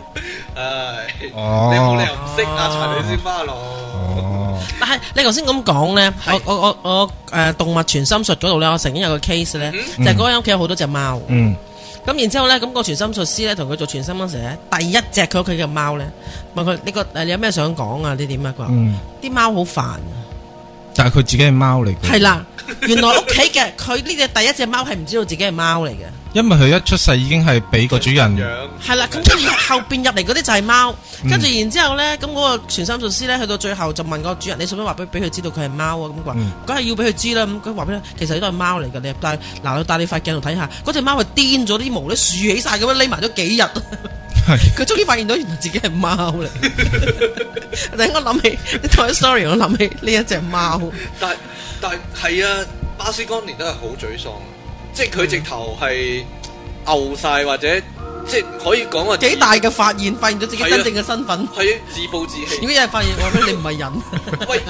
[SPEAKER 2] 唉，
[SPEAKER 3] 哦
[SPEAKER 2] 你冇理由唔識啊，查理斯花羅。
[SPEAKER 3] 哦，
[SPEAKER 1] 但係你頭先咁講咧，我我
[SPEAKER 3] Ừ,
[SPEAKER 1] 我我誒動物傳心術嗰度咧，我曾經有個 case 咧，就係嗰間屋企有好多隻貓，
[SPEAKER 3] 嗯
[SPEAKER 1] 咁然之後咧，咁、個傳心術師咧同佢做傳心嗰時咧，第一隻佢屋企嘅貓咧，問佢呢個誒你有咩想講啊？你點啊？佢話
[SPEAKER 3] 嗯，
[SPEAKER 1] 啲貓好煩啊。
[SPEAKER 3] 但係佢自己係貓嚟嘅，
[SPEAKER 1] 係啦，原來屋企嘅佢呢只第一隻貓係唔知道自己係貓嚟嘅。
[SPEAKER 3] 因為佢一出世已經係俾個主人
[SPEAKER 2] 樣
[SPEAKER 1] 係啦，咁跟住後邊入嚟嗰啲就係貓，跟住然之後咧，咁嗰個傳心術師咧，去到最後就問個主人：你想唔想話俾俾佢知道佢係貓啊？咁佢話
[SPEAKER 3] 嗯
[SPEAKER 1] 梗係要俾佢知啦。咁佢話俾佢，其實呢都係貓嚟㗎。你帶嗱，我帶你塊鏡度睇下，嗰只貓係癲咗，啲毛咧豎起晒咁樣，匿埋咗幾日。佢終於發現到原來自己係貓嚟。突然我諗起《Toy Story》，我諗起呢一隻貓。
[SPEAKER 2] 但但係啊，巴斯光年都係好沮喪，即係佢直頭係牛晒或者即係可以講話自
[SPEAKER 1] 幾大嘅發現，發現咗自己真正嘅身份。
[SPEAKER 2] 係啊自暴自
[SPEAKER 1] 如
[SPEAKER 2] 棄。
[SPEAKER 1] 果有人發現我咧，你唔係人，
[SPEAKER 2] 喂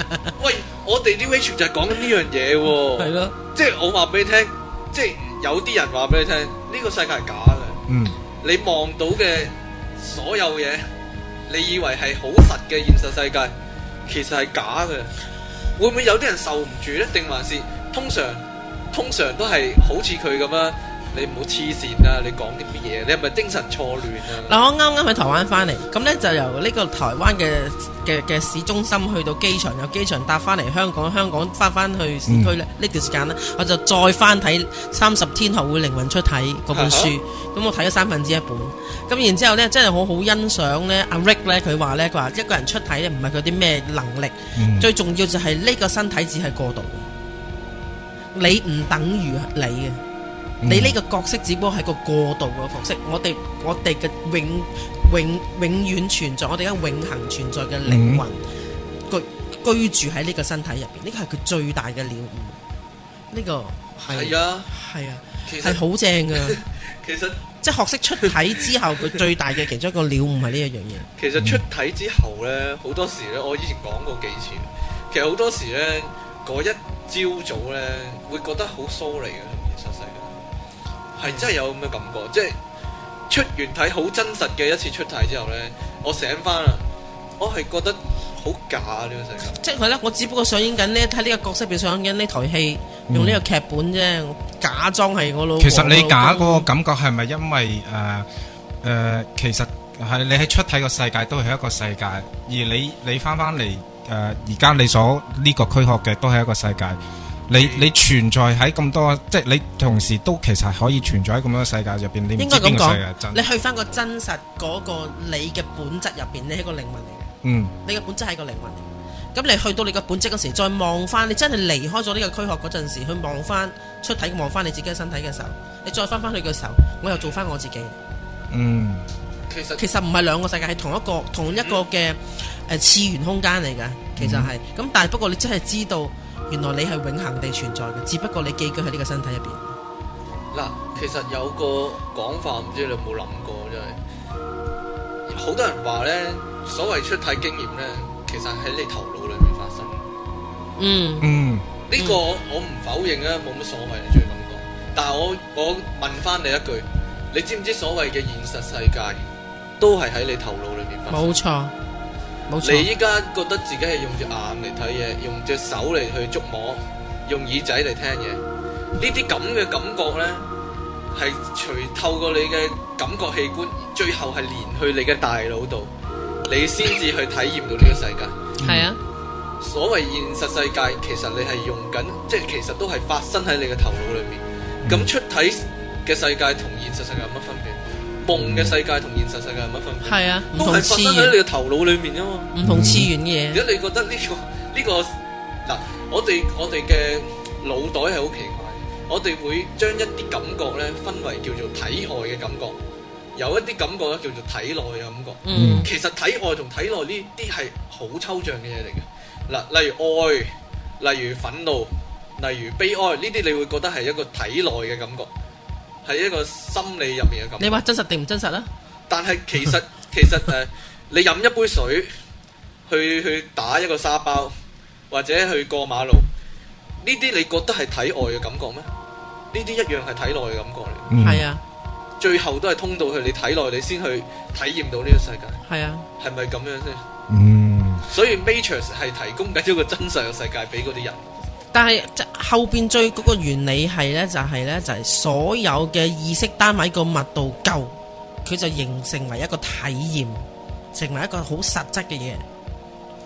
[SPEAKER 2] 喂，我哋呢 w a t 就係講緊呢樣嘢
[SPEAKER 1] 係
[SPEAKER 2] 喎，
[SPEAKER 1] 咯。
[SPEAKER 2] 即係我話俾你聽，即係有啲人話俾你聽，呢、個世界係假嘅。
[SPEAKER 3] 嗯，
[SPEAKER 2] 你望到嘅所有嘢，你以為係好實嘅現實世界，其實係假嘅。會唔會有啲人受唔住呢？定還是通常通常都係好似佢咁啊？你唔好黐線啦！你講啲乜嘢？你係咪精神錯亂啊？
[SPEAKER 1] 嗱，我啱啱喺台灣翻嚟，咁咧就由呢個台灣嘅嘅嘅市中心去到機場，由機場搭翻嚟香港，香港翻翻去市區咧，呢、段時間咧，我就再翻睇《三十天後會靈魂出體》嗰本書，咁、我睇咗三分之一本，咁然之後咧，真係好好欣賞咧，阿 Rick 咧佢話咧，佢話一個人出體咧唔係佢啲咩能力，
[SPEAKER 3] 嗯
[SPEAKER 1] 最重要就係呢個身體只係過渡嘅，你唔等於你嘅。
[SPEAKER 3] 嗯 ừ.
[SPEAKER 1] 你呢個角色只不過係個過渡嘅角色，我哋我哋嘅永永永遠存在，我哋而家永恆存在嘅靈魂
[SPEAKER 3] 嗯
[SPEAKER 1] 居居住喺呢個身體入邊，呢個係佢最大嘅了悟。呢個係
[SPEAKER 2] 係啊，
[SPEAKER 1] 係啊，
[SPEAKER 2] 其
[SPEAKER 1] 係
[SPEAKER 2] 實
[SPEAKER 1] 好 正噶，
[SPEAKER 2] 其實
[SPEAKER 1] 即係學識出體之後，佢最大嘅其中一個了悟係呢一樣嘢。
[SPEAKER 2] 其實出體之後呢，好多時呢，我以前講過幾次，其實好多時呢，嗰一朝早呢，會覺得好疏離嘅同現實世界，係真係有咁嘅感覺，即係出完體好真實嘅一次出體之後呢，我醒翻啦，我係覺得好假啊呢、個世界，
[SPEAKER 1] 即係咧，我只不過上演緊呢，睇呢個角色，譬如上演緊呢台戲，
[SPEAKER 3] 嗯
[SPEAKER 1] 用呢個劇本啫，我假裝係我老婆。
[SPEAKER 3] 其實你假
[SPEAKER 1] 我
[SPEAKER 3] 嗰個
[SPEAKER 1] 老公
[SPEAKER 3] 感覺係咪因為誒誒，其實係你喺出體個世界都係一個世界，而你你翻翻嚟誒而家你所呢個軀殼嘅都係一個世界。你你存在喺咁多，即係你同時都其實可以存在喺咁多世界入邊，你唔
[SPEAKER 1] 應該
[SPEAKER 3] 知
[SPEAKER 1] 咁
[SPEAKER 3] 邊個世界係
[SPEAKER 1] 講，
[SPEAKER 3] 真
[SPEAKER 1] 你。去翻個真實嗰個你嘅本質入邊，你係一個靈魂嚟嘅，
[SPEAKER 3] 嗯
[SPEAKER 1] 你嘅本質係一個靈魂嚟嘅。咁你去到你嘅本質嗰時，再望翻你真係離開咗呢個軀殼嗰陣時，去望翻出體望翻你自己嘅身體嘅時候，你再翻翻去嘅時候，我又做翻我自己。
[SPEAKER 3] 嗯
[SPEAKER 2] 其實
[SPEAKER 1] 其實唔係兩個世界，係同一個同一個嘅誒次元空間嚟㗎。其實係咁，但係不過你真係知道，原來你係永恆地存在嘅，只不過你寄居喺呢個身體入邊。
[SPEAKER 2] 嗱，其實有個講法，唔知你有冇諗過真係，好多人話呢，所謂出體經驗呢，其實喺你頭腦裏面發生。
[SPEAKER 1] 嗯
[SPEAKER 3] 嗯
[SPEAKER 2] 呢個我唔否認啊，冇乜所謂，你中意咁講。但係我我問翻你一句，你知唔知所謂嘅現實世界都係喺你頭腦裏面發生？
[SPEAKER 1] 冇錯，冇錯。
[SPEAKER 2] 你依家覺得自己係用隻眼嚟睇嘢，用隻手嚟去觸摸，用耳仔嚟聽嘢，呢啲咁嘅感覺呢，係隨透過你嘅感覺器官，最後係連去你嘅大腦度，你先至去體驗到呢個世界。
[SPEAKER 1] 係啊。
[SPEAKER 2] 所謂現實世界，其實你係用緊，即係其實都係發生喺你嘅頭腦裏面。咁、出體嘅世界同現實世界有乜分別？夢嘅世界同現實世界有乜分別？
[SPEAKER 1] 係啊，唔
[SPEAKER 2] 都係
[SPEAKER 1] 同
[SPEAKER 2] 發
[SPEAKER 1] 次
[SPEAKER 2] 生喺你
[SPEAKER 1] 元，
[SPEAKER 2] 嘅頭腦裏面啊嘛。
[SPEAKER 1] 唔同次元嘅
[SPEAKER 2] 如
[SPEAKER 1] 嘢。
[SPEAKER 2] 果你覺得呢、個呢、個嗱，我哋我哋嘅腦袋係好奇怪，我哋會將一啲感覺咧分為叫做體外嘅感覺，有一啲感覺咧叫做體內嘅感覺。
[SPEAKER 1] 嗯，
[SPEAKER 2] 其實體外同體內呢啲係好抽象嘅嘢嚟嘅。嗱，例如愛，例如憤怒，例如悲哀，呢啲你會覺得係一個體內嘅感覺，係一個心理入面嘅感
[SPEAKER 1] 你
[SPEAKER 2] 覺。
[SPEAKER 1] 話真實定唔真實啊啦？
[SPEAKER 2] 但係其實 其實誒、呃你飲一杯水，去去打一個沙包，或者去過馬路，呢啲你覺得係體外嘅感覺咩？呢啲一樣係體內嘅感覺嚟，
[SPEAKER 3] 嗯，
[SPEAKER 1] 係啊，
[SPEAKER 2] 最後都係通到去你體內，你先去體驗到呢個世界，
[SPEAKER 1] 係啊，
[SPEAKER 2] 係咪咁樣先？
[SPEAKER 3] 嗯
[SPEAKER 2] 所以 Matrix 係提供緊一個真實嘅世界俾嗰啲人，
[SPEAKER 1] 但係即後邊最嗰個原理係呢，就係、呢，就係、所有嘅意識單位個密度夠，佢就形成為一個體驗，成為一個好實質嘅嘢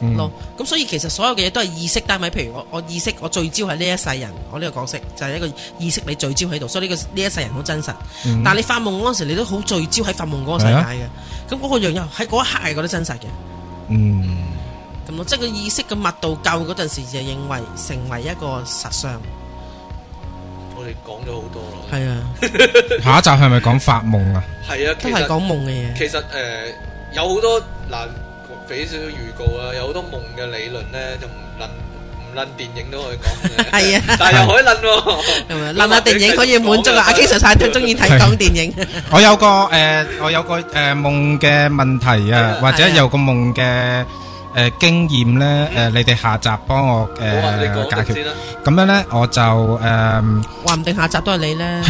[SPEAKER 3] 嗯
[SPEAKER 1] 咯。咁、所以其實所有嘅嘢都係意識單位，譬如我我意識我聚焦喺呢一世人，我呢個角色就係、一個意識你聚焦喺度，所以呢、個呢一世人好真實。
[SPEAKER 3] 嗯
[SPEAKER 1] 但係你發夢嗰陣時，你都好聚焦喺發夢嗰個世界
[SPEAKER 3] 係啊
[SPEAKER 1] 嘅，咁嗰個樣又喺嗰一刻係覺得真實嘅。
[SPEAKER 3] 嗯
[SPEAKER 1] 咁咯，即係個意識嘅密度夠嗰陣時，就認為成為一個實相。
[SPEAKER 2] 我哋講咗好多咯。
[SPEAKER 1] 係啊，
[SPEAKER 3] 下一集係咪講發夢啊？
[SPEAKER 2] 係啊，
[SPEAKER 1] 都
[SPEAKER 2] 其
[SPEAKER 1] 係
[SPEAKER 2] 實。
[SPEAKER 1] 講夢嘅嘢。
[SPEAKER 2] 其實誒、呃有好多嗱，俾少少預告啊，有好多夢嘅理論咧，就唔論唔論電影都可以講嘅，
[SPEAKER 1] 係啊，
[SPEAKER 2] 但係又可以論喎。
[SPEAKER 1] 係咪？諗下電影可以滿足啊！阿 King Sir 太都中意睇港電影。
[SPEAKER 3] 我有個誒、呃我有個誒、呃、夢嘅問題啊
[SPEAKER 2] 係啊，
[SPEAKER 3] 或者
[SPEAKER 1] 係啊
[SPEAKER 3] 有個夢嘅誒經驗咧，誒、你哋下集幫我誒、
[SPEAKER 2] 好啊，你講
[SPEAKER 3] 解
[SPEAKER 2] 定
[SPEAKER 3] 決。
[SPEAKER 2] 先啦。
[SPEAKER 3] 咁樣咧，我就誒。呃
[SPEAKER 1] 話唔定下集都係你咧。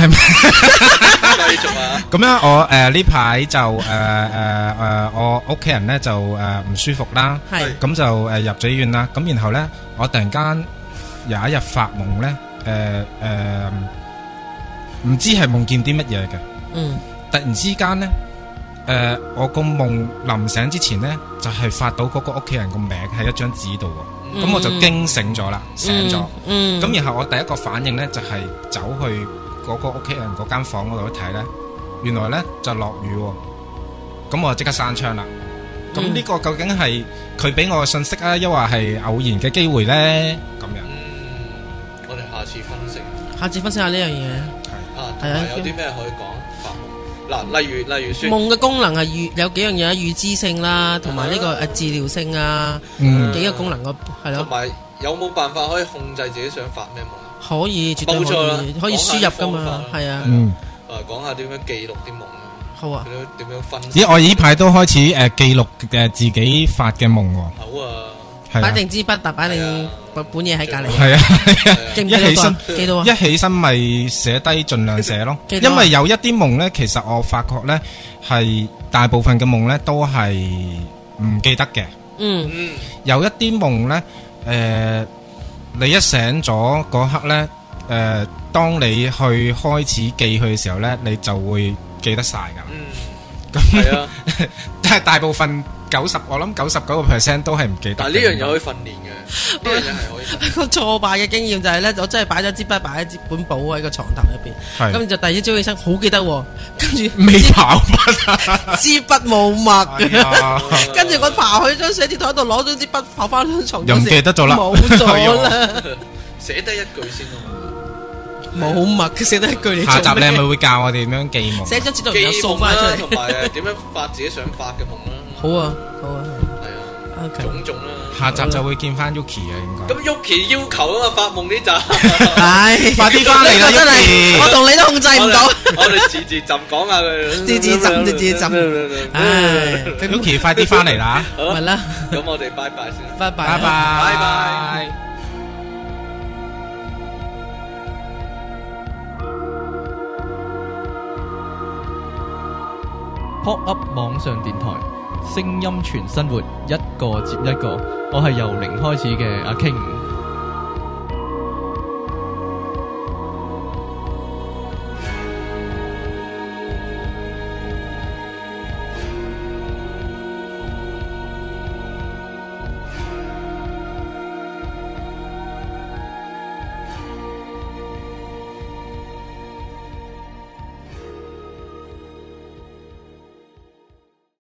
[SPEAKER 2] 繼續啊，
[SPEAKER 3] 咁咧，我誒呢排就誒誒誒，我屋企人咧就誒呃唔舒服啦，
[SPEAKER 1] 係
[SPEAKER 3] 咁就誒入咗醫院啦。咁然後咧，我突然間有一日發夢咧，誒誒唔知係夢見啲乜嘢嘅，
[SPEAKER 1] 嗯
[SPEAKER 3] 突然之間咧，誒我個夢臨醒之前咧，就係發到嗰個屋企人個名喺一張紙度喎，咁我就驚醒咗啦，醒咗。
[SPEAKER 1] 嗯。
[SPEAKER 3] 咁然後我第一個反應呢，就係、走去嗰個屋企人嗰間房嗰度睇呢，原來呢就落雨喎、咁我就即刻閂窗啦。咁
[SPEAKER 1] 嗯
[SPEAKER 3] 呢個究竟係佢俾我嘅信息啊，抑或係偶然嘅機會呢？咁樣
[SPEAKER 2] 嗯，我哋下次分析
[SPEAKER 1] 下次分析下呢樣嘢，
[SPEAKER 2] 啊，
[SPEAKER 1] 係
[SPEAKER 2] 同
[SPEAKER 1] 啊
[SPEAKER 2] 埋有啲咩可以講發夢嗱，例如例如説，
[SPEAKER 1] 夢嘅啊功能係預有幾樣嘢，預知性啦，同埋呢個誒治療性啊，
[SPEAKER 3] 嗯
[SPEAKER 1] 幾個功能個係
[SPEAKER 2] 同
[SPEAKER 1] 咯，
[SPEAKER 2] 埋有冇辦法可以控制自己想發咩夢？
[SPEAKER 1] 可以絕對可以，可以輸入噶嘛，係啊，
[SPEAKER 3] 嗯，
[SPEAKER 2] 啊，講下點樣記錄啲夢啊，
[SPEAKER 1] 好啊
[SPEAKER 2] 點。樣點樣分析
[SPEAKER 3] 咦，我呢排都開始誒、呃記錄誒、呃自己發嘅夢喎、
[SPEAKER 2] 好啊，
[SPEAKER 3] 係
[SPEAKER 1] 擺
[SPEAKER 3] 啊，
[SPEAKER 1] 定支筆，但擺定本本嘢喺隔離，
[SPEAKER 3] 係啊，
[SPEAKER 2] 係啊
[SPEAKER 1] 記唔記
[SPEAKER 3] 一
[SPEAKER 1] 得
[SPEAKER 3] 起
[SPEAKER 1] 到啊
[SPEAKER 3] 身？
[SPEAKER 1] 記到啊！
[SPEAKER 3] 一起身咪寫低，盡量寫咯。
[SPEAKER 1] 記得啊
[SPEAKER 3] 因為有一啲夢呢，其實我發覺呢，係大部分嘅夢呢都係唔記得嘅。
[SPEAKER 1] 嗯
[SPEAKER 2] 嗯，
[SPEAKER 3] 有一啲夢呢，誒、你一醒咗嗰刻呢，誒、當你去開始記佢嘅時候呢，你就會記得晒㗎啦。
[SPEAKER 2] 嗯，
[SPEAKER 3] 咁
[SPEAKER 2] 係啊。
[SPEAKER 3] 但係大部分九十，我諗九十九個 percent 都係唔記得嘅。
[SPEAKER 2] 但係呢樣嘢可以訓練嘅， 呢樣嘢係可以訓練。
[SPEAKER 1] 個 挫敗嘅經驗就係咧，我真係擺咗支筆，擺咗支本簿喺個床頭入邊，
[SPEAKER 3] 係
[SPEAKER 1] 跟住就第二朝起身好記得喎，跟住
[SPEAKER 3] 未跑筆
[SPEAKER 1] 支筆冇 墨，
[SPEAKER 3] 啊！
[SPEAKER 1] 跟住我爬去張寫字台度攞咗支筆，爬翻張床
[SPEAKER 3] 又唔記得咗啦
[SPEAKER 1] 冇咗 啦，
[SPEAKER 2] 寫低一句先 咯，
[SPEAKER 1] 冇墨，佢寫得一句 你
[SPEAKER 3] 下集
[SPEAKER 1] 做
[SPEAKER 3] 你
[SPEAKER 1] 咩
[SPEAKER 3] 係咪會教我哋點樣記夢？
[SPEAKER 1] 寫咗紙度
[SPEAKER 2] 記
[SPEAKER 1] 然後掃
[SPEAKER 2] 夢
[SPEAKER 1] 翻
[SPEAKER 2] 啦，
[SPEAKER 1] 出
[SPEAKER 2] 同
[SPEAKER 1] 嚟，
[SPEAKER 2] 埋誒點樣發自己想發嘅夢啦，
[SPEAKER 1] 好啊好啊
[SPEAKER 2] 係啊，
[SPEAKER 1] ，OK，
[SPEAKER 2] 種種啦。
[SPEAKER 3] 下集就會見翻 Yuki 啊，應該。
[SPEAKER 2] 咁 Yuki 要求啊嘛，發夢呢集，
[SPEAKER 1] 唉，
[SPEAKER 3] 快啲返嚟啦
[SPEAKER 1] 呢個 真係
[SPEAKER 3] Yuki
[SPEAKER 1] 我同你都控制唔到，
[SPEAKER 2] 我哋我哋字字浸講下佢，
[SPEAKER 1] 字字浸字字浸唉，
[SPEAKER 3] Yuki 快啲翻嚟啦！
[SPEAKER 2] 好
[SPEAKER 1] 咪啦，
[SPEAKER 2] 咁我哋拜拜先啦。
[SPEAKER 1] 拜拜
[SPEAKER 3] 拜拜
[SPEAKER 2] 拜
[SPEAKER 4] Pop Up 網上電台，聲音全生活，一個接一個。我係由零開始嘅阿 King。